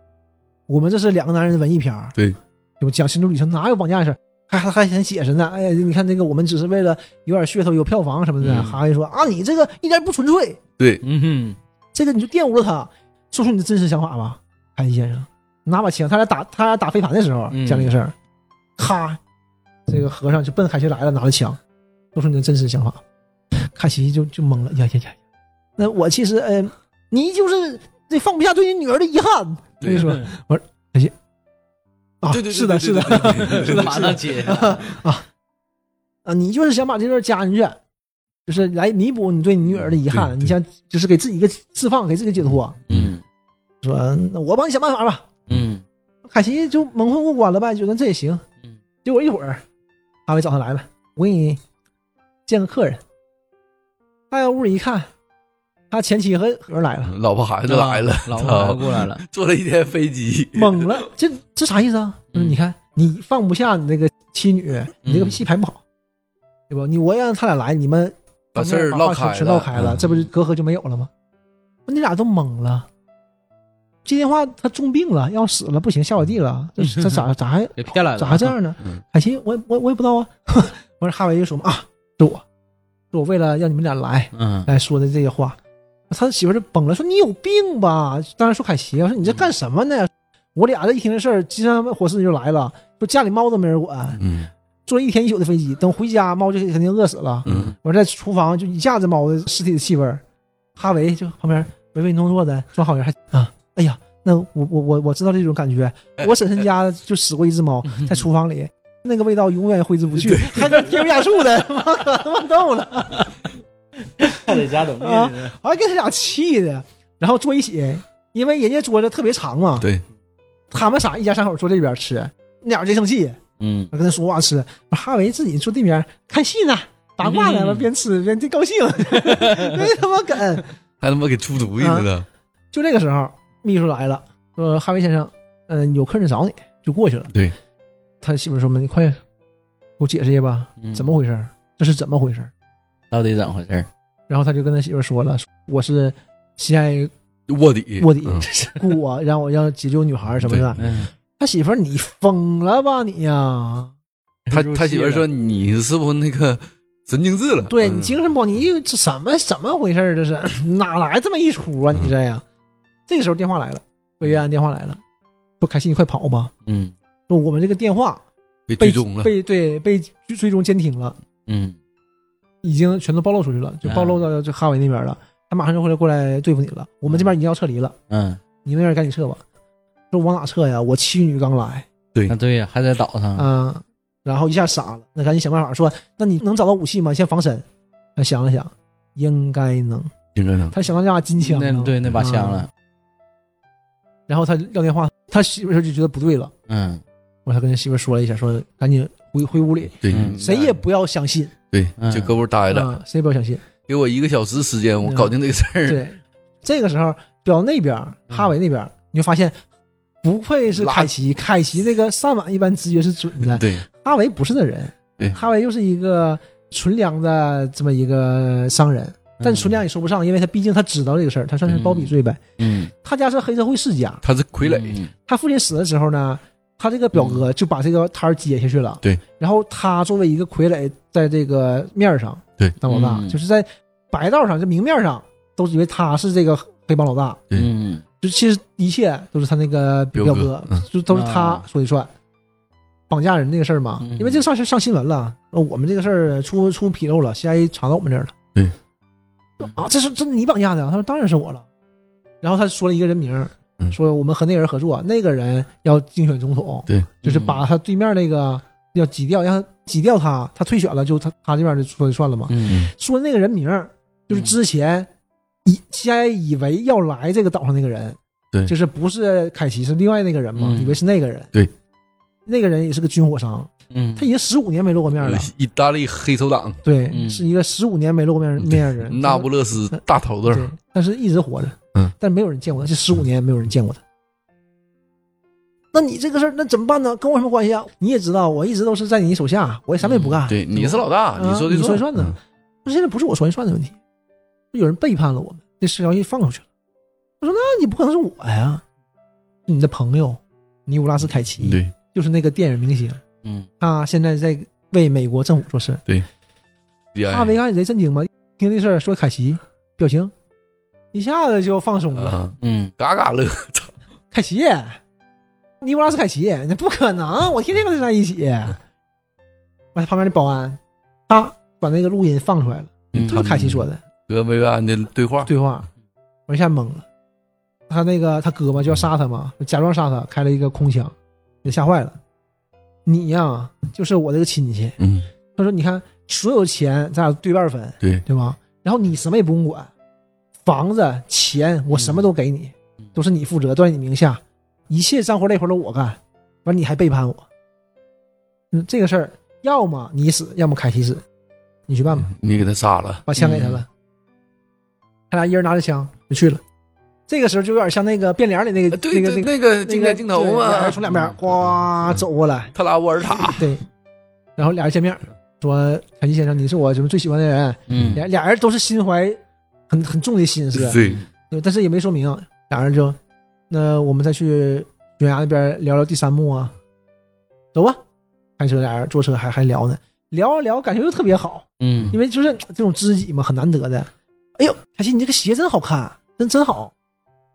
[SPEAKER 1] 我们这是两个男人的文艺片儿
[SPEAKER 3] 对，
[SPEAKER 1] 就讲心路旅程，哪有绑架的事儿？还还还想解释呢？哎呀，你看这个，我们只是为了有点噱头、有票房什么的。
[SPEAKER 2] 嗯
[SPEAKER 1] 哈维说啊，你这个一点也不纯粹，
[SPEAKER 3] 对，
[SPEAKER 2] 嗯哼，
[SPEAKER 1] 这个你就玷污了他，说出你的真实想法吧，凯西先生，拿把枪，他俩打他俩打飞盘的时候
[SPEAKER 2] 嗯
[SPEAKER 1] 讲这个事儿，咔，这个和尚就奔凯西来了，拿着枪，说出你的真实想法，凯西就就懵了，呀呀呀，那我其实呃，你就是这放不下对你女儿的遗憾，所以 说
[SPEAKER 2] 对
[SPEAKER 1] 啊，
[SPEAKER 3] 对对对
[SPEAKER 1] 是的，
[SPEAKER 3] 对
[SPEAKER 1] 是的，
[SPEAKER 3] 对对对对
[SPEAKER 1] 的
[SPEAKER 2] 马 上接下来，
[SPEAKER 1] 啊，你就是想把这段加进去，就是来弥补你对你女儿的遗
[SPEAKER 3] 对
[SPEAKER 1] 憾，
[SPEAKER 3] 对
[SPEAKER 1] 你想就是给自己一个释放，给自己一个解脱，
[SPEAKER 2] 嗯
[SPEAKER 1] 说那我帮你想办法吧。
[SPEAKER 2] 嗯
[SPEAKER 1] 凯奇就蒙混过关了呗，觉得这也行。
[SPEAKER 2] 嗯，
[SPEAKER 1] 结果一会儿，阿伟找他来了，我给你见个客人，带到屋里一看，他前妻和和人来了，
[SPEAKER 3] 老婆孩子来了，
[SPEAKER 2] 老婆
[SPEAKER 3] 操
[SPEAKER 2] 孩子过来了，
[SPEAKER 3] 坐了一天飞机，
[SPEAKER 1] 懵了，这这啥意思啊？
[SPEAKER 2] 嗯
[SPEAKER 1] 你看你放不下你那个妻女，你这个
[SPEAKER 2] 嗯
[SPEAKER 1] 戏排不好，对吧？你我让他俩来，你们
[SPEAKER 3] 把事儿
[SPEAKER 1] 把话
[SPEAKER 3] 唠开
[SPEAKER 1] 全唠
[SPEAKER 3] 了，
[SPEAKER 1] 开了，
[SPEAKER 2] 嗯
[SPEAKER 1] 这不是隔阂就没有了吗？你俩都懵了。接电话，他重病了，要死了，不行，下我地了，这这 咋咋还
[SPEAKER 2] 给骗来了，
[SPEAKER 1] 咋还这？样呢
[SPEAKER 3] 嗯？
[SPEAKER 1] 海琴，我也我也我也不知道啊。 我说哈维就说嘛啊，是我，是我为了让你们俩来
[SPEAKER 2] 嗯，
[SPEAKER 1] 来说的这些话。他媳妇儿就崩了，说你有病吧？当然说凯奇啊，说你这干什么呢？我俩这一听这事儿，金山火势就来了，说家里猫都没人管，
[SPEAKER 3] 嗯
[SPEAKER 1] 坐一天一宿的飞机，等回家猫就肯定饿死了。
[SPEAKER 3] 嗯
[SPEAKER 1] 我在厨房就一下子猫的尸体的气味儿，哈维就旁边唯唯诺诺的装好人还啊，哎呀，那我我我我知道这种感觉，我婶婶家就死过一只猫，
[SPEAKER 2] 嗯
[SPEAKER 1] 在厨房里，那个味道永远挥之不 去，还是贴不下树 的，妈可他妈逗了，
[SPEAKER 2] 在家怎么
[SPEAKER 1] 地还给他俩气的，然后坐一起，因为人家桌子特别长嘛，
[SPEAKER 3] 对，
[SPEAKER 1] 他们仨一家三口坐这边吃，那俩人贼生气，
[SPEAKER 2] 嗯，
[SPEAKER 1] 我跟他说话吃，哈维自己坐对面看戏呢，八卦呢，
[SPEAKER 2] 嗯
[SPEAKER 1] 边吃边真高兴，没他妈梗。
[SPEAKER 3] 还他妈给出主意了
[SPEAKER 1] 啊
[SPEAKER 3] 呢，
[SPEAKER 1] 就这个时候，秘书来了，说：“哈维先生，嗯、有客人找你。”就过去了。
[SPEAKER 3] 对，
[SPEAKER 1] 他媳妇儿说：“你快给我解释一下吧，
[SPEAKER 2] 嗯
[SPEAKER 1] 怎么回事儿？这是怎么回事儿
[SPEAKER 2] 到底怎么回事儿？？”
[SPEAKER 1] 然后他就跟他媳妇儿说了：“说我是西爱
[SPEAKER 3] 卧底
[SPEAKER 1] 卧底
[SPEAKER 3] 嗯
[SPEAKER 1] 雇我，让我要解救女孩儿什么的。
[SPEAKER 3] 对
[SPEAKER 2] 嗯，”
[SPEAKER 1] 他媳妇儿：“你疯了吧你呀、
[SPEAKER 3] 他他媳妇儿说你是不是那个神经质了？
[SPEAKER 1] 对
[SPEAKER 3] 嗯
[SPEAKER 1] 你精神不好，你这怎么怎么回事儿？这是 哪来这么一出啊？你
[SPEAKER 3] 嗯
[SPEAKER 1] 这呀？这个时候电话来了，魏安电话来了，说：“凯西，你快跑吧！
[SPEAKER 2] 嗯
[SPEAKER 1] 说我们这个电话
[SPEAKER 3] 被
[SPEAKER 1] 被
[SPEAKER 3] 追踪了，
[SPEAKER 1] 被对被追追踪监听了，
[SPEAKER 2] 嗯
[SPEAKER 1] 已经全都暴露出去了，就暴露到这哈维那边了。他马上就会来过来对付你了。我们这边已经要撤离了，
[SPEAKER 2] 嗯，
[SPEAKER 1] 你那边赶紧撤吧。说往哪撤呀？我妻女刚来
[SPEAKER 2] 那对呀，还在岛上，
[SPEAKER 1] 啊、然后一下傻了，那赶紧想办法说，那你能找到武器吗？先防身。他想了想，应该能。
[SPEAKER 3] 应该能
[SPEAKER 1] 他想到那把金枪
[SPEAKER 2] 那
[SPEAKER 1] 了，
[SPEAKER 2] 对那把
[SPEAKER 1] 啊
[SPEAKER 2] 枪了，
[SPEAKER 1] 然后他撂电话，他媳妇儿就觉得不对了，
[SPEAKER 2] 嗯
[SPEAKER 1] 我才跟他媳妇儿说了一下，说赶紧回回屋里，
[SPEAKER 3] 对
[SPEAKER 2] 嗯，
[SPEAKER 1] 谁也不要相信
[SPEAKER 3] 对
[SPEAKER 2] 嗯，
[SPEAKER 3] 就搁屋待着，
[SPEAKER 1] 啊，谁也不要相信。
[SPEAKER 3] 给我一个小时时间，我搞定这个事儿。
[SPEAKER 1] 对，这个时候表那边儿
[SPEAKER 2] 嗯
[SPEAKER 1] 哈维那边儿，你就发现，不愧是凯奇，凯奇这个萨满一般直觉是准 的，
[SPEAKER 3] 对，
[SPEAKER 1] 哈维不是的人
[SPEAKER 3] 对，
[SPEAKER 1] 哈维又是一个纯良的这么一个商人，但纯良也说不上，因为他毕竟他知道这个事儿，他算是包庇罪呗。
[SPEAKER 2] 嗯，
[SPEAKER 1] 他家是黑社会世家，
[SPEAKER 3] 他是傀儡，
[SPEAKER 2] 嗯，
[SPEAKER 1] 他父亲死的时候呢。他这个表哥就把这个摊儿接下去了，
[SPEAKER 3] 对。
[SPEAKER 1] 然后他作为一个傀儡，在这个面儿上，
[SPEAKER 3] 对
[SPEAKER 1] 当老大，
[SPEAKER 2] 嗯
[SPEAKER 1] 就是在白道上，这明面上都以为他是这个黑帮老大，
[SPEAKER 3] 对
[SPEAKER 2] 嗯
[SPEAKER 1] 就其实一切都是他那个表
[SPEAKER 3] 表
[SPEAKER 1] 哥
[SPEAKER 3] 哥，嗯
[SPEAKER 1] 就都是他
[SPEAKER 2] 啊
[SPEAKER 1] 说的算。绑架人这个事儿嘛，
[SPEAKER 2] 嗯
[SPEAKER 1] 因为这个上上新闻了，呃我们这个事儿出出纰漏了，CIA 查到我们这儿了。
[SPEAKER 3] 对，
[SPEAKER 1] 啊，这是这是你绑架的啊？他说当然是我了。然后他说了一个人名儿，
[SPEAKER 3] 嗯
[SPEAKER 1] 说我们和那个人合作，那个人要竞选总统，
[SPEAKER 3] 对，嗯
[SPEAKER 1] 就是把他对面那个要挤掉，让他挤掉他，他退选了，就他他这边就说了算了嘛。
[SPEAKER 2] 嗯
[SPEAKER 1] 说那个人名儿，
[SPEAKER 3] 嗯
[SPEAKER 1] 就是之前以 CIA 以为要来这个岛上那个人，
[SPEAKER 3] 对
[SPEAKER 1] 就是不是凯奇是另外那个人嘛，
[SPEAKER 2] 嗯
[SPEAKER 1] 以为是那个人，
[SPEAKER 3] 对，
[SPEAKER 1] 那个人也是个军火商，
[SPEAKER 2] 嗯，
[SPEAKER 1] 他已经十五年没露过面了，
[SPEAKER 3] 意大利黑手党
[SPEAKER 1] 对，
[SPEAKER 2] 嗯
[SPEAKER 1] 是一个十五年没露过面面 的人，
[SPEAKER 3] 那不勒斯大头子
[SPEAKER 1] 嗯对，，但是一直活着，
[SPEAKER 3] 嗯，
[SPEAKER 1] 但没有人见过他，这十五年没有人见过他。那你这个事儿那怎么办呢？跟我有什么关系啊？你也知道，我一直都是在你手下，我也啥也不干。
[SPEAKER 3] 嗯对，
[SPEAKER 1] 吧
[SPEAKER 3] 你是老大，
[SPEAKER 1] 啊
[SPEAKER 3] 你说的
[SPEAKER 1] 你说的
[SPEAKER 3] 算，
[SPEAKER 1] 算呢
[SPEAKER 3] 嗯
[SPEAKER 1] 那现在不是我说了算的问题，有人背叛了我们，这消息放出去了。我说那你不可能是我呀，是你的朋友尼古拉斯凯奇，
[SPEAKER 3] 对，
[SPEAKER 1] 就是那个电影明星，
[SPEAKER 2] 嗯
[SPEAKER 1] 他现在在为美国政府做事。哈维
[SPEAKER 3] 哎
[SPEAKER 1] 刚开始贼震惊嘛，听这事儿说凯奇，表情一下子就放松了。
[SPEAKER 3] 啊，
[SPEAKER 2] 嗯
[SPEAKER 3] 嘎嘎乐，操，
[SPEAKER 1] 凯奇，尼古拉斯凯奇，那不可能，我天天跟他在一起。
[SPEAKER 3] 嗯
[SPEAKER 1] 完，旁边那保安，他把那个录音放出来了，
[SPEAKER 2] 嗯
[SPEAKER 1] 就是凯奇说的。
[SPEAKER 3] 和薇薇安的对话，
[SPEAKER 1] 对话，我一下懵了。他那个他哥嘛就要杀他嘛，假装杀他，开了一个空枪，也吓坏了。你呀、就是我这个亲戚。
[SPEAKER 3] 嗯，
[SPEAKER 1] 他说：“你看，所有钱咱俩对半分，
[SPEAKER 3] 对，
[SPEAKER 1] 对吧？然后你什么也不用管，房子、钱我什么都给你，都是你负责，都在你名下，一切脏活累活都我干。完你还背叛我，嗯，这个事儿要么你死，要么凯西死，你去办吧。
[SPEAKER 3] 你给他杀了，
[SPEAKER 1] 把枪给他了，他俩一人拿着枪就去了。这个时候就有点像那个变脸里那个
[SPEAKER 3] 呃
[SPEAKER 1] 那
[SPEAKER 3] 对
[SPEAKER 1] 个
[SPEAKER 3] 对，
[SPEAKER 1] 那个那
[SPEAKER 3] 那个经
[SPEAKER 1] 个
[SPEAKER 3] 典镜头啊
[SPEAKER 1] 对俩
[SPEAKER 3] 嘛
[SPEAKER 1] 人，从两边呱走过来，
[SPEAKER 3] 特拉沃尔塔，
[SPEAKER 1] 对，然后俩人见面说：“小吉先生，你是我什么最喜欢的人。”
[SPEAKER 2] 嗯
[SPEAKER 1] 俩俩人都是心怀很很重的心思，啊
[SPEAKER 3] 对，
[SPEAKER 1] 对但是也没说明啊。俩人就，那我们再去悬崖那边聊聊第三幕啊，走吧。开车俩人坐车还还聊呢，聊着聊感觉又特别好，
[SPEAKER 2] 嗯
[SPEAKER 1] 因为就是这种知己嘛，很难得的。哎呦，小新，你这个鞋真好看，真真好。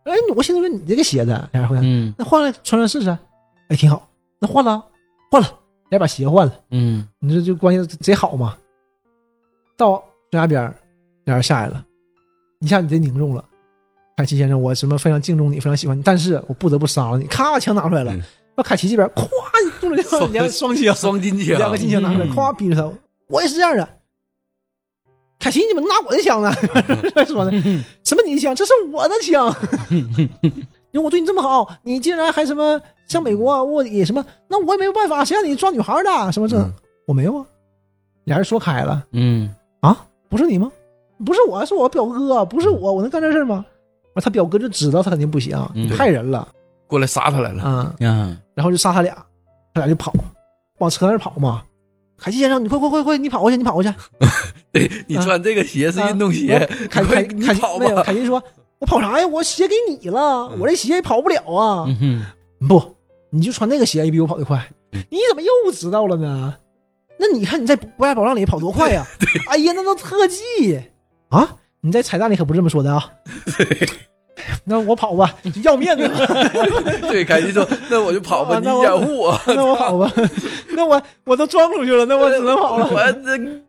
[SPEAKER 1] 哎，我寻思说你这个鞋子，俩人回来，
[SPEAKER 2] 嗯
[SPEAKER 1] 那换了穿穿试试，哎，挺好。那换了啊，换了，俩把鞋换了。
[SPEAKER 2] 嗯
[SPEAKER 1] 你这就关系贼好嘛。到悬崖边儿，俩人下来了，一下你贼凝重了。凯奇先生，我什么非常敬重你，非常喜欢你，但是我不得不杀了你。咔，把枪拿出来了
[SPEAKER 3] 嗯。
[SPEAKER 1] 到凯奇这边，咵，中了两
[SPEAKER 3] 双
[SPEAKER 1] 两双枪，
[SPEAKER 3] 双啊金枪，
[SPEAKER 1] 两个金枪拿出来，
[SPEAKER 2] 嗯
[SPEAKER 1] 咵逼着他。我也是这样的。凯奇，你怎么拿我的枪呢？ 说呢？什么你的枪？这是我的枪。 因为我对你这么好，你竟然还什么像美国啊卧底什么？那我也没有办法，谁让你抓女孩的？什么这？
[SPEAKER 3] 嗯
[SPEAKER 1] 我没有啊。俩人说开了，
[SPEAKER 2] 嗯
[SPEAKER 1] 不是你吗？不是我，是我表哥，啊不是我，我能干这事儿吗？完，他表哥就知道他肯定不行，
[SPEAKER 2] 嗯
[SPEAKER 1] 害人了
[SPEAKER 3] 过来杀他来了，
[SPEAKER 1] 啊、
[SPEAKER 2] 嗯
[SPEAKER 1] 然后就杀他俩，他俩就跑，往车那儿跑嘛。凯西先生，你快快快快，你跑过去，你跑过去。
[SPEAKER 3] 对
[SPEAKER 1] 啊
[SPEAKER 3] 你穿这个鞋是运动鞋，
[SPEAKER 1] 凯凯
[SPEAKER 3] 快你
[SPEAKER 1] 凯西
[SPEAKER 3] 跑
[SPEAKER 1] 没有，
[SPEAKER 3] 吧嗯
[SPEAKER 1] 凯，西说：“我跑啥呀？我鞋给你了，我这鞋也跑不了啊。
[SPEAKER 2] 嗯哼
[SPEAKER 1] 不，你就穿那个鞋也比我跑得快。
[SPEAKER 3] 嗯
[SPEAKER 1] 你怎么又知道了呢？那你看你在国家宝藏里跑多快呀、哎呀，那都特技啊！你在彩蛋里可不是这么说的啊。那我跑吧，要啊面子 嘛，
[SPEAKER 3] 对，凯西 说，那我就跑吧，
[SPEAKER 1] 啊
[SPEAKER 3] 你
[SPEAKER 1] 那我
[SPEAKER 3] 掩护我，
[SPEAKER 1] 那我 跑吧，那我我都钻出去了，那我只能跑了。
[SPEAKER 3] 我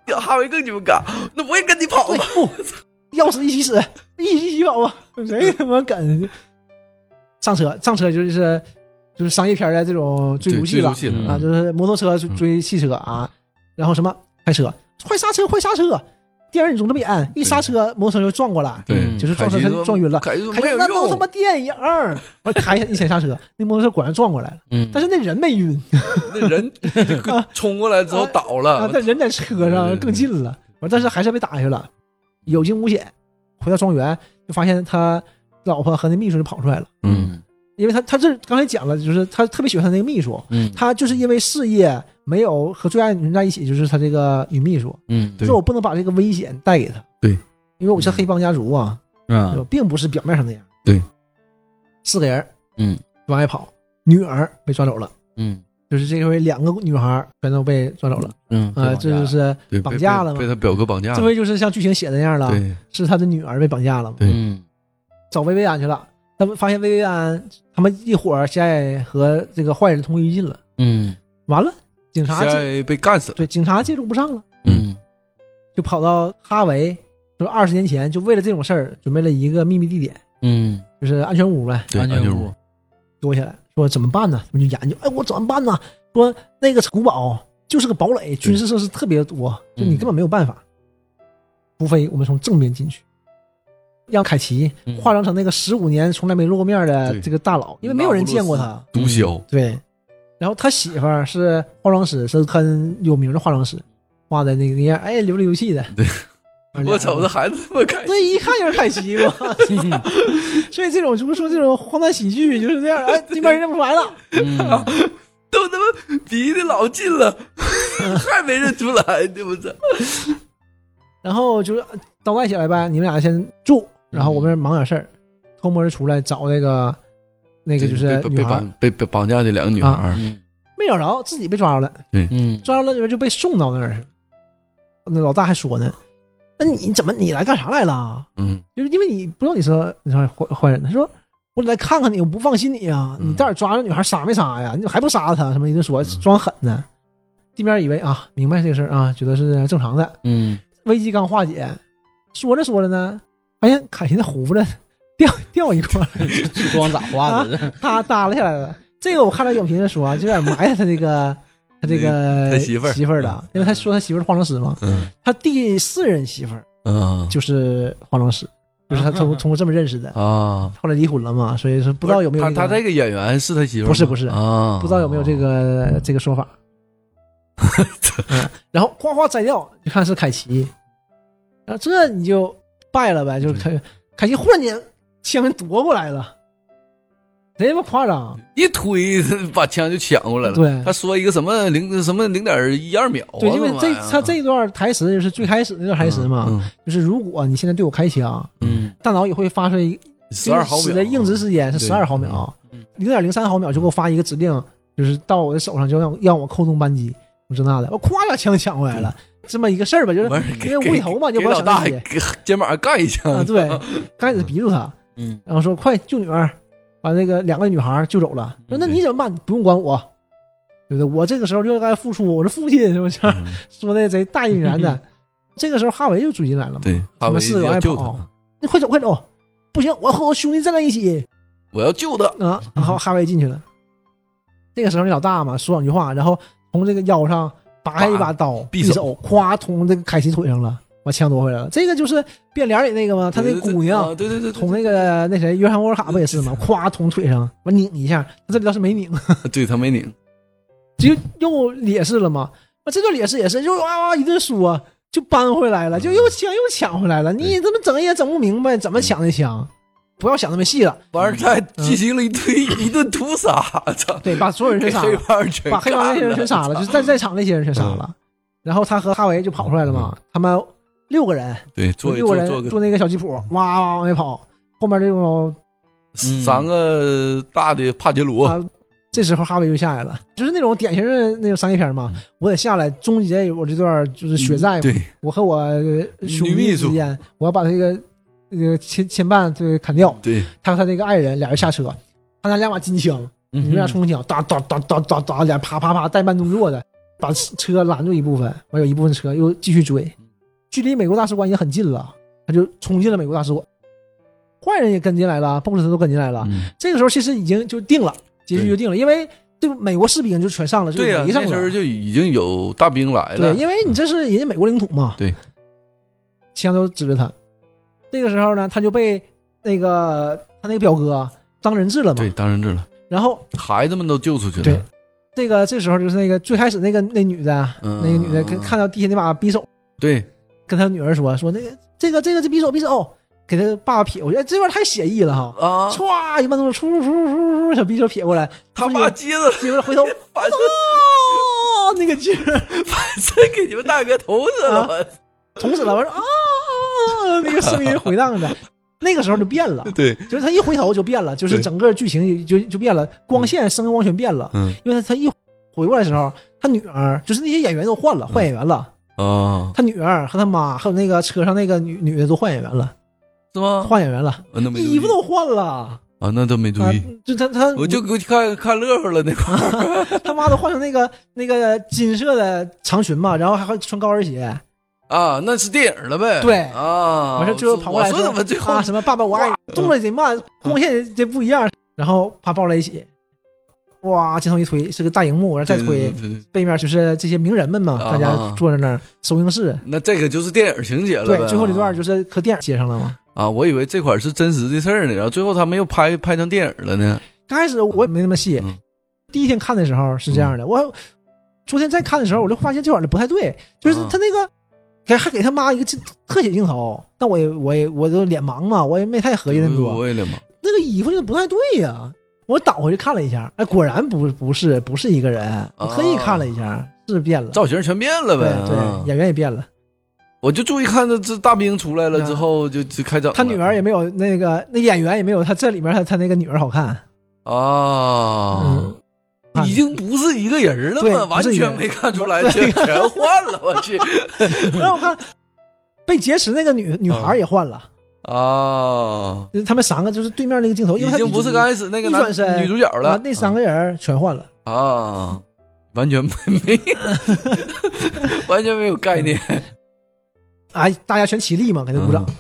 [SPEAKER 3] 这哈维更牛嘎，那我也跟你跑
[SPEAKER 1] 对
[SPEAKER 3] 吧，
[SPEAKER 1] 哦不，要死一起死，一起一起跑吧， 谁他妈敢上车？上车就是就是商业片的这种追逐戏了
[SPEAKER 3] 戏嗯
[SPEAKER 2] 嗯
[SPEAKER 1] 啊，就是摩托车追追汽车啊，然后什么开车，快刹车，快刹车！电影你总这么演，一刹车摩托车就撞过来，
[SPEAKER 3] 对，
[SPEAKER 1] 就是撞车
[SPEAKER 3] 嗯凯西说
[SPEAKER 1] 撞晕了
[SPEAKER 3] 凯西说
[SPEAKER 1] 还
[SPEAKER 3] 没有
[SPEAKER 1] 那都他妈
[SPEAKER 3] 用，
[SPEAKER 1] 电影儿，我咔一下一踩刹车，那摩托车果然撞过来了，
[SPEAKER 2] 嗯，
[SPEAKER 1] 但是那人没晕
[SPEAKER 3] 那人 就冲过来之后倒
[SPEAKER 1] 啊
[SPEAKER 3] 了，，
[SPEAKER 1] 但人在车上更近了，完但是还是被打下去了，有惊无险。回到庄园就发现他老婆和那秘书就跑出来了，
[SPEAKER 2] 嗯
[SPEAKER 1] 因为他他这刚才讲了，就是他特别喜欢他那个秘书，
[SPEAKER 2] 嗯
[SPEAKER 1] 他就是因为事业没有和最爱的女人在一起，就是他这个女秘书，
[SPEAKER 2] 嗯
[SPEAKER 1] 就是我不能把这个危险带给他。
[SPEAKER 3] 对，
[SPEAKER 1] 因为我是黑帮家族啊，对
[SPEAKER 2] 嗯
[SPEAKER 1] 吧并不是表面上那样。
[SPEAKER 3] 对，
[SPEAKER 1] 四个人
[SPEAKER 2] 嗯
[SPEAKER 1] 往外跑，女儿被抓走了，
[SPEAKER 2] 嗯
[SPEAKER 1] 就是这回两个女孩全都被抓走了。
[SPEAKER 2] 嗯
[SPEAKER 1] 啊、这就是
[SPEAKER 3] 对
[SPEAKER 1] 绑架了吗
[SPEAKER 3] 被被他表哥绑架
[SPEAKER 1] 这
[SPEAKER 3] 了，
[SPEAKER 1] 回就是像剧情写的那样了，
[SPEAKER 3] 啊对，
[SPEAKER 1] 是他的女儿被绑架了嘛，
[SPEAKER 3] 对
[SPEAKER 2] 嗯
[SPEAKER 1] 找薇薇安去了。他们发现薇薇安他们一伙儿现在和这个坏人同归于尽了，
[SPEAKER 2] 嗯
[SPEAKER 1] 完了，警察
[SPEAKER 3] 现
[SPEAKER 1] 介
[SPEAKER 3] 在被干死了，
[SPEAKER 1] 对警察介入不上了。
[SPEAKER 2] 嗯
[SPEAKER 1] 就跑到哈维，就是二十年前就为了这种事儿准备了一个秘密地点，
[SPEAKER 2] 嗯，
[SPEAKER 1] 就是安全屋呗，
[SPEAKER 3] 对，
[SPEAKER 2] 安
[SPEAKER 3] 全
[SPEAKER 2] 全
[SPEAKER 3] 屋，，
[SPEAKER 1] 躲起来，说怎么办呢？他们就研究，哎，我怎么办呢？说那个古堡就是个堡垒，军事设施特别多，就你
[SPEAKER 2] 嗯
[SPEAKER 1] 根本没有办法，
[SPEAKER 3] 嗯
[SPEAKER 1] 除非我们从正面进去。让凯奇
[SPEAKER 2] 嗯
[SPEAKER 1] 化妆成那个十五年从来没露过面的
[SPEAKER 3] 对
[SPEAKER 1] 这个大佬，因为没有人见过他。
[SPEAKER 3] 毒
[SPEAKER 2] 嗯
[SPEAKER 3] 枭，
[SPEAKER 1] 对，然后他媳妇儿是化妆师，是很有名的化妆师，画的那个样，哎，流里流气的。
[SPEAKER 3] 对
[SPEAKER 1] 啊，
[SPEAKER 3] 我瞅这
[SPEAKER 1] 俩
[SPEAKER 3] 孩子这么开心，
[SPEAKER 1] 对，一看就是凯奇嘛。 所以这种就是说这种荒诞喜剧就是这样，哎，这帮人认不出来了，
[SPEAKER 3] 都他妈离得老近了，还没认出来，对不对？
[SPEAKER 1] 然后就是招待起来呗，你们俩先住，
[SPEAKER 3] 嗯
[SPEAKER 1] 然后我们忙点事儿，偷摸的出来找那个那个就是
[SPEAKER 3] 被
[SPEAKER 1] 女
[SPEAKER 3] 被
[SPEAKER 1] 孩儿，啊
[SPEAKER 3] 绑被被绑架的两个女孩儿，
[SPEAKER 2] 嗯
[SPEAKER 1] 没找着，自己被抓着了，
[SPEAKER 2] 嗯
[SPEAKER 1] 抓着了就就被送到那儿去了。那老大还说呢，那你怎么你来干啥来了？
[SPEAKER 3] 嗯，
[SPEAKER 1] 就是因为你不知道你是你是坏坏人，他说我来看看你，我不放心你啊，
[SPEAKER 3] 嗯
[SPEAKER 1] 你到底抓着女孩杀没杀呀？你怎么还不杀啊她？什么一顿说装狠呢？地面以为啊明白这个事儿啊，觉得是正常的，
[SPEAKER 2] 嗯
[SPEAKER 1] 危机刚化解，说着说着呢，发现凯奇的胡子 掉掉一块儿，
[SPEAKER 2] 妆咋画的？
[SPEAKER 1] 耷耷拉下来了。这个我看到影评人说啊，就有点埋汰他这个他这个
[SPEAKER 3] 他媳妇儿
[SPEAKER 1] 媳妇儿了，因为他说他媳妇儿是化妆师嘛，
[SPEAKER 3] 嗯
[SPEAKER 1] 他第四任媳妇儿
[SPEAKER 3] 嗯
[SPEAKER 1] 就是化妆师，就是他通通过这么认识的。
[SPEAKER 3] 啊，
[SPEAKER 1] 后来离婚了嘛，所以说不知道有没有、
[SPEAKER 3] 他他这个演员是他媳妇儿吗
[SPEAKER 1] 不是不是
[SPEAKER 3] 啊，
[SPEAKER 1] 不知道有没有这
[SPEAKER 3] 哦
[SPEAKER 1] 个这个说 法。啊嗯，然后哗哗摘掉，就看是凯奇，然后这你就败了呗，就是开开心，忽然间枪人夺过来了，贼他妈夸张，
[SPEAKER 3] 一推 把枪就抢过来了。
[SPEAKER 1] 对
[SPEAKER 3] 他说一个什么零什么零点一二秒啊，
[SPEAKER 1] 对，因为这
[SPEAKER 3] 怎么呀
[SPEAKER 1] 他这一段台词就是最开始那段台词嘛，
[SPEAKER 3] 嗯，
[SPEAKER 1] 就是如果你现在对我开枪，
[SPEAKER 2] 嗯
[SPEAKER 1] 大脑也会发射一
[SPEAKER 3] 十二毫
[SPEAKER 1] 死
[SPEAKER 3] 秒
[SPEAKER 1] 的硬直时间嗯是
[SPEAKER 3] 对
[SPEAKER 1] 十二毫秒
[SPEAKER 2] 嗯嗯，
[SPEAKER 1] 零点零三毫秒就给我发一个指令，就是到我的手上就让让我扣动扳机，这那的，我咵一下枪抢过来了，这么一个事儿吧，就是
[SPEAKER 3] 完事儿给
[SPEAKER 1] 因为无厘头嘛，
[SPEAKER 3] 给
[SPEAKER 1] 就
[SPEAKER 3] 给
[SPEAKER 1] 不要想
[SPEAKER 3] 老大
[SPEAKER 1] 这些
[SPEAKER 3] 给 肩膀上盖一
[SPEAKER 1] 啊，
[SPEAKER 3] 枪，
[SPEAKER 1] 对，刚开始逼住他，
[SPEAKER 2] 嗯，
[SPEAKER 1] 然后说快救女儿，把那个两个女孩救走
[SPEAKER 3] 嗯
[SPEAKER 1] 了，说那你怎么办？不用管我，对不对？我这个时候就应该付出，我是父亲，是不是？
[SPEAKER 3] 嗯
[SPEAKER 1] 说的贼大义凛然 的，这个时候哈维就追进来了嘛，
[SPEAKER 3] 对，哈
[SPEAKER 1] 他
[SPEAKER 3] 维
[SPEAKER 1] 们四个
[SPEAKER 3] 要
[SPEAKER 1] 爱
[SPEAKER 3] 救
[SPEAKER 1] 跑
[SPEAKER 3] 他，
[SPEAKER 1] 你快走快走，不行，我要和我兄弟站在一起，
[SPEAKER 3] 我要救他，
[SPEAKER 1] 啊，然后哈维进去了。这个时候，那老大嘛说两句话，然后从这个腰上拔下一把刀，
[SPEAKER 3] 匕
[SPEAKER 1] 匕
[SPEAKER 3] 首
[SPEAKER 1] 首，咵捅这个凯奇腿上了，把枪夺回来了。这个就是变脸里那个嘛，他那
[SPEAKER 3] 对
[SPEAKER 1] 姑娘，
[SPEAKER 3] 对对对对
[SPEAKER 1] 捅那个那谁约翰沃尔卡不也是吗？咵捅腿上，完拧一下，他这里倒是没拧，
[SPEAKER 3] 对，对他没拧，
[SPEAKER 1] 就又劣势了嘛。那这就劣势也是，就哇哇一顿说，就扳回来了，就
[SPEAKER 3] 嗯
[SPEAKER 1] 又枪又抢回来了。你怎么整也整不明白，怎么抢的枪？不要想那么细了，
[SPEAKER 3] 完事儿他进行了一堆一顿 屠杀，操，
[SPEAKER 1] 嗯对，把 所有人
[SPEAKER 3] 给
[SPEAKER 1] 全杀
[SPEAKER 3] 黑
[SPEAKER 1] 了。
[SPEAKER 3] 帮全
[SPEAKER 1] 把黑帮那些人全杀了，就是在在场那些人全杀了。
[SPEAKER 3] 嗯
[SPEAKER 1] 然后他和哈维就跑出来了嘛，他们六个人，
[SPEAKER 3] 对，嗯坐一
[SPEAKER 1] 六个
[SPEAKER 3] 坐
[SPEAKER 1] 人
[SPEAKER 3] 坐个
[SPEAKER 1] 坐那个小吉普，哇哇哇往外跑。后面这种，
[SPEAKER 2] 嗯
[SPEAKER 3] 三个大的帕杰罗，
[SPEAKER 1] 啊这时候哈维就下来了，就是那种典型的那种商业片嘛。我得下来终结我这段就是血债，
[SPEAKER 3] 嗯对，
[SPEAKER 1] 我和我兄
[SPEAKER 3] 女秘
[SPEAKER 1] 弟
[SPEAKER 3] 书
[SPEAKER 1] 之间，我要把这个这个牵牵绊对砍掉。
[SPEAKER 3] 对，
[SPEAKER 1] 他和他那个爱人俩人下车，他拿两把金枪，你们俩冲枪，哒哒哒哒哒哒，俩啪啪啪带慢动作的，把车拦住一部分，完有一部分车又继续追，距离美国大使馆已经很近了，他就冲进了美国大使馆，坏人也跟进来了，BOSS 都跟进来了，
[SPEAKER 3] 嗯
[SPEAKER 1] 这个时候其实已经就定了，结局就定了，因为这美国士兵就全上了，就
[SPEAKER 3] 对呀，啊
[SPEAKER 1] 围上
[SPEAKER 3] 那时候
[SPEAKER 1] 了，
[SPEAKER 3] 就已经有大兵来
[SPEAKER 1] 对，
[SPEAKER 3] 了，
[SPEAKER 1] 因为你这是人家美国领土嘛，
[SPEAKER 3] 对，
[SPEAKER 1] 枪都指着他，这个时候呢，他就被那个他那个表哥当人质了嘛
[SPEAKER 3] 对，，当人质了，
[SPEAKER 1] 然后
[SPEAKER 3] 孩子们都救出去
[SPEAKER 1] 对
[SPEAKER 3] 了，，
[SPEAKER 1] 这个这时候就是那个最开始那个那女的，啊
[SPEAKER 3] 嗯
[SPEAKER 1] 那个女的跟看到地下那把匕首，
[SPEAKER 3] 对，
[SPEAKER 1] 跟她女儿说说那个这个这个这匕首匕首，给她爸爸撇过去，哎，这边太写意了哈，
[SPEAKER 3] 啊，
[SPEAKER 1] 歘一慢动作，出出出出出，小匕首撇过来，
[SPEAKER 3] 他
[SPEAKER 1] 出
[SPEAKER 3] 爸
[SPEAKER 1] 去
[SPEAKER 3] 接着
[SPEAKER 1] 接过来回 头，
[SPEAKER 3] 反正
[SPEAKER 1] 哦，那个劲儿
[SPEAKER 3] 反正给你们大哥头上
[SPEAKER 1] 啊
[SPEAKER 3] 了，我操
[SPEAKER 1] 捅死了，我说啊，那个声音回荡着，那个时候就变了，
[SPEAKER 3] 对，
[SPEAKER 1] 就是他一回头就变了，就是
[SPEAKER 3] 对
[SPEAKER 1] 整个剧情就就变了，光线声光全变了，
[SPEAKER 3] 嗯
[SPEAKER 1] 因为他他一回过来的时候，他女儿就是那些演员都换
[SPEAKER 3] 嗯
[SPEAKER 1] 了，换演员了。
[SPEAKER 3] 啊，
[SPEAKER 1] 他女儿和他妈，还有那个车上那个女女的都换演员了，
[SPEAKER 3] 是吗？
[SPEAKER 1] 换演员了，
[SPEAKER 3] 啊那没注意
[SPEAKER 1] 衣服都换了
[SPEAKER 3] 啊，那都没注
[SPEAKER 1] 啊嗯
[SPEAKER 3] 意。！
[SPEAKER 1] 就他他
[SPEAKER 3] 我就给看看乐呵了那块儿，
[SPEAKER 1] 他妈都换成那个那个金色的长裙嘛，然后还会穿高跟鞋，
[SPEAKER 3] 啊，那是电影了呗。
[SPEAKER 1] 对
[SPEAKER 3] 啊，
[SPEAKER 1] 完事最后跑过来
[SPEAKER 3] 我说怎么最后
[SPEAKER 1] 啊什么爸爸我爱你，动了贼慢，光线这不一样，然后啪抱在一起，哇，镜头一推是个大荧幕，然后再
[SPEAKER 3] 对
[SPEAKER 1] 推
[SPEAKER 3] 对对对
[SPEAKER 1] 背面就是这些名人们嘛，
[SPEAKER 3] 啊
[SPEAKER 1] 大家坐在那儿收映室，
[SPEAKER 3] 那这个就是电影情节了呗。啊
[SPEAKER 1] 对，最后这段
[SPEAKER 3] 就
[SPEAKER 1] 就是和电影接上了嘛。
[SPEAKER 3] 啊，我以为这块儿是真实的事儿呢，然后最后他们又拍拍成电影了呢。
[SPEAKER 1] 刚开始我也没那么细，
[SPEAKER 3] 嗯
[SPEAKER 1] 第一天看的时候是这样的，我昨天再看的时候，我就发现这玩意儿不太对，就是
[SPEAKER 3] 嗯
[SPEAKER 1] 他那个给、还给他妈一个这特写镜头，但我也我也我都脸盲嘛，我也没太合计那么
[SPEAKER 3] 嗯我
[SPEAKER 1] 多，
[SPEAKER 3] 我也脸盲。
[SPEAKER 1] 那个衣服就不太对呀、我倒回去看了一下，哎，果然不不是不是一个人，我特意看了一下，是变了，
[SPEAKER 3] 造型全变了
[SPEAKER 1] 对
[SPEAKER 3] 啊呗。
[SPEAKER 1] 对
[SPEAKER 3] 啊，
[SPEAKER 1] 演员也变了，
[SPEAKER 3] 我就注意看到这大兵出来了之后就就开整了。
[SPEAKER 1] 他女儿也没有那个那演员也没有他这里面他他那个女儿好看，
[SPEAKER 3] 啊
[SPEAKER 1] 嗯，
[SPEAKER 3] 已经不是一个人了
[SPEAKER 1] 对
[SPEAKER 3] 嘛，完
[SPEAKER 1] 不是一个
[SPEAKER 3] 全
[SPEAKER 1] 人
[SPEAKER 3] 没看 出来，全全换了，我去
[SPEAKER 1] 让我看被劫持那个女女
[SPEAKER 3] 嗯
[SPEAKER 1] 孩也换了。
[SPEAKER 3] 啊，
[SPEAKER 1] 就是他们三个就是对面那个镜头，因
[SPEAKER 3] 已
[SPEAKER 1] 为他
[SPEAKER 3] 经不是刚开始那个
[SPEAKER 1] 一
[SPEAKER 3] 男
[SPEAKER 1] 转身
[SPEAKER 3] 女主角了
[SPEAKER 1] 啊，那三个人全换了。
[SPEAKER 3] 啊，完全没没， 完全没有概念。
[SPEAKER 1] 哎，大家全起立嘛，给他鼓掌。
[SPEAKER 3] 嗯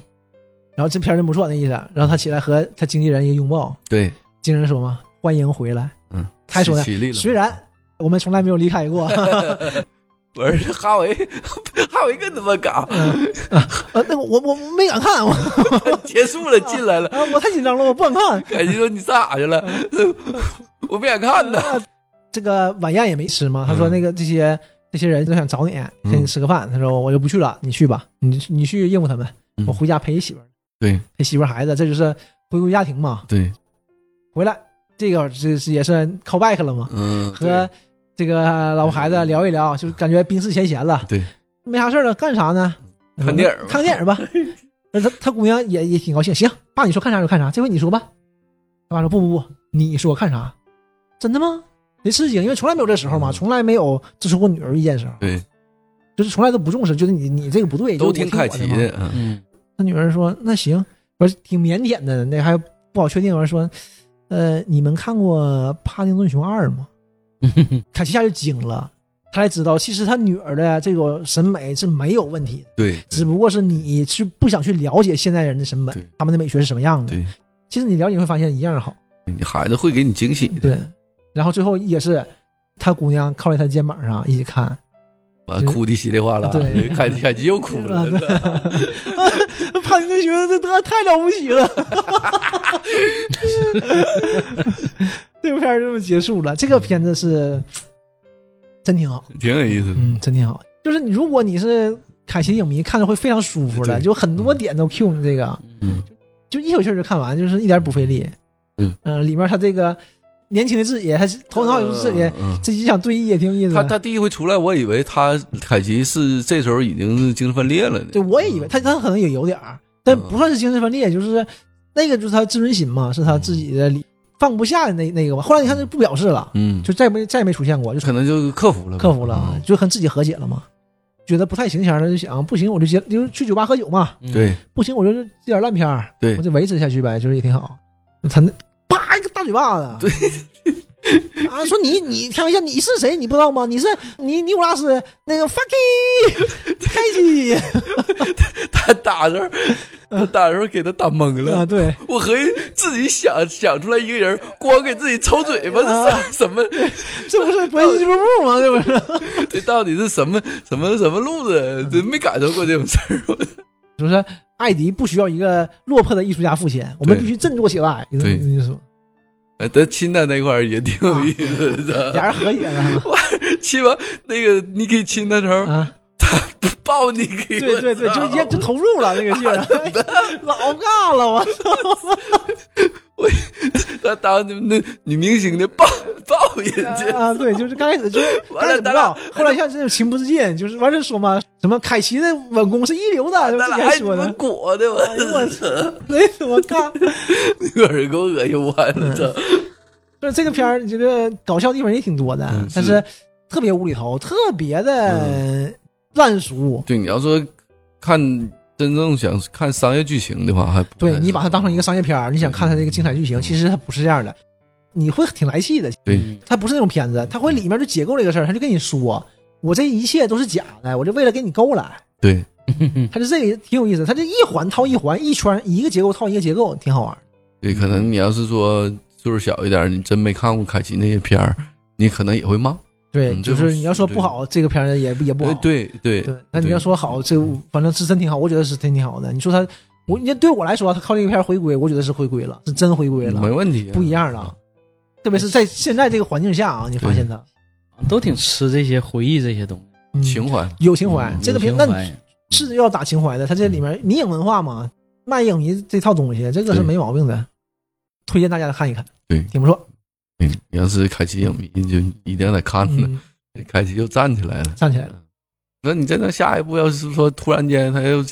[SPEAKER 1] 然后这片儿真不错，那意思。啊然后他起来和他经纪人一个拥抱，
[SPEAKER 3] 对，
[SPEAKER 1] 经纪人说嘛：“欢迎回来。
[SPEAKER 3] 嗯，
[SPEAKER 1] 太说了
[SPEAKER 3] 起起立”
[SPEAKER 1] 虽
[SPEAKER 3] 了。
[SPEAKER 1] 然我们从来没有离开 过，
[SPEAKER 3] 我是哈维， 哈维更他妈 嘎，
[SPEAKER 1] 呃，那个我我我没敢看， 我
[SPEAKER 3] 结束了，进来了。
[SPEAKER 1] 啊我太紧张了，我不敢看。
[SPEAKER 3] 凯西说：“你上哪去了？我不想看嗯呢。
[SPEAKER 1] 啊这个晚宴也没吃嘛，他说那个这
[SPEAKER 3] 嗯
[SPEAKER 1] 些这些人都想找你，请你吃个饭。他说我就不去了，你去吧，你你去应付他们。
[SPEAKER 3] 嗯
[SPEAKER 1] 我回家陪媳妇儿，
[SPEAKER 3] 对
[SPEAKER 1] 陪媳妇儿孩子，这就是回归家庭嘛。
[SPEAKER 3] 对，
[SPEAKER 1] 回来这个这是也算 call back 了嘛，
[SPEAKER 3] 嗯，
[SPEAKER 1] 和这个老婆孩子聊一聊，就感觉冰释前嫌了。
[SPEAKER 3] 对，
[SPEAKER 1] 没啥事儿了，干啥呢？
[SPEAKER 3] 看电影吧
[SPEAKER 1] 看电影 吧。那他他姑娘也也挺高兴，行，爸你说看啥就看啥，这回你说吧。他爸说不不不，你说看啥？真的吗？没事情，因为从来没有这时候嘛，
[SPEAKER 3] 嗯
[SPEAKER 1] 从来没有支持过女儿意见的时候，
[SPEAKER 3] 对，
[SPEAKER 1] 就是从来都不重视，觉得你你这个不对，
[SPEAKER 3] 对都
[SPEAKER 1] 就是我
[SPEAKER 3] 挺
[SPEAKER 1] 听我
[SPEAKER 3] 凯
[SPEAKER 1] 的
[SPEAKER 3] 奇
[SPEAKER 1] 嘛
[SPEAKER 3] 的，嗯
[SPEAKER 2] 嗯，
[SPEAKER 1] 他女儿说：“那行。”我说挺腼腆的，那还不好确定。我说：“呃，你们看过《帕丁顿熊二》吗？”凯奇一下就惊了，他才知道其实他女儿的这个审美是没有问题的，
[SPEAKER 3] 对
[SPEAKER 1] 只不过是你是不想去了解现代人的审美
[SPEAKER 3] 对，
[SPEAKER 1] 他们的美学是什么样的。
[SPEAKER 3] 对，
[SPEAKER 1] 其实你了解会发现一样好。
[SPEAKER 3] 你孩子会给你惊喜的，
[SPEAKER 1] 对，然后最后也是他姑娘靠在他肩膀上一起看，
[SPEAKER 3] 完哭的稀里哗啦，
[SPEAKER 1] 对
[SPEAKER 3] 凯奇凯奇又哭了，
[SPEAKER 1] 帕丁顿熊这他太了不起 了，这部片儿就这么结束了。这个片子是真挺好，
[SPEAKER 3] 挺有意思的，
[SPEAKER 1] 嗯，真挺好。就是你如果你是凯奇影迷，看着会非常舒服的，
[SPEAKER 3] 对
[SPEAKER 1] 就很多点都 Q 你这个，
[SPEAKER 3] 嗯，
[SPEAKER 1] 就一口气儿就看完，就是一点儿不费力。
[SPEAKER 3] 嗯
[SPEAKER 1] 呃里面他这个年轻的自己，还是头脑有自己，
[SPEAKER 3] 嗯。
[SPEAKER 1] 自己想对弈也挺有意思
[SPEAKER 3] 他
[SPEAKER 1] 的。
[SPEAKER 3] 他第一回出来，我以为他凯奇是这时候已经是精神分裂了呢。
[SPEAKER 1] 对，我也以
[SPEAKER 3] 嗯
[SPEAKER 1] 为他他可能也有点儿，但不算是精神分裂，就是那个就是他自尊心嘛，是他自己的理放不下的那那个嘛。后来你看他就不表示了，
[SPEAKER 3] 嗯，
[SPEAKER 1] 就再也没再也没出现过，就
[SPEAKER 3] 可能就克服了吧，
[SPEAKER 1] 克服了啊
[SPEAKER 3] 嗯，
[SPEAKER 1] 就和自己和解了嘛。觉得不太行前儿呢，就想不行我就接就去酒吧喝酒嘛，
[SPEAKER 2] 嗯，
[SPEAKER 3] 对
[SPEAKER 1] 不行我就接点烂片儿，
[SPEAKER 3] 对
[SPEAKER 1] 我就维持下去呗，就是也挺好。他那啪一个大嘴巴子，
[SPEAKER 3] 对，
[SPEAKER 1] 啊，说你你开玩笑，你是谁？你不知道吗？你是你尼古拉斯那个 fucky 开机
[SPEAKER 3] 他打的时 候，他打的时候给他打懵
[SPEAKER 1] 啊，
[SPEAKER 3] 了。
[SPEAKER 1] 对，
[SPEAKER 3] 我合计自己想想出来一个人，光给自己抽嘴巴，
[SPEAKER 1] 啊
[SPEAKER 3] 这 是什么？
[SPEAKER 1] 这不是国际俱乐部 吗？这不是？
[SPEAKER 3] 这到底是什么什么什么路子？真没感受过这种事儿。
[SPEAKER 1] 就是艾迪不需要一个落魄的艺术家付钱，我们
[SPEAKER 3] 对
[SPEAKER 1] 必须振作起来。你
[SPEAKER 3] 对
[SPEAKER 1] 你说，
[SPEAKER 3] 哎他亲他那块儿也挺有意思的，
[SPEAKER 1] 俩人和解 了
[SPEAKER 3] 亲完那个你给亲的时候，
[SPEAKER 1] 啊！
[SPEAKER 3] 抱你给
[SPEAKER 1] 对
[SPEAKER 3] 我
[SPEAKER 1] 对对，
[SPEAKER 3] 操
[SPEAKER 1] 就也就投入 了那个劲儿，哎老尬了我操！
[SPEAKER 3] 他当那女明星的抱抱人家，
[SPEAKER 1] 啊，对，就是刚开始就是刚
[SPEAKER 3] 完
[SPEAKER 1] 开
[SPEAKER 3] 了
[SPEAKER 1] 始不
[SPEAKER 3] 咱
[SPEAKER 1] 知
[SPEAKER 3] 俩
[SPEAKER 1] 道，后来像这种情不自禁，就是完事说嘛，什么凯奇的稳功是一流的，就
[SPEAKER 3] 咱
[SPEAKER 1] 之
[SPEAKER 3] 俩
[SPEAKER 1] 前
[SPEAKER 3] 还
[SPEAKER 1] 说的，
[SPEAKER 3] 裹的，
[SPEAKER 1] 哎
[SPEAKER 3] 我
[SPEAKER 1] 呦我操，那怎么尬？
[SPEAKER 3] 那会儿给我恶心完了，
[SPEAKER 1] 嗯
[SPEAKER 3] 操！
[SPEAKER 1] 就是这个片儿，你觉得搞笑地方也挺多的，
[SPEAKER 3] 嗯
[SPEAKER 1] 但
[SPEAKER 3] 是
[SPEAKER 1] 是
[SPEAKER 3] 嗯
[SPEAKER 1] 特别无厘头，特别的烂俗。
[SPEAKER 3] 对，你要说看真正想看商业剧情的话，还不
[SPEAKER 1] 对
[SPEAKER 3] 太
[SPEAKER 1] 你把它当成一个商业片儿，你想看它这个精彩剧情，其实它不是这样的，你会挺来气的。
[SPEAKER 3] 对
[SPEAKER 2] 嗯
[SPEAKER 1] 它不是那种片子，它会里面就解构这个事儿，它就跟你说，我这一切都是假的，我就为了给你勾来。
[SPEAKER 3] 对，
[SPEAKER 1] 它就这个挺有意思，它这一环套一环，一圈一个结构套一个结构，挺好玩儿。
[SPEAKER 3] 对，可能你要是说岁数小一点儿，你真没看过凯奇那些片儿，你可能也会骂。
[SPEAKER 1] 对，
[SPEAKER 3] 嗯
[SPEAKER 1] 就
[SPEAKER 3] 这种
[SPEAKER 1] 是你要说不好，这个片儿也也不好
[SPEAKER 3] 哎。对对
[SPEAKER 1] 对，那你要说好，这反正是真挺好，我觉得是真挺好的。你说他，我你对我来说，他靠这个片儿回归，我觉得是回归了，是真回归
[SPEAKER 3] 没
[SPEAKER 1] 了，
[SPEAKER 3] 问题啊、
[SPEAKER 1] 不一样了。特别是在现在这个环境下啊，你发现他
[SPEAKER 2] 都挺吃这些回忆这些东西。
[SPEAKER 1] 嗯
[SPEAKER 3] 啊情怀。
[SPEAKER 1] 有情怀，这个片
[SPEAKER 2] 嗯有情
[SPEAKER 1] 那
[SPEAKER 2] 怀嗯
[SPEAKER 1] 是要打情怀的。他这里面迷影文化嘛，卖影迷这套东西，这个是
[SPEAKER 3] 对
[SPEAKER 1] 没毛病的，推荐大家看一看，
[SPEAKER 3] 对
[SPEAKER 1] 挺不错。
[SPEAKER 3] 对你要是凯奇影迷，你就一定得
[SPEAKER 2] 啊
[SPEAKER 3] 看的。
[SPEAKER 1] 嗯，
[SPEAKER 3] 凯奇又站起来了。
[SPEAKER 1] 站起来了，
[SPEAKER 3] 那你真的下一步要是说突然间他又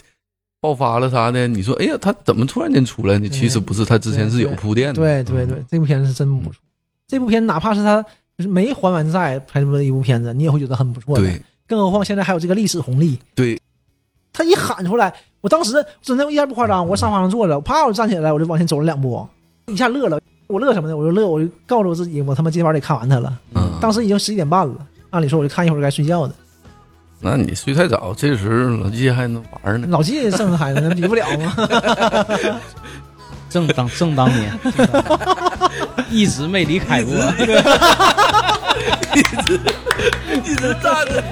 [SPEAKER 3] 爆发了啥的，你说哎呀，他怎么突然间出来呢？其实不是，他之前是有铺垫
[SPEAKER 2] 嗯
[SPEAKER 3] 的。
[SPEAKER 1] 对
[SPEAKER 3] 嗯
[SPEAKER 1] 对对，这部片子是真不错。这部片哪怕是他就是没还完债拍这么一部片子，你也会觉得很不错的。
[SPEAKER 3] 对
[SPEAKER 1] 更何况现在还有这个历史红利。
[SPEAKER 3] 对，
[SPEAKER 1] 他一喊出来，我当时真的，我一点不夸张，我沙发上坐着，啪，我站起来，我就往前走了两步，一下乐了。我乐什么呢？我就乐，我就告诉我自己，我他妈今晚得看完它了。
[SPEAKER 3] 嗯，
[SPEAKER 1] 当时已经十一点半了，按理说我就看一会儿该睡觉的。
[SPEAKER 3] 那你睡太早，这时候老季还能玩呢。
[SPEAKER 1] 老纪生的孩子，能比不了吗？
[SPEAKER 2] 正当正当年，正当年 一直没离开过。
[SPEAKER 3] 一直站着。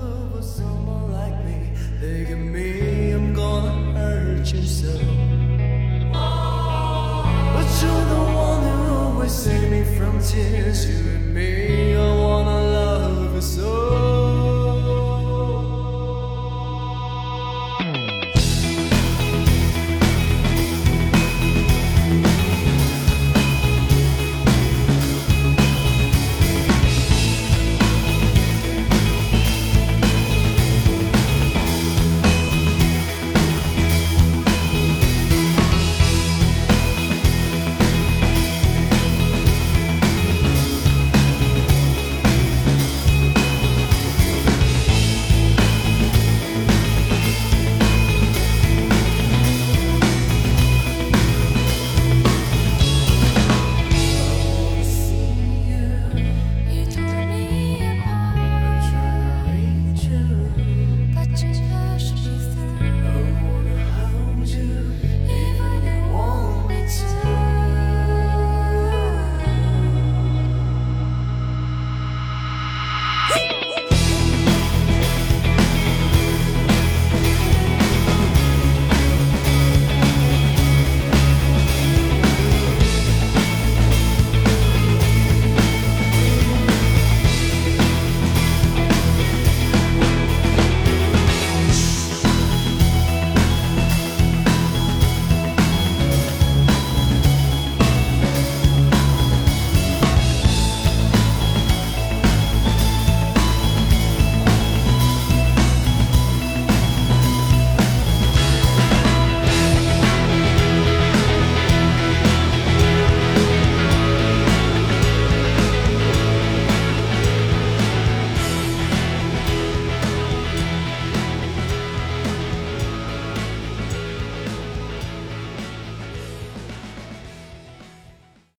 [SPEAKER 4] Full of someone like me, look at me, I'm gonna hurt you so. But you're the one who always saved me from tears. You and me, I wanna love you so.